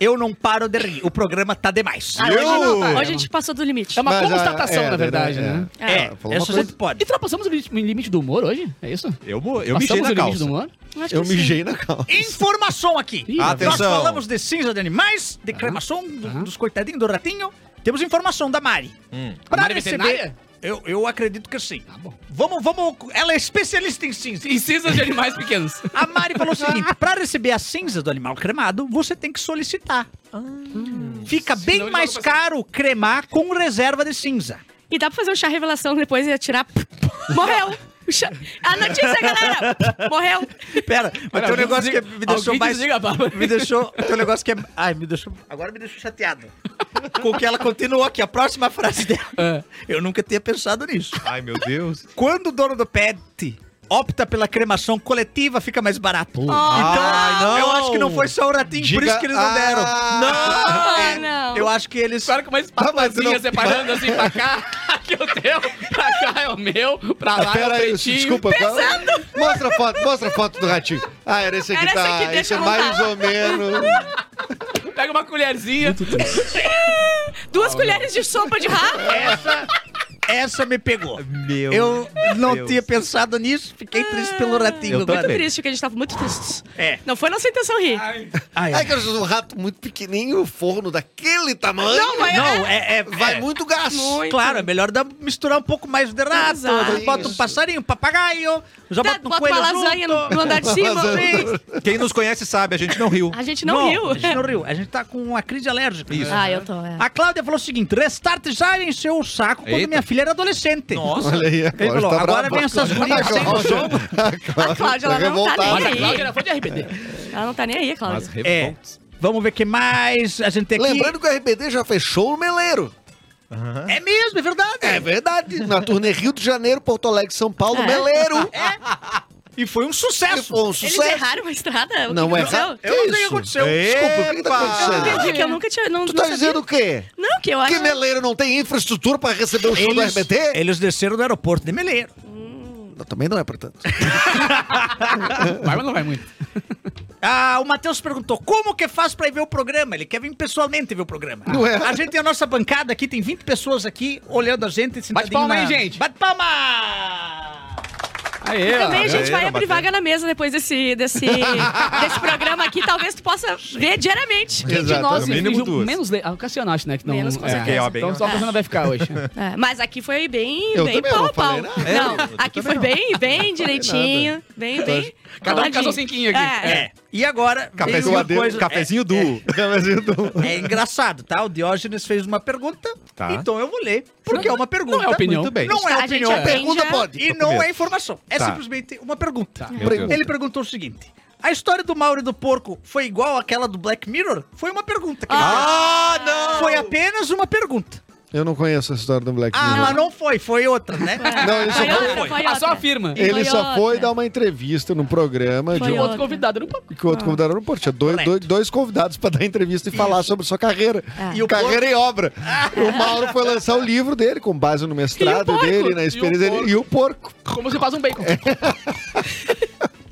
[SPEAKER 5] Eu não paro de rir, o programa tá demais.
[SPEAKER 3] Ah, hoje não,
[SPEAKER 4] Eu?
[SPEAKER 3] tá. Hoje a gente passou do limite.
[SPEAKER 2] É uma
[SPEAKER 4] Mas, ah,
[SPEAKER 2] constatação,
[SPEAKER 4] é,
[SPEAKER 2] na verdade,
[SPEAKER 4] é,
[SPEAKER 2] né?
[SPEAKER 3] É.
[SPEAKER 5] É,
[SPEAKER 4] falou uma
[SPEAKER 5] essa
[SPEAKER 4] coisa-
[SPEAKER 5] gente pode.
[SPEAKER 2] E ultrapassamos o limite- o limite do humor hoje? É isso?
[SPEAKER 1] Eu, mo- eu
[SPEAKER 2] Passamos
[SPEAKER 1] mijei na
[SPEAKER 2] o limite do
[SPEAKER 1] calça.
[SPEAKER 2] humor?
[SPEAKER 3] Acho
[SPEAKER 4] Eu
[SPEAKER 3] que sim.
[SPEAKER 4] mijei na calça.
[SPEAKER 5] Informação aqui.
[SPEAKER 2] Ih, lá vem.
[SPEAKER 5] Nós
[SPEAKER 1] Atenção.
[SPEAKER 5] falamos de cinza de animais, de cremação, do-
[SPEAKER 2] aham.
[SPEAKER 5] dos coitadinhos do ratinho. Temos informação da Mari.
[SPEAKER 1] Hum.
[SPEAKER 5] Pra
[SPEAKER 2] Mari
[SPEAKER 5] receber.
[SPEAKER 2] veterinária?
[SPEAKER 5] Eu, eu acredito que sim.
[SPEAKER 2] Tá bom.
[SPEAKER 5] Vamos, vamos. Ela é especialista em cinza.
[SPEAKER 2] E cinzas de animais pequenos.
[SPEAKER 5] A Mari falou o seguinte: pra receber a cinza do animal cremado, você tem que solicitar. Fica
[SPEAKER 6] Senão
[SPEAKER 5] bem
[SPEAKER 6] ele
[SPEAKER 5] mais
[SPEAKER 6] joga pra
[SPEAKER 5] caro cremar com reserva de cinza.
[SPEAKER 3] E dá pra fazer um chá revelação depois e atirar. Morreu! O chá- A notícia, galera! Morreu!
[SPEAKER 5] Pera, mas tem um
[SPEAKER 6] alguém
[SPEAKER 5] negócio que
[SPEAKER 6] desliga-
[SPEAKER 5] me deixou
[SPEAKER 6] alguém
[SPEAKER 5] mais.
[SPEAKER 6] desliga a Bárbara.
[SPEAKER 5] Me deixou. Tem um negócio que é. Ai, me deixou. Agora me deixou chateado. Com que ela continuou aqui, a próxima frase dela. Eu nunca tinha pensado nisso.
[SPEAKER 1] Ai, meu Deus.
[SPEAKER 5] Quando o dono do pet opta pela cremação coletiva, fica mais barato. Então,
[SPEAKER 4] Ai, não.
[SPEAKER 5] eu acho que não foi só o ratinho, por
[SPEAKER 4] Diga-
[SPEAKER 5] isso que eles não deram.
[SPEAKER 4] Ah.
[SPEAKER 5] não!
[SPEAKER 3] Ah,
[SPEAKER 5] É,
[SPEAKER 3] não.
[SPEAKER 5] Eu acho que eles.
[SPEAKER 6] Claro que uma
[SPEAKER 4] Ah,
[SPEAKER 6] espátulazinha
[SPEAKER 4] mas não-
[SPEAKER 6] separando assim pra cá, aqui é o teu, pra cá é o meu, pra lá é o
[SPEAKER 4] Ah, Pera aí,
[SPEAKER 6] pretinho.
[SPEAKER 4] desculpa. qual- Mostra a foto, mostra a foto do ratinho. Ah, era esse aqui,
[SPEAKER 3] Era esse
[SPEAKER 4] tá.
[SPEAKER 3] aqui, deixa
[SPEAKER 4] esse é
[SPEAKER 3] eu montar.
[SPEAKER 4] mais ou menos.
[SPEAKER 6] Pega uma colherzinha.
[SPEAKER 3] Duas colheres de sopa de rato!
[SPEAKER 5] Essa, essa me pegou.
[SPEAKER 1] Meu
[SPEAKER 5] Eu não
[SPEAKER 1] Deus.
[SPEAKER 5] tinha pensado nisso, fiquei triste pelo ratinho.
[SPEAKER 1] Eu
[SPEAKER 5] agora.
[SPEAKER 3] Muito triste, que a gente tava muito tristes.
[SPEAKER 5] É.
[SPEAKER 3] Não foi nossa intenção rir.
[SPEAKER 5] Ai,
[SPEAKER 4] Ai, que eu sou um rato muito pequenininho, o forno daquele tamanho.
[SPEAKER 3] Não, mas-
[SPEAKER 5] Não, é. é-
[SPEAKER 4] Vai
[SPEAKER 5] é.
[SPEAKER 4] muito gás.
[SPEAKER 3] Muito.
[SPEAKER 5] Claro, é melhor dar, misturar um pouco mais de rato.
[SPEAKER 3] Exato.
[SPEAKER 5] Bota um
[SPEAKER 4] Isso.
[SPEAKER 5] passarinho, um papagaio, já
[SPEAKER 3] Tá,
[SPEAKER 5] bota um
[SPEAKER 3] bota
[SPEAKER 5] coelho
[SPEAKER 3] uma lasanha
[SPEAKER 5] junto.
[SPEAKER 3] no, no andar de cima.
[SPEAKER 1] Quem nos conhece sabe, a gente não riu.
[SPEAKER 3] A gente não riu.
[SPEAKER 5] A gente não riu. A gente tá com uma crise alérgica.
[SPEAKER 1] Isso.
[SPEAKER 3] Ah, eu tô. É.
[SPEAKER 5] A Cláudia falou o seguinte: restart já encheu o saco quando
[SPEAKER 1] Eita.
[SPEAKER 5] minha filha era adolescente.
[SPEAKER 1] Nossa.
[SPEAKER 4] Olha aí, a
[SPEAKER 5] Ele
[SPEAKER 4] Cláudia
[SPEAKER 5] falou,
[SPEAKER 4] tá
[SPEAKER 5] agora
[SPEAKER 4] brava.
[SPEAKER 5] vem essas gurias
[SPEAKER 3] assim,
[SPEAKER 5] sem
[SPEAKER 4] Cláudia.
[SPEAKER 5] noção.
[SPEAKER 3] A Cláudia, ela não tá
[SPEAKER 4] revoltada.
[SPEAKER 3] nem
[SPEAKER 6] Olha, a
[SPEAKER 3] aí.
[SPEAKER 6] Cláudia era fã de RBD.
[SPEAKER 3] Ela não tá nem aí, Cláudia.
[SPEAKER 1] Mas
[SPEAKER 5] É.
[SPEAKER 1] revoltas.
[SPEAKER 5] Vamos ver o que mais a gente tem aqui.
[SPEAKER 4] Lembrando que o RBD já fechou o Meleiro.
[SPEAKER 5] É mesmo, é verdade.
[SPEAKER 4] É verdade. Na turnê Rio de Janeiro, Porto Alegre, São Paulo,
[SPEAKER 3] É.
[SPEAKER 4] Meleiro.
[SPEAKER 5] E foi um sucesso.
[SPEAKER 4] Foi um
[SPEAKER 3] Eles
[SPEAKER 4] sucesso.
[SPEAKER 3] erraram a estrada? O que
[SPEAKER 4] Não
[SPEAKER 3] que
[SPEAKER 4] é
[SPEAKER 3] aconteceu?
[SPEAKER 4] errado.
[SPEAKER 5] Eu não sei o que
[SPEAKER 4] isso?
[SPEAKER 5] aconteceu.
[SPEAKER 4] Desculpa, o que que tá
[SPEAKER 5] Epa.
[SPEAKER 4] acontecendo?
[SPEAKER 3] Eu entendi que eu nunca tinha. Não,
[SPEAKER 4] Tu
[SPEAKER 3] não
[SPEAKER 4] tá
[SPEAKER 3] sabia.
[SPEAKER 4] dizendo o quê?
[SPEAKER 3] Não, que eu acho.
[SPEAKER 4] Que Meleiro não tem infraestrutura pra receber o show do
[SPEAKER 5] Eles,
[SPEAKER 4] RBD?
[SPEAKER 5] eles desceram do aeroporto de Meleiro.
[SPEAKER 4] Não, Também não é pra tanto.
[SPEAKER 2] Barba não vai muito.
[SPEAKER 5] Ah, o Matheus perguntou, como que faz pra ir ver o programa? Ele quer vir pessoalmente ver o programa.
[SPEAKER 4] Ué.
[SPEAKER 5] A gente tem a nossa bancada aqui, tem 20 pessoas aqui olhando a gente. sentadinho
[SPEAKER 2] Bate palma
[SPEAKER 5] na-
[SPEAKER 2] aí, gente.
[SPEAKER 5] Bate palma!
[SPEAKER 6] Aê, ó.
[SPEAKER 2] É,
[SPEAKER 3] Também a gente
[SPEAKER 1] Aí,
[SPEAKER 3] vai
[SPEAKER 1] ó,
[SPEAKER 3] abrir
[SPEAKER 1] bateu.
[SPEAKER 3] vaga na mesa depois desse, desse, desse programa aqui. Talvez tu possa ver diariamente.
[SPEAKER 2] Quem de
[SPEAKER 4] Exato,
[SPEAKER 2] nós
[SPEAKER 1] no mínimo
[SPEAKER 2] fingiu
[SPEAKER 1] duas.
[SPEAKER 2] menos lei? Ah, o Cassiano acho, né? Que não,
[SPEAKER 3] Menos, com
[SPEAKER 2] é,
[SPEAKER 1] certeza.
[SPEAKER 2] é, Então só o Cassiano vai ficar hoje.
[SPEAKER 3] É, mas aqui foi bem,
[SPEAKER 4] Eu
[SPEAKER 3] bem
[SPEAKER 4] também
[SPEAKER 3] pau
[SPEAKER 4] não
[SPEAKER 3] a pau.
[SPEAKER 4] falei nada.
[SPEAKER 3] Não,
[SPEAKER 1] É, eu também
[SPEAKER 3] aqui foi
[SPEAKER 1] não.
[SPEAKER 3] bem, bem direitinho. Bem, bem.
[SPEAKER 2] Cada um
[SPEAKER 3] caladinho.
[SPEAKER 2] casou cinquinho aqui.
[SPEAKER 3] É.
[SPEAKER 5] É. E agora, veio
[SPEAKER 1] Cafezinho,
[SPEAKER 5] uma
[SPEAKER 1] deu-
[SPEAKER 5] coisa...
[SPEAKER 1] cafezinho duo. Cafezinho duo.
[SPEAKER 5] É, é engraçado, tá? O Diógenes fez uma pergunta,
[SPEAKER 1] Tá.
[SPEAKER 5] então eu vou ler, porque é uma pergunta.
[SPEAKER 2] Não é opinião.
[SPEAKER 1] Muito bem.
[SPEAKER 5] Não é
[SPEAKER 3] A gente
[SPEAKER 5] opinião.
[SPEAKER 3] aprende
[SPEAKER 5] Pergunta
[SPEAKER 3] a-
[SPEAKER 5] pode. E
[SPEAKER 1] Tô com
[SPEAKER 5] não
[SPEAKER 1] medo.
[SPEAKER 5] é informação. É
[SPEAKER 1] Tá.
[SPEAKER 5] simplesmente uma pergunta.
[SPEAKER 1] Meu Deus.
[SPEAKER 5] Ele perguntou o seguinte. A história do Mauro e do porco foi igual àquela do Black Mirror? Foi uma pergunta. que ele
[SPEAKER 1] Ah, não!
[SPEAKER 5] fez. Foi apenas uma pergunta.
[SPEAKER 4] Eu não conheço a história do Black
[SPEAKER 5] Ah,
[SPEAKER 4] Mirror.
[SPEAKER 5] mas não foi. Foi outra, né?
[SPEAKER 4] Não, ele só
[SPEAKER 3] Foi
[SPEAKER 4] foi-
[SPEAKER 3] outra, foi
[SPEAKER 2] Ah, só
[SPEAKER 3] outra.
[SPEAKER 2] afirma.
[SPEAKER 3] E
[SPEAKER 4] Ele
[SPEAKER 3] foi
[SPEAKER 4] só foi
[SPEAKER 3] outra.
[SPEAKER 4] dar uma entrevista num programa
[SPEAKER 3] Foi
[SPEAKER 4] de
[SPEAKER 2] O
[SPEAKER 4] um,
[SPEAKER 2] outro convidado era um papo.
[SPEAKER 4] que o outro convidado não pôde. Tinha dois,
[SPEAKER 5] Correto.
[SPEAKER 4] dois, dois convidados pra dar entrevista e falar sobre sua carreira.
[SPEAKER 3] É.
[SPEAKER 5] E o
[SPEAKER 4] carreira e obra. O Mauro foi lançar o livro dele, com base no mestrado
[SPEAKER 2] porco.
[SPEAKER 4] dele, na
[SPEAKER 2] E o
[SPEAKER 4] experiência dele.
[SPEAKER 2] porco.
[SPEAKER 4] E o porco.
[SPEAKER 2] Como você faz um bacon.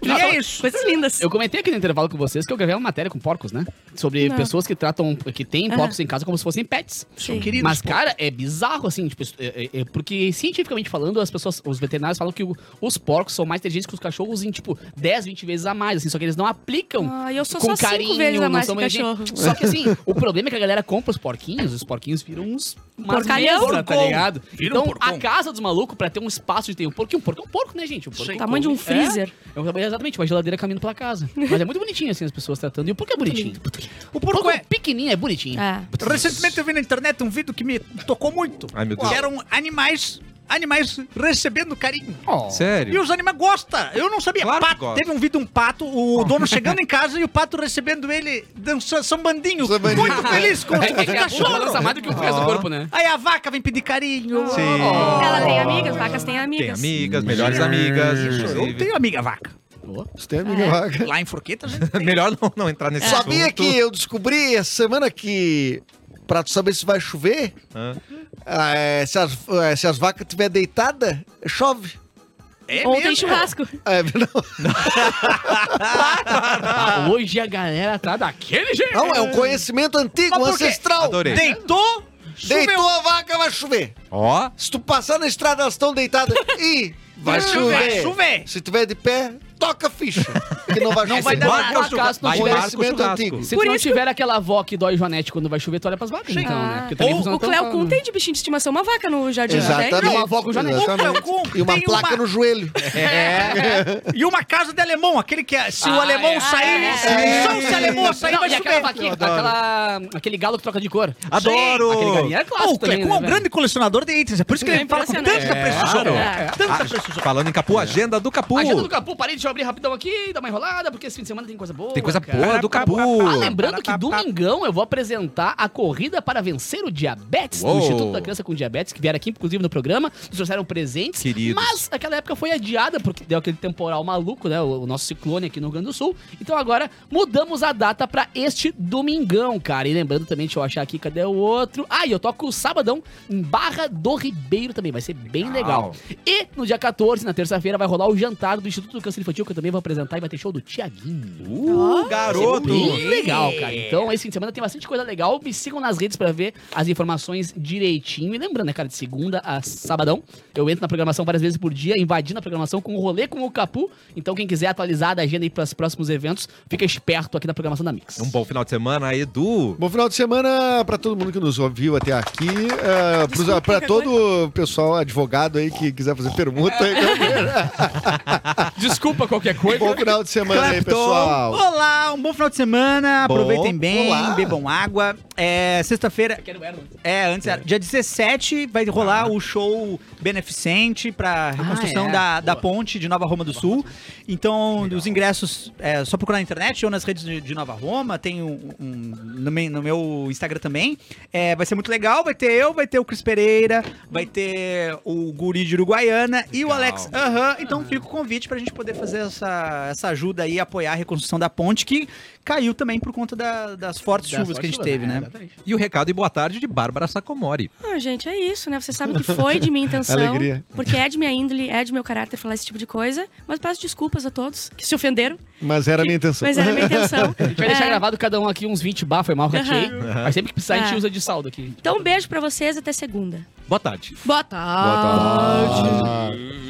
[SPEAKER 5] E é isso.
[SPEAKER 3] Coisas lindas.
[SPEAKER 2] Eu comentei aqui no intervalo com vocês que eu gravei uma matéria com porcos, né? Sobre
[SPEAKER 3] Não.
[SPEAKER 2] pessoas que tratam, que têm
[SPEAKER 3] Aham.
[SPEAKER 2] porcos em casa como se fossem pets.
[SPEAKER 3] Sim.
[SPEAKER 5] Queridos,
[SPEAKER 2] Mas,
[SPEAKER 5] pô.
[SPEAKER 2] cara, é bizarro, assim, tipo, isso- é- é- é- porque cientificamente falando, as pessoas, os veterinários falam que o- os porcos são mais inteligentes que os cachorros em, tipo, 10, 20 vezes a mais, assim, só que eles não aplicam
[SPEAKER 3] Ah, eu sou
[SPEAKER 2] com
[SPEAKER 3] só
[SPEAKER 2] carinho,
[SPEAKER 3] cinco vezes a
[SPEAKER 2] não
[SPEAKER 3] mais
[SPEAKER 2] são
[SPEAKER 3] que cachorro.
[SPEAKER 2] inteligentes. Só que, assim, o problema é que a galera compra os porquinhos, os porquinhos viram uns... umas
[SPEAKER 3] Porcalhão. um
[SPEAKER 2] bestas, tá
[SPEAKER 5] Porcão.
[SPEAKER 2] ligado?
[SPEAKER 5] Vira um
[SPEAKER 2] então,
[SPEAKER 5] porcão.
[SPEAKER 2] a casa dos malucos, pra ter um espaço de ter um porquinho, um porco é um porco, né, gente? Um porco
[SPEAKER 5] Sim.
[SPEAKER 3] Tamanho de um
[SPEAKER 2] come-
[SPEAKER 3] freezer.
[SPEAKER 2] É, é, exatamente, uma geladeira caminhando pela casa. Mas é muito bonitinho, assim, as pessoas tratando. E o porco é bonitinho.
[SPEAKER 5] O
[SPEAKER 2] O
[SPEAKER 5] porco é...
[SPEAKER 2] pequenininho, é bonitinho.
[SPEAKER 3] É.
[SPEAKER 5] Recentemente eu vi na internet um vídeo que me tocou muito.
[SPEAKER 1] Ai, meu Deus.
[SPEAKER 5] Que eram animais, animais recebendo carinho. E
[SPEAKER 1] Sério?
[SPEAKER 5] os animais gostam. Eu não sabia.
[SPEAKER 1] Claro que
[SPEAKER 5] Pato.
[SPEAKER 1] gosta.
[SPEAKER 5] Teve um vídeo de um pato, o dono chegando em casa e o pato recebendo ele dançando sambandinho.
[SPEAKER 4] Sambandinho.
[SPEAKER 5] Muito feliz com o
[SPEAKER 2] É que a boca
[SPEAKER 5] cachorro.
[SPEAKER 2] balança mais do que o resto do corpo, né?
[SPEAKER 5] Aí a vaca vem pedir carinho.
[SPEAKER 1] Sim.
[SPEAKER 3] Ela tem amigas, vacas têm
[SPEAKER 1] Tem
[SPEAKER 3] amigas.
[SPEAKER 1] amigas, melhores amigas.
[SPEAKER 5] Eu
[SPEAKER 1] inclusive.
[SPEAKER 5] tenho amiga vaca.
[SPEAKER 4] Você tem amiga vaga.
[SPEAKER 5] Lá em Forqueta a gente tem.
[SPEAKER 1] É Melhor não, não entrar
[SPEAKER 5] É.
[SPEAKER 1] nesse assunto.
[SPEAKER 4] Sabia que eu descobri essa semana que. Pra tu saber se vai chover,
[SPEAKER 1] Hã?
[SPEAKER 4] ah, é, se, as, é, se as vacas estiver deitada, chove.
[SPEAKER 5] É
[SPEAKER 3] Ou tem
[SPEAKER 5] mesmo.
[SPEAKER 3] churrasco.
[SPEAKER 4] É, não,
[SPEAKER 2] Ah, hoje a galera tá daquele jeito.
[SPEAKER 4] não, é um conhecimento antigo,
[SPEAKER 5] Mas por quê?
[SPEAKER 4] ancestral.
[SPEAKER 1] Adorei.
[SPEAKER 5] Deitou, choveu.
[SPEAKER 4] Deitou a vaca, vai chover.
[SPEAKER 1] Ó,
[SPEAKER 4] Se tu passar na estrada, elas estão deitadas. Ih, vai chover.
[SPEAKER 5] Vai chover.
[SPEAKER 4] Se tiver de pé, toca a ficha. Que não vai
[SPEAKER 5] Não
[SPEAKER 4] chover.
[SPEAKER 5] vai dar
[SPEAKER 2] Marca é
[SPEAKER 5] nada.
[SPEAKER 2] a casa, se não
[SPEAKER 1] vai
[SPEAKER 2] tiver-
[SPEAKER 1] Marco
[SPEAKER 4] conhecimento
[SPEAKER 1] Churrasco.
[SPEAKER 4] antigo.
[SPEAKER 2] Se
[SPEAKER 3] Por
[SPEAKER 2] tu não
[SPEAKER 3] isso que
[SPEAKER 2] tiver aquela avó que dói Joanete quando vai chover, tu olha pras vacas, então, né? Porque também
[SPEAKER 5] Ou
[SPEAKER 2] funciona
[SPEAKER 3] O
[SPEAKER 2] tão-
[SPEAKER 3] Cleo Kuhn tem de bichinho de estimação uma vaca no jardim. né? não tem?
[SPEAKER 4] Exatamente.
[SPEAKER 2] Não, a avó com janela.
[SPEAKER 4] Exatamente.
[SPEAKER 5] Opa, eu compro,
[SPEAKER 4] E uma
[SPEAKER 5] tem
[SPEAKER 4] placa
[SPEAKER 5] um uma-
[SPEAKER 4] no joelho.
[SPEAKER 5] E uma casa de alemão, aquele que é, se o
[SPEAKER 2] Ah,
[SPEAKER 5] alemão
[SPEAKER 2] é.
[SPEAKER 5] sair,
[SPEAKER 3] Ah,
[SPEAKER 4] é.
[SPEAKER 5] só se o Ei, moça, aí
[SPEAKER 2] Não,
[SPEAKER 5] vai
[SPEAKER 2] e aquela
[SPEAKER 5] chover.
[SPEAKER 2] vaquinha,
[SPEAKER 4] Eu adoro.
[SPEAKER 2] aquela, aquele galo que troca de cor.
[SPEAKER 1] Adoro!
[SPEAKER 2] Aquele galinha é
[SPEAKER 5] Pô,
[SPEAKER 2] clássico
[SPEAKER 5] o Clecon
[SPEAKER 2] também,
[SPEAKER 5] é um
[SPEAKER 2] né,
[SPEAKER 5] grande colecionador de itens, é por isso que
[SPEAKER 3] É
[SPEAKER 5] ele fala com tanta
[SPEAKER 3] impressionante.
[SPEAKER 1] É,
[SPEAKER 5] precisão.
[SPEAKER 1] claro.
[SPEAKER 5] É,
[SPEAKER 1] Ah,
[SPEAKER 5] Tanta precisão.
[SPEAKER 1] falando em Capu, agenda do Capu. Uh,
[SPEAKER 2] velho? Agenda do Capu, parei, deixa eu abrir rapidão aqui, dar uma enrolada, porque esse fim de semana tem coisa boa.
[SPEAKER 1] Tem coisa
[SPEAKER 2] cara.
[SPEAKER 1] boa do Capu.
[SPEAKER 2] Ah, lembrando que domingão eu vou apresentar a corrida para vencer o diabetes
[SPEAKER 1] Uou.
[SPEAKER 2] do Instituto da Criança com Diabetes, que vieram aqui, inclusive, no programa, nos trouxeram presentes.
[SPEAKER 1] Queridos.
[SPEAKER 2] Mas aquela época foi adiada, porque deu aquele temporal maluco, né? O, o nosso ciclone aqui no Rio Grande do Sul. Então agora mudamos a data para este domingão, cara. E lembrando também, deixa eu achar aqui, cadê o outro? Ah, e eu toco o sabadão em Barra do Ribeiro também, vai ser bem legal. E no dia 14, na terça-feira, vai rolar o jantar do Instituto do Câncer Infantil, que eu também vou apresentar e vai ter show do Tiaguinho.
[SPEAKER 1] Uh, garoto!
[SPEAKER 5] é
[SPEAKER 2] Bem legal, cara. Então, esse fim de semana tem bastante coisa legal. Me sigam nas redes pra ver as informações direitinho. E lembrando, né, cara, de segunda a sabadão, eu entro na programação várias vezes por dia, invadindo a programação com o rolê com o Capu. Então, quem quiser atualizar a agenda aí pros próximos eventos, fica esperto aqui na programação da Mix.
[SPEAKER 1] Um bom final de semana, Edu.
[SPEAKER 4] Bom final de semana pra todo mundo que nos ouviu até aqui. eh, pros-
[SPEAKER 3] Desculpa,
[SPEAKER 4] pra
[SPEAKER 3] que
[SPEAKER 4] todo o pessoal advogado aí que quiser fazer permuta.
[SPEAKER 6] Desculpa qualquer coisa.
[SPEAKER 4] né? Bom final de semana aí,
[SPEAKER 1] Clapton.
[SPEAKER 4] pessoal.
[SPEAKER 5] Olá, um bom final de semana,
[SPEAKER 1] Bom,
[SPEAKER 5] aproveitem bem,
[SPEAKER 1] olá.
[SPEAKER 5] bebam água. É, sexta-feira, é, antes, era- dia 17 vai rolar o show beneficente pra reconstrução
[SPEAKER 2] é.
[SPEAKER 5] da, da
[SPEAKER 2] Boa.
[SPEAKER 5] ponte de Nova Roma do Sul. Então, os ingressos, é só procurar na internet ou nas redes de, de Nova Roma, tem um, um- no, meu, no meu Instagram também. É, vai ser muito legal, vai ter eu, vai ter o Cris Pereira, vai ter o Guri de Uruguaiana e o
[SPEAKER 1] Legal.
[SPEAKER 5] Alex Aham, então fica o convite pra gente poder fazer essa, essa ajuda aí, apoiar a reconstrução da ponte, que caiu também por conta da- das fortes chuvas que a gente teve,
[SPEAKER 2] é,
[SPEAKER 5] né?
[SPEAKER 1] E o recado e boa tarde de Bárbara Sacomori.
[SPEAKER 3] Ah, gente, é isso, né? Você sabe que foi de minha intenção.
[SPEAKER 4] Alegria.
[SPEAKER 3] Porque é de minha índole, é de meu caráter falar esse tipo de coisa. Mas peço desculpas a todos que se ofenderam.
[SPEAKER 4] Mas era a minha intenção.
[SPEAKER 3] Mas era minha intenção.
[SPEAKER 2] A gente vai deixar
[SPEAKER 3] É.
[SPEAKER 2] gravado cada um aqui uns 20 bar, foi mal, ratei. Mas sempre que precisar, a gente
[SPEAKER 3] É.
[SPEAKER 2] usa de saldo aqui.
[SPEAKER 3] Então, um beijo pra vocês. Até segunda.
[SPEAKER 1] Boa tarde.
[SPEAKER 3] Boa tarde.
[SPEAKER 4] Ah.